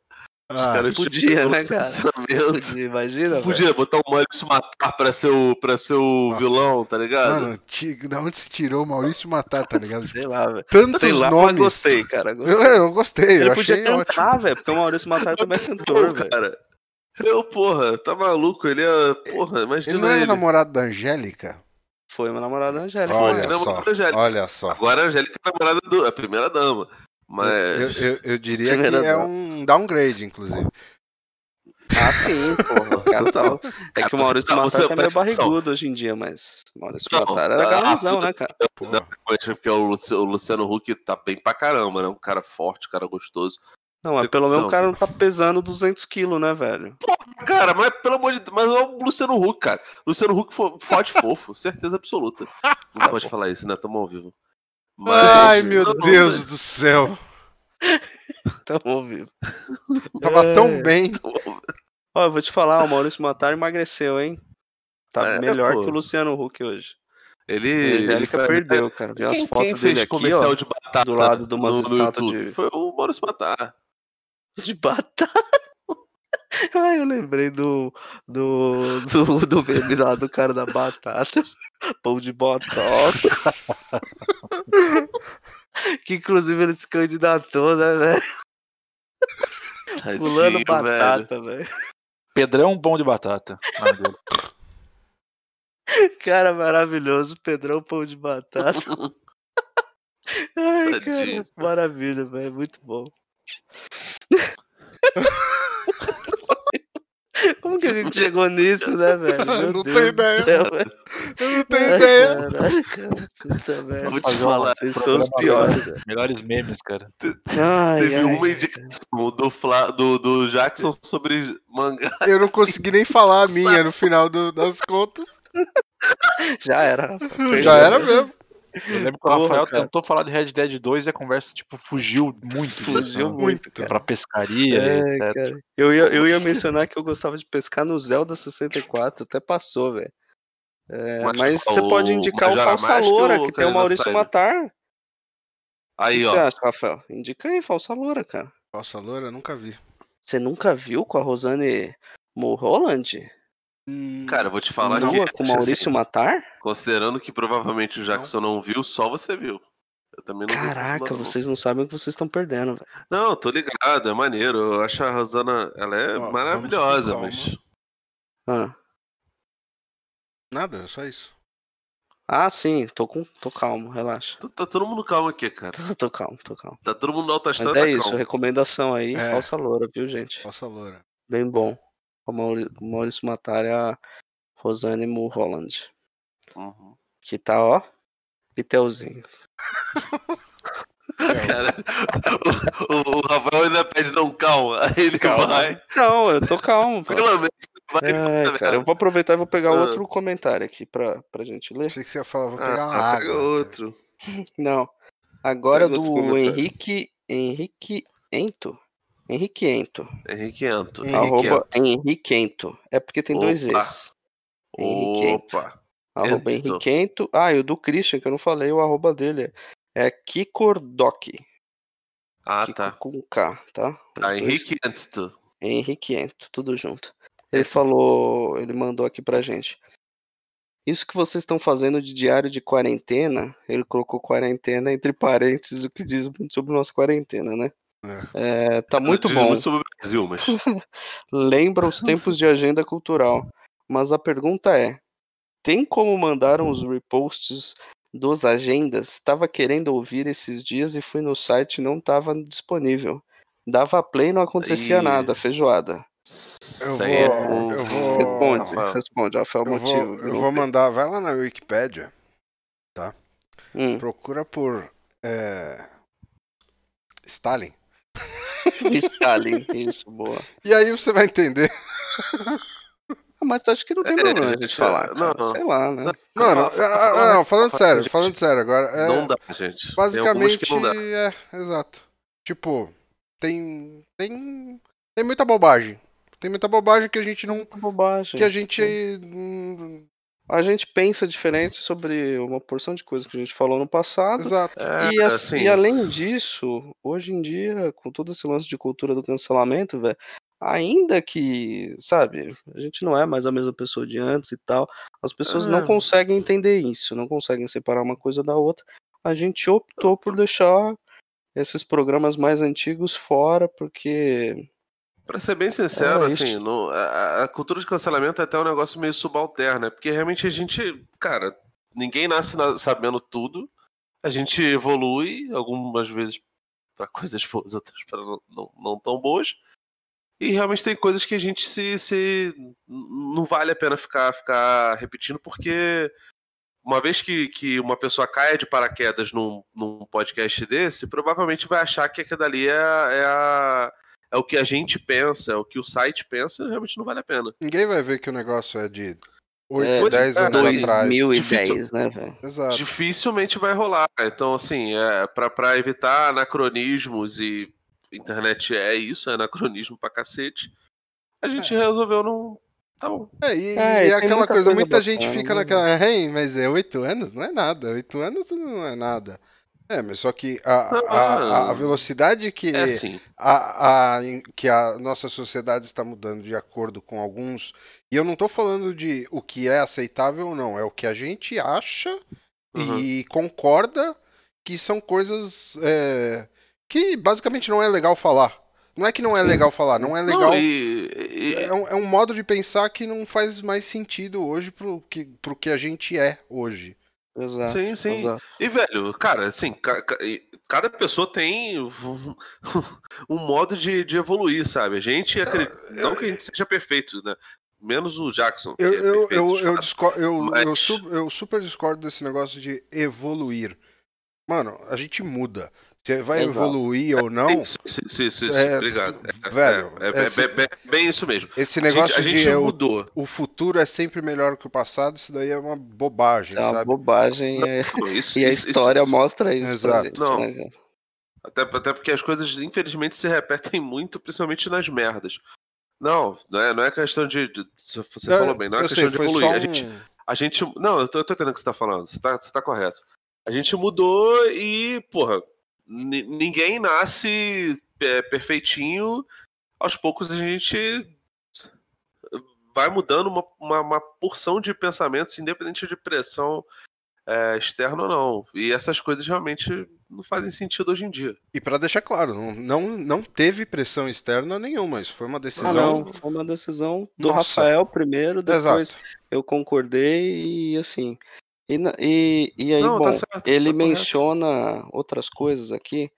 [SPEAKER 5] Os
[SPEAKER 4] Ah,
[SPEAKER 5] caras
[SPEAKER 2] podia,
[SPEAKER 5] chegam no
[SPEAKER 2] né, cara?
[SPEAKER 5] Orçamento.
[SPEAKER 2] Imagina, velho.
[SPEAKER 5] Podia botar o Maurício Matar pra ser o, pra ser o
[SPEAKER 4] Nossa.
[SPEAKER 5] vilão, tá ligado?
[SPEAKER 4] Ah, Mano, ti- da onde se tirou o Maurício Matar, tá ligado?
[SPEAKER 2] Sei lá, velho.
[SPEAKER 4] Tantos
[SPEAKER 2] Sei lá,
[SPEAKER 4] nomes.
[SPEAKER 2] mas gostei, cara.
[SPEAKER 4] Eu, é,
[SPEAKER 2] Gostei.
[SPEAKER 4] eu gostei, eu
[SPEAKER 2] Ele
[SPEAKER 4] achei
[SPEAKER 2] podia
[SPEAKER 4] ótimo.
[SPEAKER 2] cantar, velho, porque o Maurício Matar também é
[SPEAKER 5] Pô,
[SPEAKER 2] cantor, velho.
[SPEAKER 5] cara. Eu, porra, tá maluco? Ele é. Porra,
[SPEAKER 4] Ele
[SPEAKER 5] imagina
[SPEAKER 4] não era
[SPEAKER 5] ele.
[SPEAKER 4] namorado da Angélica?
[SPEAKER 2] Foi meu namorado Angélica.
[SPEAKER 4] Olha
[SPEAKER 5] era namorado da
[SPEAKER 4] só,
[SPEAKER 5] Angélica.
[SPEAKER 4] olha só.
[SPEAKER 5] Agora a Angélica é namorada do. É a primeira dama.
[SPEAKER 4] Eu,
[SPEAKER 5] Mas.
[SPEAKER 4] eu- eu diria que
[SPEAKER 2] Primeira
[SPEAKER 4] é
[SPEAKER 2] dama.
[SPEAKER 4] um downgrade, inclusive.
[SPEAKER 2] Ah, sim, porra. Cara,
[SPEAKER 5] Total.
[SPEAKER 2] É
[SPEAKER 5] Cara,
[SPEAKER 2] que o
[SPEAKER 5] você
[SPEAKER 2] Maurício
[SPEAKER 5] tá- você
[SPEAKER 2] Matar tá meio
[SPEAKER 5] presta atenção.
[SPEAKER 2] barrigudo hoje em dia, mas o Maurício
[SPEAKER 5] Não,
[SPEAKER 2] Matar era
[SPEAKER 5] tá-
[SPEAKER 2] galãozão,
[SPEAKER 5] tudo-
[SPEAKER 2] né, cara?
[SPEAKER 4] Pô,
[SPEAKER 5] Não, mas é porque o Luci- o Luciano Huck tá bem pra caramba, né? Um cara forte, um cara gostoso.
[SPEAKER 2] Não, mas
[SPEAKER 5] tem
[SPEAKER 2] pelo menos o
[SPEAKER 5] condição,
[SPEAKER 2] cara
[SPEAKER 5] né?
[SPEAKER 2] não tá pesando 200 quilos, né, velho?
[SPEAKER 5] Cara, mas pelo amor de Deus, mas é o Luciano Huck, cara. Luciano Huck fo- forte e fofo, certeza absoluta. Não
[SPEAKER 2] Tá
[SPEAKER 5] pode falar isso, né? Tamo ao vivo. Mas-
[SPEAKER 4] Ai, meu
[SPEAKER 5] Não,
[SPEAKER 4] Deus
[SPEAKER 5] mas-
[SPEAKER 4] do céu.
[SPEAKER 2] Tamo ouvindo.
[SPEAKER 4] Tava tão bem.
[SPEAKER 2] Ó, eu vou te falar, o Maurício Matar emagreceu, hein? Tá
[SPEAKER 5] É,
[SPEAKER 2] melhor
[SPEAKER 5] pô.
[SPEAKER 2] que o Luciano Huck hoje.
[SPEAKER 5] Ele,
[SPEAKER 2] A
[SPEAKER 5] ele né?
[SPEAKER 2] Angélica
[SPEAKER 5] faz-
[SPEAKER 2] perdeu, cara. Viu as
[SPEAKER 5] tá- Quem,
[SPEAKER 2] fotos
[SPEAKER 5] quem
[SPEAKER 2] dele
[SPEAKER 5] fez
[SPEAKER 2] aqui,
[SPEAKER 5] comercial
[SPEAKER 2] ó,
[SPEAKER 5] de batata
[SPEAKER 2] do lado de umas estátuas de-
[SPEAKER 5] Foi o Maurício Matar.
[SPEAKER 2] de batata. Ai, eu lembrei do do, do, do meme lá do cara da batata. Pão de batata. que inclusive ele se candidatou, né, velho? Pulando
[SPEAKER 5] Tadinho, velho.
[SPEAKER 2] batata, velho.
[SPEAKER 3] Pedrão Pão de Batata. Ah, meu Deus.
[SPEAKER 2] Cara maravilhoso, Pedrão Pão de Batata. Ai, cara,
[SPEAKER 5] Tadinho.
[SPEAKER 2] maravilha, velho. Muito bom. Como que a gente chegou nisso, né, velho? Meu
[SPEAKER 4] Não
[SPEAKER 2] Deus
[SPEAKER 4] tenho
[SPEAKER 2] do
[SPEAKER 4] ideia.
[SPEAKER 2] céu, velho.
[SPEAKER 4] Eu não
[SPEAKER 2] Ai,
[SPEAKER 5] É.
[SPEAKER 4] tenho ideia.
[SPEAKER 2] Caralho, cara, puta merda.
[SPEAKER 5] Vou te
[SPEAKER 3] Fazer uma
[SPEAKER 5] falar.
[SPEAKER 2] Vocês são os
[SPEAKER 3] programação.
[SPEAKER 2] piores. velho.
[SPEAKER 3] Melhores memes, cara.
[SPEAKER 2] Ai,
[SPEAKER 5] Teve
[SPEAKER 2] ai.
[SPEAKER 5] uma indicação do, Fla- do, do Jackson sobre mangá.
[SPEAKER 4] Eu não consegui nem falar a minha no final do- das contas.
[SPEAKER 2] Já era. Rafa.
[SPEAKER 4] Já
[SPEAKER 5] é.
[SPEAKER 4] era mesmo.
[SPEAKER 3] Eu lembro que o
[SPEAKER 2] Porra,
[SPEAKER 3] Rafael
[SPEAKER 2] cara.
[SPEAKER 3] tentou falar de Red Dead 2 e a conversa, tipo, fugiu muito. disso,
[SPEAKER 2] Fugiu
[SPEAKER 3] né?
[SPEAKER 2] muito, cara.
[SPEAKER 3] Pra pescaria,
[SPEAKER 2] É,
[SPEAKER 3] etc.
[SPEAKER 2] cara. Eu ia, eu ia mencionar que eu gostava de pescar no Zelda 64, até passou, velho. É, mas
[SPEAKER 5] Mas qual?
[SPEAKER 2] você pode
[SPEAKER 5] O
[SPEAKER 2] indicar o
[SPEAKER 5] Majora
[SPEAKER 2] Falsa
[SPEAKER 5] Mask
[SPEAKER 2] Loura,
[SPEAKER 5] ou
[SPEAKER 2] que tem o
[SPEAKER 5] Ocarina of
[SPEAKER 2] Maurício
[SPEAKER 5] Time?
[SPEAKER 2] Matar. O
[SPEAKER 5] Aí,
[SPEAKER 2] que você
[SPEAKER 5] ó.
[SPEAKER 2] acha, Rafael? Indica aí, Falsa Loura, cara.
[SPEAKER 4] Nossa, loura, eu nunca vi.
[SPEAKER 2] Você nunca viu com a Rosane Mulholland?
[SPEAKER 5] Cara, eu vou te falar
[SPEAKER 2] Nua
[SPEAKER 5] que.
[SPEAKER 2] é com Maurício Matar?
[SPEAKER 5] Considerando que provavelmente o
[SPEAKER 4] Então
[SPEAKER 5] Jackson não viu, só você viu. Eu também não vi isso,
[SPEAKER 2] Caraca,
[SPEAKER 5] não.
[SPEAKER 2] vocês não sabem o que vocês estão perdendo, velho.
[SPEAKER 5] Não, tô ligado, é maneiro. Eu acho a Rosana. Ela é
[SPEAKER 4] Ó, vamos
[SPEAKER 5] maravilhosa,
[SPEAKER 4] com calma.
[SPEAKER 5] mas.
[SPEAKER 2] Ah.
[SPEAKER 4] Nada, é só isso.
[SPEAKER 2] Ah, sim, tô com. tô calmo, relaxa.
[SPEAKER 5] Tá- Tá todo mundo calmo aqui, cara.
[SPEAKER 2] Tô, tô calmo, tô calmo.
[SPEAKER 5] Tá todo mundo na alta
[SPEAKER 2] Mas
[SPEAKER 5] estrada,
[SPEAKER 2] é
[SPEAKER 5] tá
[SPEAKER 2] isso,
[SPEAKER 5] calmo.
[SPEAKER 2] recomendação aí,
[SPEAKER 4] É.
[SPEAKER 2] falsa loura, viu, gente?
[SPEAKER 4] Nossa loura.
[SPEAKER 2] Bem bom. O Mauri- o Maurício Matar é a Rosane Mulholland.
[SPEAKER 5] Uhum.
[SPEAKER 2] Que tá, ó, piteuzinho.
[SPEAKER 5] Cara, o, o- o Rafael ainda pede não calma. Aí ele
[SPEAKER 2] Calma.
[SPEAKER 5] vai.
[SPEAKER 2] Não, eu tô calmo, pô.
[SPEAKER 5] Pelo menos vai.
[SPEAKER 2] É, cara, eu vou aproveitar e vou pegar outro comentário aqui pra, pra gente ler.
[SPEAKER 4] Achei que você ia falar, vou
[SPEAKER 5] Ah,
[SPEAKER 4] pegar uma
[SPEAKER 5] pega
[SPEAKER 4] água.
[SPEAKER 5] outro.
[SPEAKER 2] Não. Agora
[SPEAKER 5] Pega outro
[SPEAKER 2] do
[SPEAKER 5] comentário.
[SPEAKER 2] Henrique. Henrique Ento. Henrique Ento.
[SPEAKER 5] Henrique Ento. Henrique
[SPEAKER 2] Arroba Henrique Ento. É porque tem dois
[SPEAKER 5] Opa.
[SPEAKER 2] E's. Henrique Ento.
[SPEAKER 5] Opa.
[SPEAKER 2] Arroba
[SPEAKER 5] Ento.
[SPEAKER 2] Henrique Ento. Ah, e o do Christian, que eu não falei, o arroba dele é, é Kikordoc.
[SPEAKER 5] Ah,
[SPEAKER 2] Kiko
[SPEAKER 5] tá.
[SPEAKER 2] Com K, tá? Os
[SPEAKER 5] Tá,
[SPEAKER 2] dois
[SPEAKER 5] Henrique Ento.
[SPEAKER 2] Henriquento, tudo junto. Ele
[SPEAKER 5] Ento.
[SPEAKER 2] falou, ele mandou aqui pra gente. Isso que vocês estão fazendo de diário de quarentena, ele colocou quarentena entre parênteses, o que diz muito sobre nossa quarentena, né? É, tá muito
[SPEAKER 5] Diz
[SPEAKER 2] bom.
[SPEAKER 5] sobre o Brasil, mas.
[SPEAKER 2] Lembra os tempos de agenda cultural. Mas a pergunta é: tem como mandar uns reposts dos agendas? Estava querendo ouvir esses dias e fui no site e não estava disponível. Dava play e não acontecia
[SPEAKER 5] Ih.
[SPEAKER 2] nada, feijoada.
[SPEAKER 5] Isso aí é
[SPEAKER 4] Eu vou.
[SPEAKER 5] com-
[SPEAKER 4] Eu vou.
[SPEAKER 2] Responde,
[SPEAKER 5] Rafael.
[SPEAKER 2] responde, Rafael
[SPEAKER 4] Eu vou,
[SPEAKER 2] Motivo.
[SPEAKER 4] eu vou mandar, vai lá na Wikipédia,
[SPEAKER 2] Hum,
[SPEAKER 4] procura por é, Stalin.
[SPEAKER 2] Stalin, isso, boa.
[SPEAKER 4] E aí você vai entender.
[SPEAKER 2] Ah, mas acho que não tem
[SPEAKER 5] É,
[SPEAKER 2] problema
[SPEAKER 5] gente,
[SPEAKER 2] de falar,
[SPEAKER 5] é,
[SPEAKER 2] cara.
[SPEAKER 5] não.
[SPEAKER 2] sei lá, né?
[SPEAKER 5] Não,
[SPEAKER 4] Mano,
[SPEAKER 5] Rafa,
[SPEAKER 4] ah, ah,
[SPEAKER 5] Rafa,
[SPEAKER 4] não, falando
[SPEAKER 5] Rafa,
[SPEAKER 4] sério,
[SPEAKER 5] gente,
[SPEAKER 4] falando sério agora. é,
[SPEAKER 5] Não dá, gente. Tem algumas
[SPEAKER 4] basicamente
[SPEAKER 5] que não dá.
[SPEAKER 4] é, exato. Tipo, tem tem tem muita bobagem. Tem muita bobagem que a gente não
[SPEAKER 2] É bobagem.
[SPEAKER 4] que a gente hum,
[SPEAKER 2] A gente pensa diferente sobre uma porção de coisas que a gente falou no passado.
[SPEAKER 4] exato.
[SPEAKER 5] É,
[SPEAKER 2] E, as-
[SPEAKER 5] assim,
[SPEAKER 2] e além disso, hoje em dia, com todo esse lance de cultura do cancelamento, velho, ainda que, sabe, a gente não é mais a mesma pessoa de antes e tal, as pessoas
[SPEAKER 5] É.
[SPEAKER 2] não conseguem entender isso, não conseguem separar uma coisa da outra. A gente optou por deixar esses programas mais antigos fora, porque.
[SPEAKER 5] Pra ser bem sincero,
[SPEAKER 2] É,
[SPEAKER 5] assim,
[SPEAKER 2] isso.
[SPEAKER 5] no- a- a, a cultura de cancelamento é até um negócio meio subalterno, é porque realmente a gente, cara, ninguém nasce na- sabendo tudo, a gente evolui, algumas vezes pra coisas boas, outras pra não, não- não tão boas, e realmente tem coisas que a gente se, se- não vale a pena ficar, ficar repetindo, porque uma vez que, que uma pessoa caia de paraquedas num, num podcast desse, provavelmente vai achar que aquilo dali é, a- é a é o que a gente pensa, é o que o site pensa, realmente não vale a pena.
[SPEAKER 4] Ninguém vai ver que o negócio é de 8,
[SPEAKER 2] É,
[SPEAKER 4] 10 anos
[SPEAKER 5] dois Tipo
[SPEAKER 4] atrás.
[SPEAKER 5] Difícil.
[SPEAKER 2] 2010, né, velho?
[SPEAKER 4] Exato.
[SPEAKER 5] Dificilmente vai rolar. Então, assim, é, para evitar anacronismos e internet é isso, é anacronismo pra cacete, a gente resolveu não. Tá bom.
[SPEAKER 4] É, e,
[SPEAKER 2] É,
[SPEAKER 4] e
[SPEAKER 2] tem
[SPEAKER 4] aquela
[SPEAKER 2] muita
[SPEAKER 4] coisa,
[SPEAKER 2] coisa
[SPEAKER 4] muita gente
[SPEAKER 2] bacana,
[SPEAKER 4] fica
[SPEAKER 2] né?
[SPEAKER 4] naquela, "Hein, mas é oito anos? Não é nada, oito anos não é nada. É, mas só que a, a, a- a velocidade que,
[SPEAKER 5] Ah. É assim.
[SPEAKER 4] a, a- em- que a nossa sociedade está mudando de acordo com alguns, e eu não estou falando de o que é aceitável ou não, é o que a gente acha
[SPEAKER 5] Uhum.
[SPEAKER 4] e concorda que são coisas é, que basicamente não é legal falar. Não é que não é legal falar, não é
[SPEAKER 5] Não,
[SPEAKER 4] legal
[SPEAKER 5] e- e-
[SPEAKER 4] é um, é um modo de pensar que não faz mais sentido hoje pro que, pro que a gente é hoje.
[SPEAKER 2] Exato.
[SPEAKER 5] Sim, sim.
[SPEAKER 2] exato.
[SPEAKER 5] E, velho, cara, assim, ca- ca- e cada pessoa tem um, um modo de, de evoluir, sabe? A gente
[SPEAKER 4] É,
[SPEAKER 5] acredita. Não que a gente seja perfeito, né? Menos o Jackson. que
[SPEAKER 4] Eu,
[SPEAKER 5] é
[SPEAKER 4] eu,
[SPEAKER 5] perfeito,
[SPEAKER 4] eu,
[SPEAKER 5] de
[SPEAKER 4] eu,
[SPEAKER 5] fato.
[SPEAKER 4] discor- eu,
[SPEAKER 5] Mas-
[SPEAKER 4] eu su- eu super discordo desse negócio de evoluir. Mano, a gente muda. Você vai
[SPEAKER 2] Exato.
[SPEAKER 4] evoluir ou não,
[SPEAKER 5] Isso, isso, isso, É isso, isso.
[SPEAKER 4] Então, É,
[SPEAKER 5] Obrigado. É,
[SPEAKER 4] velho,
[SPEAKER 5] é, é, é
[SPEAKER 4] esse-
[SPEAKER 5] bem- bem- bem isso mesmo.
[SPEAKER 4] esse
[SPEAKER 5] A gente-
[SPEAKER 4] negócio
[SPEAKER 5] a gente,
[SPEAKER 4] de eu-
[SPEAKER 5] mudou.
[SPEAKER 4] o futuro é sempre melhor que o passado, isso daí é uma bobagem,
[SPEAKER 2] É uma
[SPEAKER 4] sabe?
[SPEAKER 2] bobagem. é-
[SPEAKER 5] Isso,
[SPEAKER 2] E a
[SPEAKER 5] isso-
[SPEAKER 4] é
[SPEAKER 2] história
[SPEAKER 5] isso-
[SPEAKER 2] mostra isso. pra
[SPEAKER 4] Exato.
[SPEAKER 2] gente,
[SPEAKER 5] Não.
[SPEAKER 2] né, cara?
[SPEAKER 5] Até, até porque as coisas, infelizmente, se repetem muito, principalmente nas merdas. Não, não é, não é questão de. de- você
[SPEAKER 4] Eu-
[SPEAKER 5] falou bem, não é
[SPEAKER 4] eu
[SPEAKER 5] questão
[SPEAKER 4] sei,
[SPEAKER 5] de
[SPEAKER 4] foi
[SPEAKER 5] evoluir.
[SPEAKER 4] só
[SPEAKER 5] A
[SPEAKER 4] um-
[SPEAKER 5] gente, A gente. Não, eu tô, eu tô entendendo o que você tá falando. Você tá, você tá correto. A gente mudou e, porra, ni- ninguém nasce é, perfeitinho. Aos poucos a gente vai mudando uma, uma, uma porção de pensamentos, independente de pressão é, externa ou não. E essas coisas realmente não fazem sentido hoje em dia.
[SPEAKER 4] E pra deixar claro, não, não, não teve pressão externa nenhuma, isso foi uma decisão.
[SPEAKER 2] Ah, não, foi uma decisão do
[SPEAKER 4] Nossa.
[SPEAKER 2] Rafael primeiro, depois
[SPEAKER 4] Exato.
[SPEAKER 2] eu concordei e assim. E, na- e, e aí,
[SPEAKER 5] Não, tá
[SPEAKER 2] bom,
[SPEAKER 5] certo,
[SPEAKER 2] ele
[SPEAKER 5] tá correto.
[SPEAKER 2] menciona outras coisas aqui,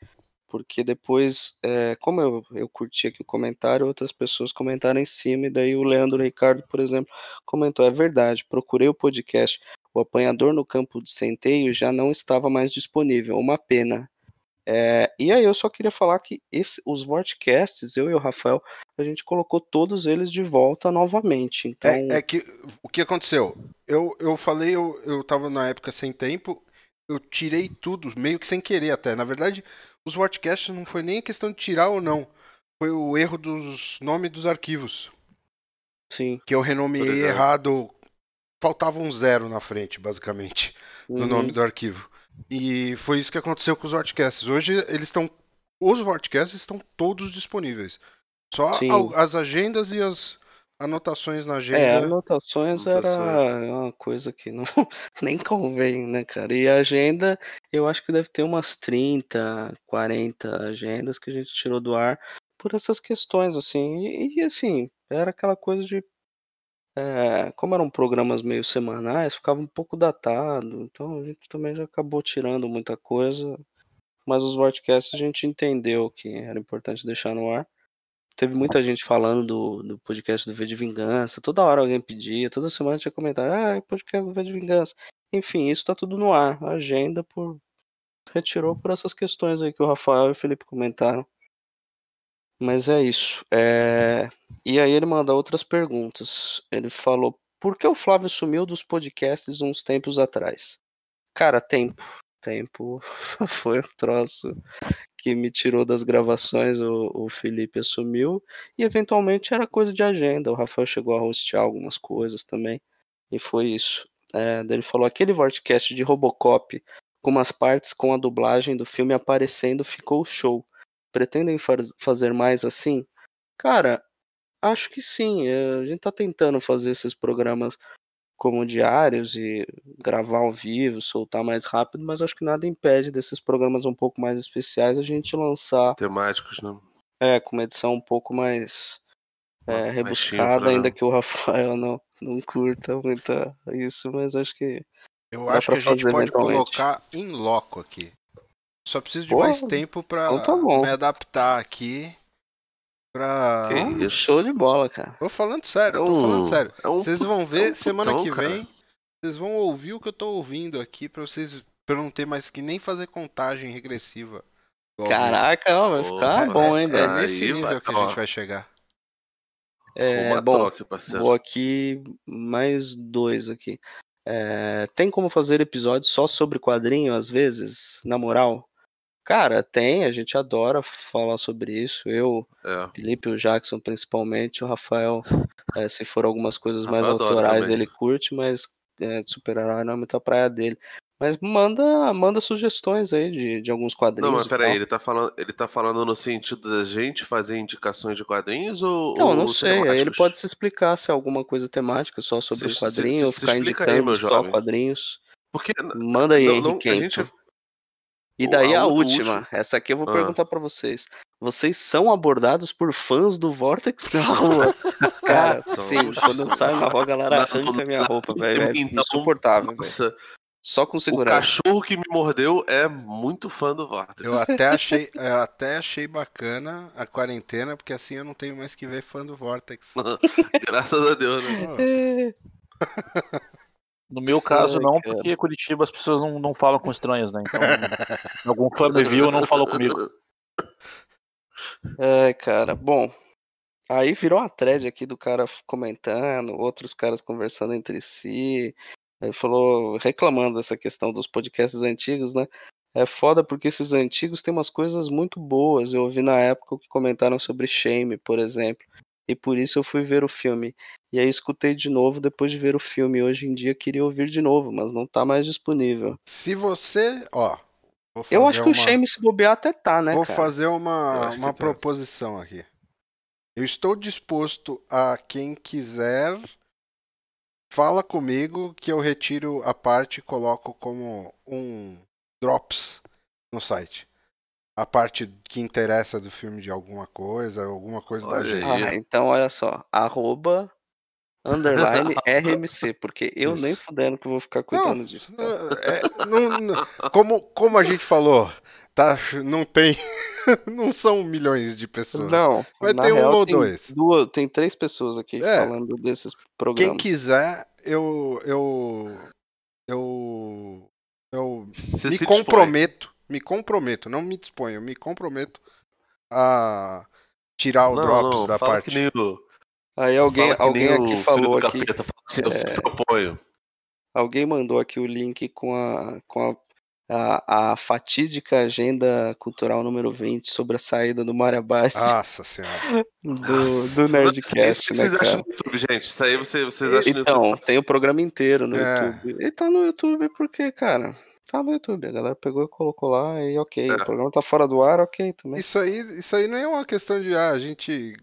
[SPEAKER 2] porque depois, é, como eu, eu curti aqui o comentário, outras pessoas comentaram em cima, e daí o Leandro Ricardo, por exemplo, comentou: é verdade, procurei o podcast. O apanhador no campo de centeio já não estava mais disponível, uma pena. É, e aí eu só queria falar que esse- os Vortcasts, eu e o Rafael, a gente colocou todos eles de volta novamente. Então,
[SPEAKER 4] É, é que o que aconteceu? Eu, eu falei, eu, eu tava na época sem tempo, eu tirei tudo, meio que sem querer até. Na verdade, os podcasts não foi nem a questão de tirar ou não. Foi o erro dos nomes dos arquivos.
[SPEAKER 2] sim.
[SPEAKER 4] Que eu
[SPEAKER 5] Tô
[SPEAKER 4] renomeei
[SPEAKER 5] ligado.
[SPEAKER 4] errado. Faltava um zero na frente, basicamente, no
[SPEAKER 2] Uhum.
[SPEAKER 4] nome do arquivo. E foi isso que aconteceu com os podcasts. Hoje eles estão. Os podcasts estão todos disponíveis. Só
[SPEAKER 2] Sim.
[SPEAKER 4] al- as agendas e as anotações na agenda.
[SPEAKER 2] É, anotações era é
[SPEAKER 5] Anotações.
[SPEAKER 2] uma coisa que não nem convém, né, cara? E a agenda, eu acho que deve ter umas 30, 40 agendas que a gente tirou do ar por essas questões, assim. E, e, assim, era aquela coisa de. é, como eram programas meio semanais, ficava um pouco datado, então a gente também já acabou tirando muita coisa. Mas os podcasts a gente entendeu que era importante deixar no ar. Teve muita gente falando do, do podcast do V de Vingança. Toda hora alguém pedia, toda semana tinha comentário. Ah, é o podcast do V de Vingança. Enfim, isso tá tudo no ar. A agenda por retirou por essas questões aí que o Rafael e o Felipe comentaram. Mas é isso. É, E aí ele manda outras perguntas. Ele falou: por que o Flávio sumiu dos podcasts uns tempos atrás? Cara, tempo. Tempo foi um troço que me tirou das gravações. O, o Felipe assumiu. E eventualmente era coisa de agenda. O Rafael chegou a hostear algumas coisas também. E foi isso. É, daí ele falou: aquele podcast de Robocop, com umas partes com a dublagem do filme aparecendo, ficou show. Pretendem faz- fazer mais assim? Cara, acho que sim. É, A gente tá tentando fazer esses programas como diários e gravar ao vivo, soltar mais rápido, mas acho que nada impede desses programas um pouco mais especiais a gente lançar
[SPEAKER 5] Temáticos, né?
[SPEAKER 2] é, com uma edição um pouco mais é,
[SPEAKER 5] Mais
[SPEAKER 2] rebuscada,
[SPEAKER 5] chifra, né?
[SPEAKER 2] ainda que o Rafael não, não curta muito isso, mas acho que.
[SPEAKER 4] Eu
[SPEAKER 2] Dá
[SPEAKER 4] acho que
[SPEAKER 2] pra
[SPEAKER 4] a gente
[SPEAKER 2] fazer
[SPEAKER 4] pode
[SPEAKER 2] eventualmente.
[SPEAKER 4] colocar em loco aqui. Só preciso de
[SPEAKER 2] Boa.
[SPEAKER 4] mais tempo pra
[SPEAKER 2] Então tá bom.
[SPEAKER 4] me adaptar aqui. Pra.
[SPEAKER 5] Que isso.
[SPEAKER 2] Ah, Show de bola, cara.
[SPEAKER 4] Tô falando sério,
[SPEAKER 5] É
[SPEAKER 4] tô
[SPEAKER 5] um-
[SPEAKER 4] falando sério.
[SPEAKER 5] É um
[SPEAKER 4] Vocês vão ver
[SPEAKER 5] é um
[SPEAKER 4] semana
[SPEAKER 5] putão,
[SPEAKER 4] que
[SPEAKER 5] cara.
[SPEAKER 4] vem. Vocês vão ouvir o que eu tô ouvindo aqui pra vocês. Pra eu não ter mais que nem fazer contagem regressiva. Igual
[SPEAKER 2] Caraca, ó, vai
[SPEAKER 5] Pô,
[SPEAKER 2] ficar
[SPEAKER 5] vai-
[SPEAKER 2] bom,
[SPEAKER 4] É,
[SPEAKER 2] hein, velho.
[SPEAKER 5] Ah,
[SPEAKER 4] nesse
[SPEAKER 5] aí
[SPEAKER 4] nível
[SPEAKER 5] vai-
[SPEAKER 4] que a
[SPEAKER 5] ó.
[SPEAKER 4] gente vai chegar.
[SPEAKER 2] É,
[SPEAKER 5] Uma
[SPEAKER 2] bom,
[SPEAKER 5] troca, parceiro.
[SPEAKER 2] vou aqui mais dois aqui. É, tem como fazer episódio só sobre quadrinho, às vezes, na moral? Cara, tem, a gente adora falar sobre isso. Eu,
[SPEAKER 5] É.
[SPEAKER 2] Felipe, o Jackson principalmente, o Rafael, eh, se for algumas coisas
[SPEAKER 5] Rafael
[SPEAKER 2] mais
[SPEAKER 5] adora
[SPEAKER 2] autorais,
[SPEAKER 5] também.
[SPEAKER 2] ele curte, mas eh, de super-herói não é muita praia dele. Mas manda, manda sugestões aí de, de alguns quadrinhos.
[SPEAKER 5] Não, mas
[SPEAKER 2] e
[SPEAKER 5] peraí,
[SPEAKER 2] tal.
[SPEAKER 5] ele tá, falando, ele tá falando no sentido da gente fazer indicações de quadrinhos ou.
[SPEAKER 2] Não,
[SPEAKER 5] ou
[SPEAKER 2] não sei. Aí ele
[SPEAKER 5] cinemáticos?
[SPEAKER 2] pode se explicar se é alguma coisa temática só sobre
[SPEAKER 5] Se-
[SPEAKER 2] um
[SPEAKER 5] se-
[SPEAKER 2] quadrinho,
[SPEAKER 5] se- se
[SPEAKER 2] ficar
[SPEAKER 5] explica aí,
[SPEAKER 2] indicando
[SPEAKER 5] meu
[SPEAKER 2] só
[SPEAKER 5] jovem.
[SPEAKER 2] quadrinhos.
[SPEAKER 5] Porque.
[SPEAKER 2] Manda aí,
[SPEAKER 5] Não, não,
[SPEAKER 2] Henrique. tá
[SPEAKER 5] a gente é
[SPEAKER 2] E daí
[SPEAKER 5] a
[SPEAKER 2] a,
[SPEAKER 5] u- o
[SPEAKER 2] última.
[SPEAKER 5] último-
[SPEAKER 2] Essa aqui eu vou
[SPEAKER 5] Ah.
[SPEAKER 2] perguntar pra vocês. Vocês são abordados por fãs do Vortex na rua? Cara,
[SPEAKER 5] São,
[SPEAKER 2] sim.
[SPEAKER 5] são.
[SPEAKER 2] Quando eu saio na rua, a galera
[SPEAKER 5] Não,
[SPEAKER 2] arranca minha
[SPEAKER 5] não,
[SPEAKER 2] roupa, velho. É
[SPEAKER 5] então,
[SPEAKER 2] insuportável, velho.
[SPEAKER 5] Nossa,
[SPEAKER 2] Só com
[SPEAKER 5] o
[SPEAKER 2] segurança.
[SPEAKER 5] cachorro que me mordeu é muito fã do Vortex.
[SPEAKER 4] Eu até, achei, eu até achei bacana a quarentena, porque assim eu não tenho mais que ver fã do Vortex.
[SPEAKER 5] Graças a Deus, né?
[SPEAKER 4] Pô,
[SPEAKER 3] No meu caso,
[SPEAKER 2] Ai,
[SPEAKER 3] não,
[SPEAKER 2] cara.
[SPEAKER 3] porque Curitiba as pessoas não, não falam com estranhos, né? Então, algum fã me viu não falou comigo.
[SPEAKER 2] Ai, cara, bom. Aí virou uma thread aqui do cara f- comentando, outros caras conversando entre si. Ele falou, reclamando dessa questão dos podcasts antigos, né? É foda porque esses antigos têm umas coisas muito boas. Eu ouvi na época o que comentaram sobre Shame, por exemplo. E por isso eu fui ver o filme. E aí escutei de novo depois de ver o filme. Hoje em dia queria ouvir de novo, mas não tá mais disponível.
[SPEAKER 4] Se você. Ó. vou
[SPEAKER 2] Eu acho
[SPEAKER 4] fazer
[SPEAKER 2] que o
[SPEAKER 4] uma-
[SPEAKER 2] Shame se bobear até tá, né,
[SPEAKER 4] Vou
[SPEAKER 2] cara?
[SPEAKER 4] fazer
[SPEAKER 5] Eu
[SPEAKER 4] uma,
[SPEAKER 5] acho que
[SPEAKER 4] uma
[SPEAKER 5] tá.
[SPEAKER 4] proposição aqui. Eu estou disposto a quem quiser. Fala comigo que eu retiro a parte e coloco como um drops no site. A parte que interessa do filme de alguma coisa, alguma coisa da
[SPEAKER 5] Olha
[SPEAKER 4] gente.
[SPEAKER 5] aí.
[SPEAKER 2] Ah, então olha só, arroba underline RMC, porque eu nem fudendo que eu vou ficar cuidando disso. cara.
[SPEAKER 4] É, não- não- como, como a gente falou, tá, não tem. Não são milhões de pessoas.
[SPEAKER 2] Não,
[SPEAKER 4] Vai
[SPEAKER 2] na
[SPEAKER 4] ter um
[SPEAKER 2] real,
[SPEAKER 4] ou
[SPEAKER 2] tem
[SPEAKER 4] dois.
[SPEAKER 2] Duas, tem três pessoas aqui
[SPEAKER 4] É.
[SPEAKER 2] falando desses
[SPEAKER 4] Quem
[SPEAKER 2] programas.
[SPEAKER 4] quiser, eu. Eu. Eu. eu
[SPEAKER 5] Você
[SPEAKER 4] me
[SPEAKER 5] se dispõe.
[SPEAKER 4] comprometo. Me comprometo, não me disponho, me comprometo a tirar o
[SPEAKER 5] Não,
[SPEAKER 4] drops
[SPEAKER 5] não,
[SPEAKER 4] da
[SPEAKER 5] fala
[SPEAKER 4] parte.
[SPEAKER 5] que nem o-
[SPEAKER 2] Aí alguém,
[SPEAKER 5] fala que
[SPEAKER 2] alguém
[SPEAKER 5] nem o
[SPEAKER 2] aqui
[SPEAKER 5] filho
[SPEAKER 2] falou
[SPEAKER 5] do
[SPEAKER 2] aqui,
[SPEAKER 5] capeta, fala assim, eu
[SPEAKER 2] é,
[SPEAKER 5] se proponho.
[SPEAKER 2] alguém mandou aqui o link com a com a, a, a fatídica agenda cultural número 20 sobre a saída do Mário Abad
[SPEAKER 4] Nossa senhora.
[SPEAKER 2] do,
[SPEAKER 5] Ah, Nossa,
[SPEAKER 2] do
[SPEAKER 5] não, Isso
[SPEAKER 2] Nerdcast,
[SPEAKER 5] que
[SPEAKER 2] né,
[SPEAKER 5] vocês
[SPEAKER 2] cara?
[SPEAKER 5] acham no YouTube, gente. Isso aí vocês, vocês acham no YouTube.
[SPEAKER 2] Então,
[SPEAKER 5] fácil.
[SPEAKER 2] tem o programa inteiro no
[SPEAKER 4] É.
[SPEAKER 2] YouTube. Ele tá no YouTube porque, cara, tá no YouTube. A galera pegou e colocou lá e ok.
[SPEAKER 5] É.
[SPEAKER 2] O programa tá fora do ar, ok também.
[SPEAKER 4] Isso aí, isso aí não é uma questão de ah, a gente.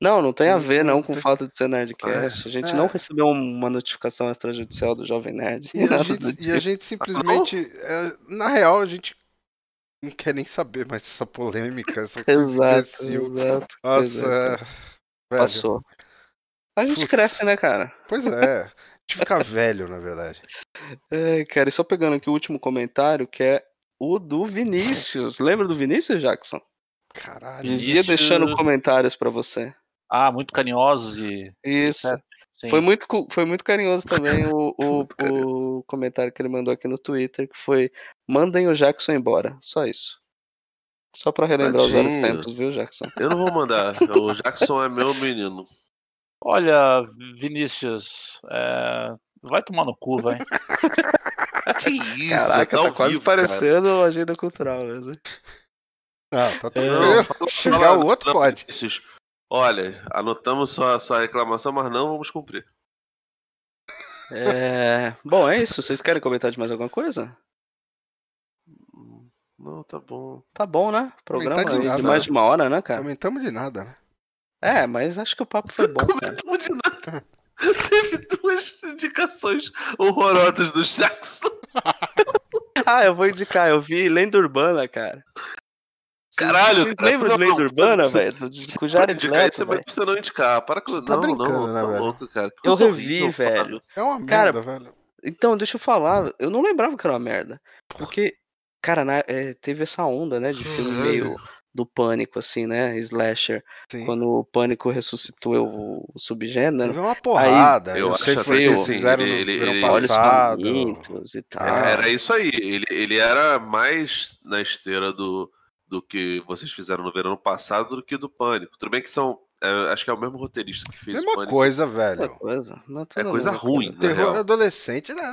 [SPEAKER 2] Não, não tem a
[SPEAKER 4] Não-
[SPEAKER 2] ver não
[SPEAKER 4] não
[SPEAKER 2] com
[SPEAKER 4] tem-
[SPEAKER 2] falta de ser Nerdcast. A gente
[SPEAKER 4] Uhum. É.
[SPEAKER 2] não recebeu um, uma notificação extrajudicial do Jovem Nerd.
[SPEAKER 4] E a
[SPEAKER 2] nada
[SPEAKER 4] gente,
[SPEAKER 2] do
[SPEAKER 4] e a
[SPEAKER 2] tipo.
[SPEAKER 4] gente simplesmente. é, na real, a gente não quer nem saber mais dessa polêmica, essa coisa
[SPEAKER 2] Exato,
[SPEAKER 4] imbecil.
[SPEAKER 2] exato.
[SPEAKER 4] Nossa, é, velho.
[SPEAKER 2] Passou. A gente
[SPEAKER 4] Putz.
[SPEAKER 2] cresce, né, cara?
[SPEAKER 4] Pois é. De ficar velho, na verdade.
[SPEAKER 2] É, cara, e só pegando aqui o último comentário, que é o do Vinícius. Lembra do Vinícius, Jackson?
[SPEAKER 4] Caralho.
[SPEAKER 2] Vivia
[SPEAKER 3] Vinícius.
[SPEAKER 2] deixando comentários pra você.
[SPEAKER 3] Ah, muito carinhosos e.
[SPEAKER 2] Isso.
[SPEAKER 3] Certo. Sim.
[SPEAKER 2] Foi muito, cu- foi muito carinhoso também o, o-
[SPEAKER 5] Muito carinhoso.
[SPEAKER 2] o comentário que ele mandou aqui no Twitter, que foi mandem o Jackson embora. Só isso. Só pra relembrar os velhos
[SPEAKER 5] Tadinho.
[SPEAKER 2] tempos, viu, Jackson?
[SPEAKER 5] Eu não vou mandar. O Jackson é meu menino.
[SPEAKER 3] Olha, Vinícius, é, vai tomar no cu, vai.
[SPEAKER 5] Que isso, é
[SPEAKER 2] Caraca,
[SPEAKER 5] ao
[SPEAKER 2] tá quase
[SPEAKER 5] vivo,
[SPEAKER 2] parecendo a agenda cultural mesmo. hein?
[SPEAKER 4] Não, tá
[SPEAKER 5] cara.
[SPEAKER 4] tranquilo.
[SPEAKER 5] Não, fala-
[SPEAKER 4] Xingar
[SPEAKER 5] fala-
[SPEAKER 4] o outro
[SPEAKER 5] não,
[SPEAKER 4] pode.
[SPEAKER 5] Vinícius, Olha, anotamos sua, sua reclamação, mas não vamos cumprir.
[SPEAKER 2] É, Bom, é isso. Vocês querem comentar de mais alguma coisa?
[SPEAKER 5] Não, tá bom.
[SPEAKER 2] Tá bom, né? Programa
[SPEAKER 4] Comentário
[SPEAKER 5] de
[SPEAKER 2] de
[SPEAKER 5] nada.
[SPEAKER 2] mais de uma hora, né, cara?
[SPEAKER 4] Comentamos de nada, né?
[SPEAKER 2] É, mas acho que o papo foi bom, cara.
[SPEAKER 5] Comentamos de nada. Teve duas indicações horrorosas do Jackson.
[SPEAKER 2] Ah, eu vou indicar, eu vi Lenda Urbana, cara. Vocês-
[SPEAKER 5] Caralho,
[SPEAKER 2] vocês
[SPEAKER 5] cara,
[SPEAKER 2] lembram de
[SPEAKER 5] não,
[SPEAKER 2] Lenda
[SPEAKER 5] não,
[SPEAKER 2] Urbana,
[SPEAKER 5] não,
[SPEAKER 2] velho? Do- do- Com o Jared
[SPEAKER 5] indicar
[SPEAKER 2] Leto,
[SPEAKER 5] isso,
[SPEAKER 2] velho.
[SPEAKER 5] mas pra você não indicar. Para com
[SPEAKER 4] é Você tá
[SPEAKER 5] não,
[SPEAKER 4] brincando,
[SPEAKER 5] não,
[SPEAKER 4] né,
[SPEAKER 5] tá
[SPEAKER 4] velho?
[SPEAKER 5] louco, cara. Que
[SPEAKER 2] Eu
[SPEAKER 5] coisa
[SPEAKER 2] revi,
[SPEAKER 5] horrível,
[SPEAKER 2] velho.
[SPEAKER 5] Fábio.
[SPEAKER 4] É uma merda,
[SPEAKER 2] Cara,
[SPEAKER 4] velho.
[SPEAKER 2] Então, deixa eu
[SPEAKER 5] Hum.
[SPEAKER 2] falar, eu não lembrava que era uma merda. Porque, cara, na- é, teve essa onda, né, de filme
[SPEAKER 5] Caralho.
[SPEAKER 2] meio do pânico, assim, né? Slasher.
[SPEAKER 4] Sim.
[SPEAKER 2] Quando o pânico ressuscitou o, o subgênero. né,
[SPEAKER 4] Teve uma porrada.
[SPEAKER 5] eu
[SPEAKER 4] eu sei que
[SPEAKER 5] acho
[SPEAKER 2] até
[SPEAKER 4] vocês
[SPEAKER 2] que, assim,
[SPEAKER 4] fizeram
[SPEAKER 5] ele- ele-
[SPEAKER 4] no verão
[SPEAKER 5] ele-
[SPEAKER 2] Olhos
[SPEAKER 4] passado.
[SPEAKER 2] famintos e tal.
[SPEAKER 4] Ah.
[SPEAKER 5] É Era isso aí. Ele, ele era mais na esteira do, do que vocês fizeram no verão passado do que do Pânico. Tudo bem que são. é, acho que é o mesmo roteirista que fez o
[SPEAKER 4] Mesma
[SPEAKER 5] Pânico.
[SPEAKER 4] coisa,
[SPEAKER 2] Outra
[SPEAKER 4] velho.
[SPEAKER 2] coisa, mas
[SPEAKER 5] É
[SPEAKER 2] tudo né.
[SPEAKER 5] coisa
[SPEAKER 2] bem,
[SPEAKER 5] ruim,
[SPEAKER 2] cara.
[SPEAKER 5] na
[SPEAKER 4] Terror
[SPEAKER 5] real.
[SPEAKER 4] adolescente é,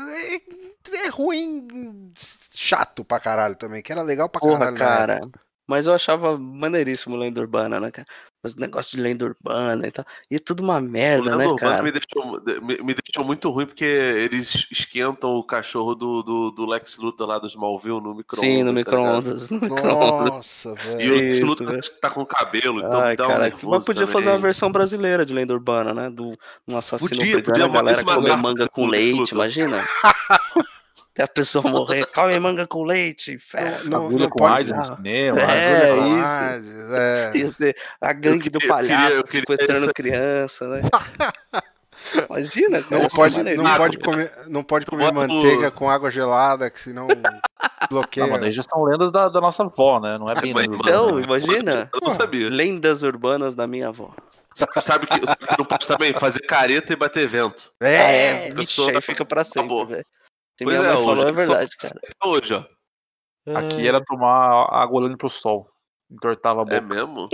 [SPEAKER 4] é- é ruim, chato pra caralho também, que era legal pra
[SPEAKER 2] Porra,
[SPEAKER 4] caralho. na
[SPEAKER 2] cara.
[SPEAKER 4] época.
[SPEAKER 2] Mas eu achava maneiríssimo Lenda Urbana, né, cara? Mas negócio de Lenda Urbana e tal. E é tudo uma
[SPEAKER 5] O
[SPEAKER 2] merda,
[SPEAKER 5] Leandro
[SPEAKER 2] né,
[SPEAKER 5] Urbano
[SPEAKER 2] cara?
[SPEAKER 5] me deixou, me, me deixou muito ruim porque eles esquentam o cachorro do, do, do Lex Luthor lá do Smallville no micro
[SPEAKER 2] Sim, no
[SPEAKER 5] tá
[SPEAKER 2] micro-ondas. No micro-ondas.
[SPEAKER 4] Nossa,
[SPEAKER 5] E
[SPEAKER 4] velho.
[SPEAKER 5] o
[SPEAKER 2] Isso,
[SPEAKER 5] Lex Luthor
[SPEAKER 2] velho.
[SPEAKER 5] acho que tá com cabelo, então
[SPEAKER 2] Ai,
[SPEAKER 5] dá um
[SPEAKER 2] cara,
[SPEAKER 5] nervoso
[SPEAKER 2] né, mas podia fazer uma
[SPEAKER 5] também.
[SPEAKER 2] versão brasileira de Lenda Urbana, né? Do um assassino
[SPEAKER 5] Podia,
[SPEAKER 2] brigando,
[SPEAKER 5] podia
[SPEAKER 2] a galera
[SPEAKER 5] mais
[SPEAKER 2] comer
[SPEAKER 5] matar
[SPEAKER 2] manga
[SPEAKER 5] esse
[SPEAKER 2] com
[SPEAKER 5] Lex
[SPEAKER 2] leite,
[SPEAKER 5] Luthor.
[SPEAKER 2] imagina. Até a pessoa morrer, come manga com leite, ferro.
[SPEAKER 4] Não-
[SPEAKER 3] Agulha
[SPEAKER 4] não
[SPEAKER 3] com
[SPEAKER 4] pode-
[SPEAKER 3] AIDS no
[SPEAKER 4] Ah,
[SPEAKER 3] cinema.
[SPEAKER 2] é,
[SPEAKER 3] agulha com-
[SPEAKER 2] isso.
[SPEAKER 4] AIDS, é.
[SPEAKER 2] Ia ser a gangue do
[SPEAKER 5] queria- eu queria-
[SPEAKER 2] palhaço
[SPEAKER 5] eu queria
[SPEAKER 2] sequestrando
[SPEAKER 5] isso.
[SPEAKER 2] criança, né? Imagina, cara.
[SPEAKER 4] Não
[SPEAKER 2] isso é
[SPEAKER 4] pode, não
[SPEAKER 2] maneiríssimo.
[SPEAKER 4] pode comer, não pode
[SPEAKER 5] Tu
[SPEAKER 4] comer
[SPEAKER 5] bota o-
[SPEAKER 4] manteiga com água gelada, que senão
[SPEAKER 3] Não,
[SPEAKER 4] bloqueia.
[SPEAKER 3] mano, aí já são lendas da, da nossa avó, né? Não é bem
[SPEAKER 5] Mas,
[SPEAKER 3] lenda
[SPEAKER 5] mano,
[SPEAKER 3] urbana,
[SPEAKER 2] Então,
[SPEAKER 3] né?
[SPEAKER 2] imagina.
[SPEAKER 5] Eu não sabia.
[SPEAKER 2] Lendas urbanas da minha avó.
[SPEAKER 5] Sabe- Sabe que, sabe que não pode também fazer careta e bater vento.
[SPEAKER 2] é,
[SPEAKER 4] é,
[SPEAKER 2] bicho,
[SPEAKER 5] pessoa-
[SPEAKER 2] aí fica pra sempre,
[SPEAKER 5] Acabou.
[SPEAKER 2] velho. Se
[SPEAKER 5] Pois
[SPEAKER 2] minha
[SPEAKER 5] é,
[SPEAKER 2] mãe falou,
[SPEAKER 5] hoje
[SPEAKER 2] é
[SPEAKER 5] que só-
[SPEAKER 2] verdade, cara.
[SPEAKER 5] Até hoje, ó.
[SPEAKER 3] Aqui era tomar água olhando pro sol. Entortava a
[SPEAKER 5] É
[SPEAKER 3] boca.
[SPEAKER 5] mesmo?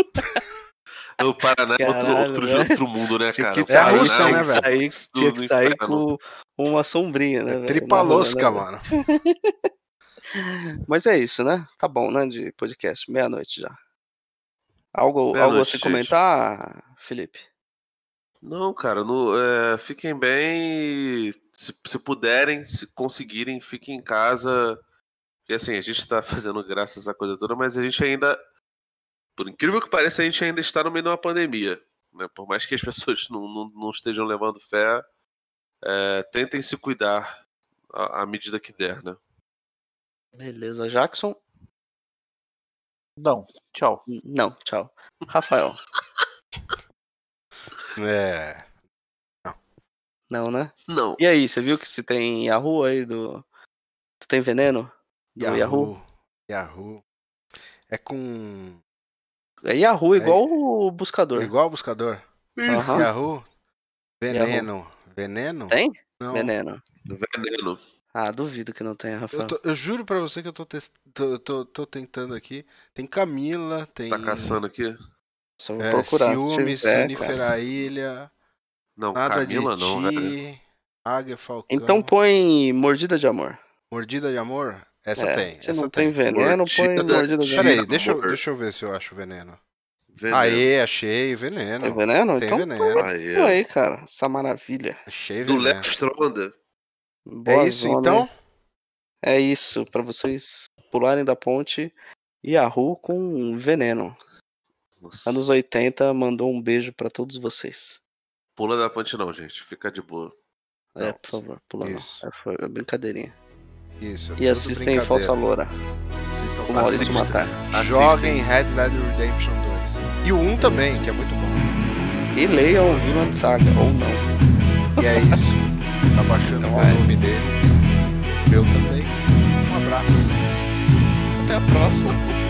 [SPEAKER 5] o Paraná é outro,
[SPEAKER 2] Caralho,
[SPEAKER 5] outro,
[SPEAKER 2] né?
[SPEAKER 5] outro mundo, né,
[SPEAKER 2] Tinha
[SPEAKER 5] cara?
[SPEAKER 2] que
[SPEAKER 5] O
[SPEAKER 4] É a
[SPEAKER 2] sair,
[SPEAKER 5] Paraná
[SPEAKER 4] Rússia,
[SPEAKER 2] tinha
[SPEAKER 4] né,
[SPEAKER 2] que
[SPEAKER 5] um
[SPEAKER 4] velho?
[SPEAKER 2] sair,
[SPEAKER 5] país
[SPEAKER 2] tinha
[SPEAKER 5] do
[SPEAKER 2] que sair
[SPEAKER 5] inferno.
[SPEAKER 2] com uma sombrinha, né? velho, na rua,
[SPEAKER 4] É tripalosca,
[SPEAKER 2] né, velho?
[SPEAKER 4] mano.
[SPEAKER 2] Mas é isso, né? Tá bom, né? De podcast, meia-noite já. Algo, algo a
[SPEAKER 5] Meia-noite,
[SPEAKER 2] se
[SPEAKER 5] gente.
[SPEAKER 2] comentar, Felipe?
[SPEAKER 5] Não, cara, no- é, fiquem bem. e Se, se puderem, se conseguirem, fiquem em casa. Porque assim, a gente tá fazendo graças a coisa toda, mas a gente ainda. Por incrível que pareça, a gente ainda está no meio de uma pandemia. né? Por mais que as pessoas não, não, não estejam levando fé, é, tentem se cuidar à, à medida que der, né?
[SPEAKER 2] Beleza, Jackson?
[SPEAKER 3] Não, tchau.
[SPEAKER 2] N- Não, tchau. Rafael?
[SPEAKER 4] É.
[SPEAKER 2] Não, né?
[SPEAKER 5] Não.
[SPEAKER 2] E aí, você viu que se tem Yahoo aí do. Se tem veneno? Do Yahoo?
[SPEAKER 4] Yahoo. É com.
[SPEAKER 2] É Yahoo,
[SPEAKER 4] É.
[SPEAKER 2] igual o buscador.
[SPEAKER 4] Igual o buscador.
[SPEAKER 5] Isso.
[SPEAKER 2] Aham.
[SPEAKER 4] Yahoo. Veneno. Veneno?
[SPEAKER 2] Tem?
[SPEAKER 4] Não.
[SPEAKER 2] Veneno.
[SPEAKER 5] Veneno.
[SPEAKER 2] Ah, duvido que não tenha, Rafael.
[SPEAKER 4] Eu, tô- eu juro pra você que eu tô, test... tô, tô- tô tentando aqui. Tem Camila, tem.
[SPEAKER 5] Tá caçando aqui?
[SPEAKER 2] Só vou
[SPEAKER 4] É,
[SPEAKER 2] procurar. se
[SPEAKER 4] Ciúmes,
[SPEAKER 2] tiver, cara.
[SPEAKER 4] Sonífera Ilha.
[SPEAKER 5] Não,
[SPEAKER 4] Nada
[SPEAKER 5] Camila
[SPEAKER 4] de
[SPEAKER 5] não, é velho.
[SPEAKER 4] ti, Águia Falcão.
[SPEAKER 2] Então põe mordida de amor.
[SPEAKER 4] Mordida de amor? Essa
[SPEAKER 2] É,
[SPEAKER 4] tem.
[SPEAKER 2] Se
[SPEAKER 4] essa
[SPEAKER 2] não tem veneno, põe
[SPEAKER 5] Mordida-
[SPEAKER 2] mordida de amor.
[SPEAKER 5] Peraí.
[SPEAKER 4] Peraí, deixa, eu-
[SPEAKER 5] amor.
[SPEAKER 4] deixa eu ver se eu acho veneno.
[SPEAKER 5] Veneno.
[SPEAKER 4] Aê, achei veneno.
[SPEAKER 2] Tem veneno?
[SPEAKER 4] Tem
[SPEAKER 2] então
[SPEAKER 4] veneno.
[SPEAKER 2] põe-
[SPEAKER 5] Aê.
[SPEAKER 2] põe aí, cara. Essa maravilha.
[SPEAKER 4] Achei
[SPEAKER 5] Do
[SPEAKER 4] veneno.
[SPEAKER 5] Léo Stronda.
[SPEAKER 2] Boa
[SPEAKER 4] É isso
[SPEAKER 2] zona
[SPEAKER 4] então?
[SPEAKER 2] aí. É isso, pra vocês pularem da ponte. Yahoo com veneno.
[SPEAKER 5] Nossa.
[SPEAKER 2] Anos 80 mandou um beijo pra todos vocês.
[SPEAKER 5] Pula da ponte não, gente. Fica de boa.
[SPEAKER 2] É,
[SPEAKER 4] Não,
[SPEAKER 2] por favor, pula
[SPEAKER 4] isso.
[SPEAKER 2] não. É, foi é brincadeirinha.
[SPEAKER 4] Isso. é
[SPEAKER 2] E
[SPEAKER 4] tudo
[SPEAKER 2] assistem Falsa
[SPEAKER 4] brincadeira.
[SPEAKER 2] Loura,
[SPEAKER 4] Assistam
[SPEAKER 2] com
[SPEAKER 4] Falsa
[SPEAKER 2] Maurício
[SPEAKER 5] Assistem.
[SPEAKER 2] Matar.
[SPEAKER 4] Loura. Joguem Red Dead Redemption 2. E o 1 também, que é muito bom.
[SPEAKER 2] E leiam Vinland Saga, ou não.
[SPEAKER 4] E é isso. Tá baixando o
[SPEAKER 2] Rapaz.
[SPEAKER 4] nome deles. Meu também. Um abraço.
[SPEAKER 2] Até a próxima.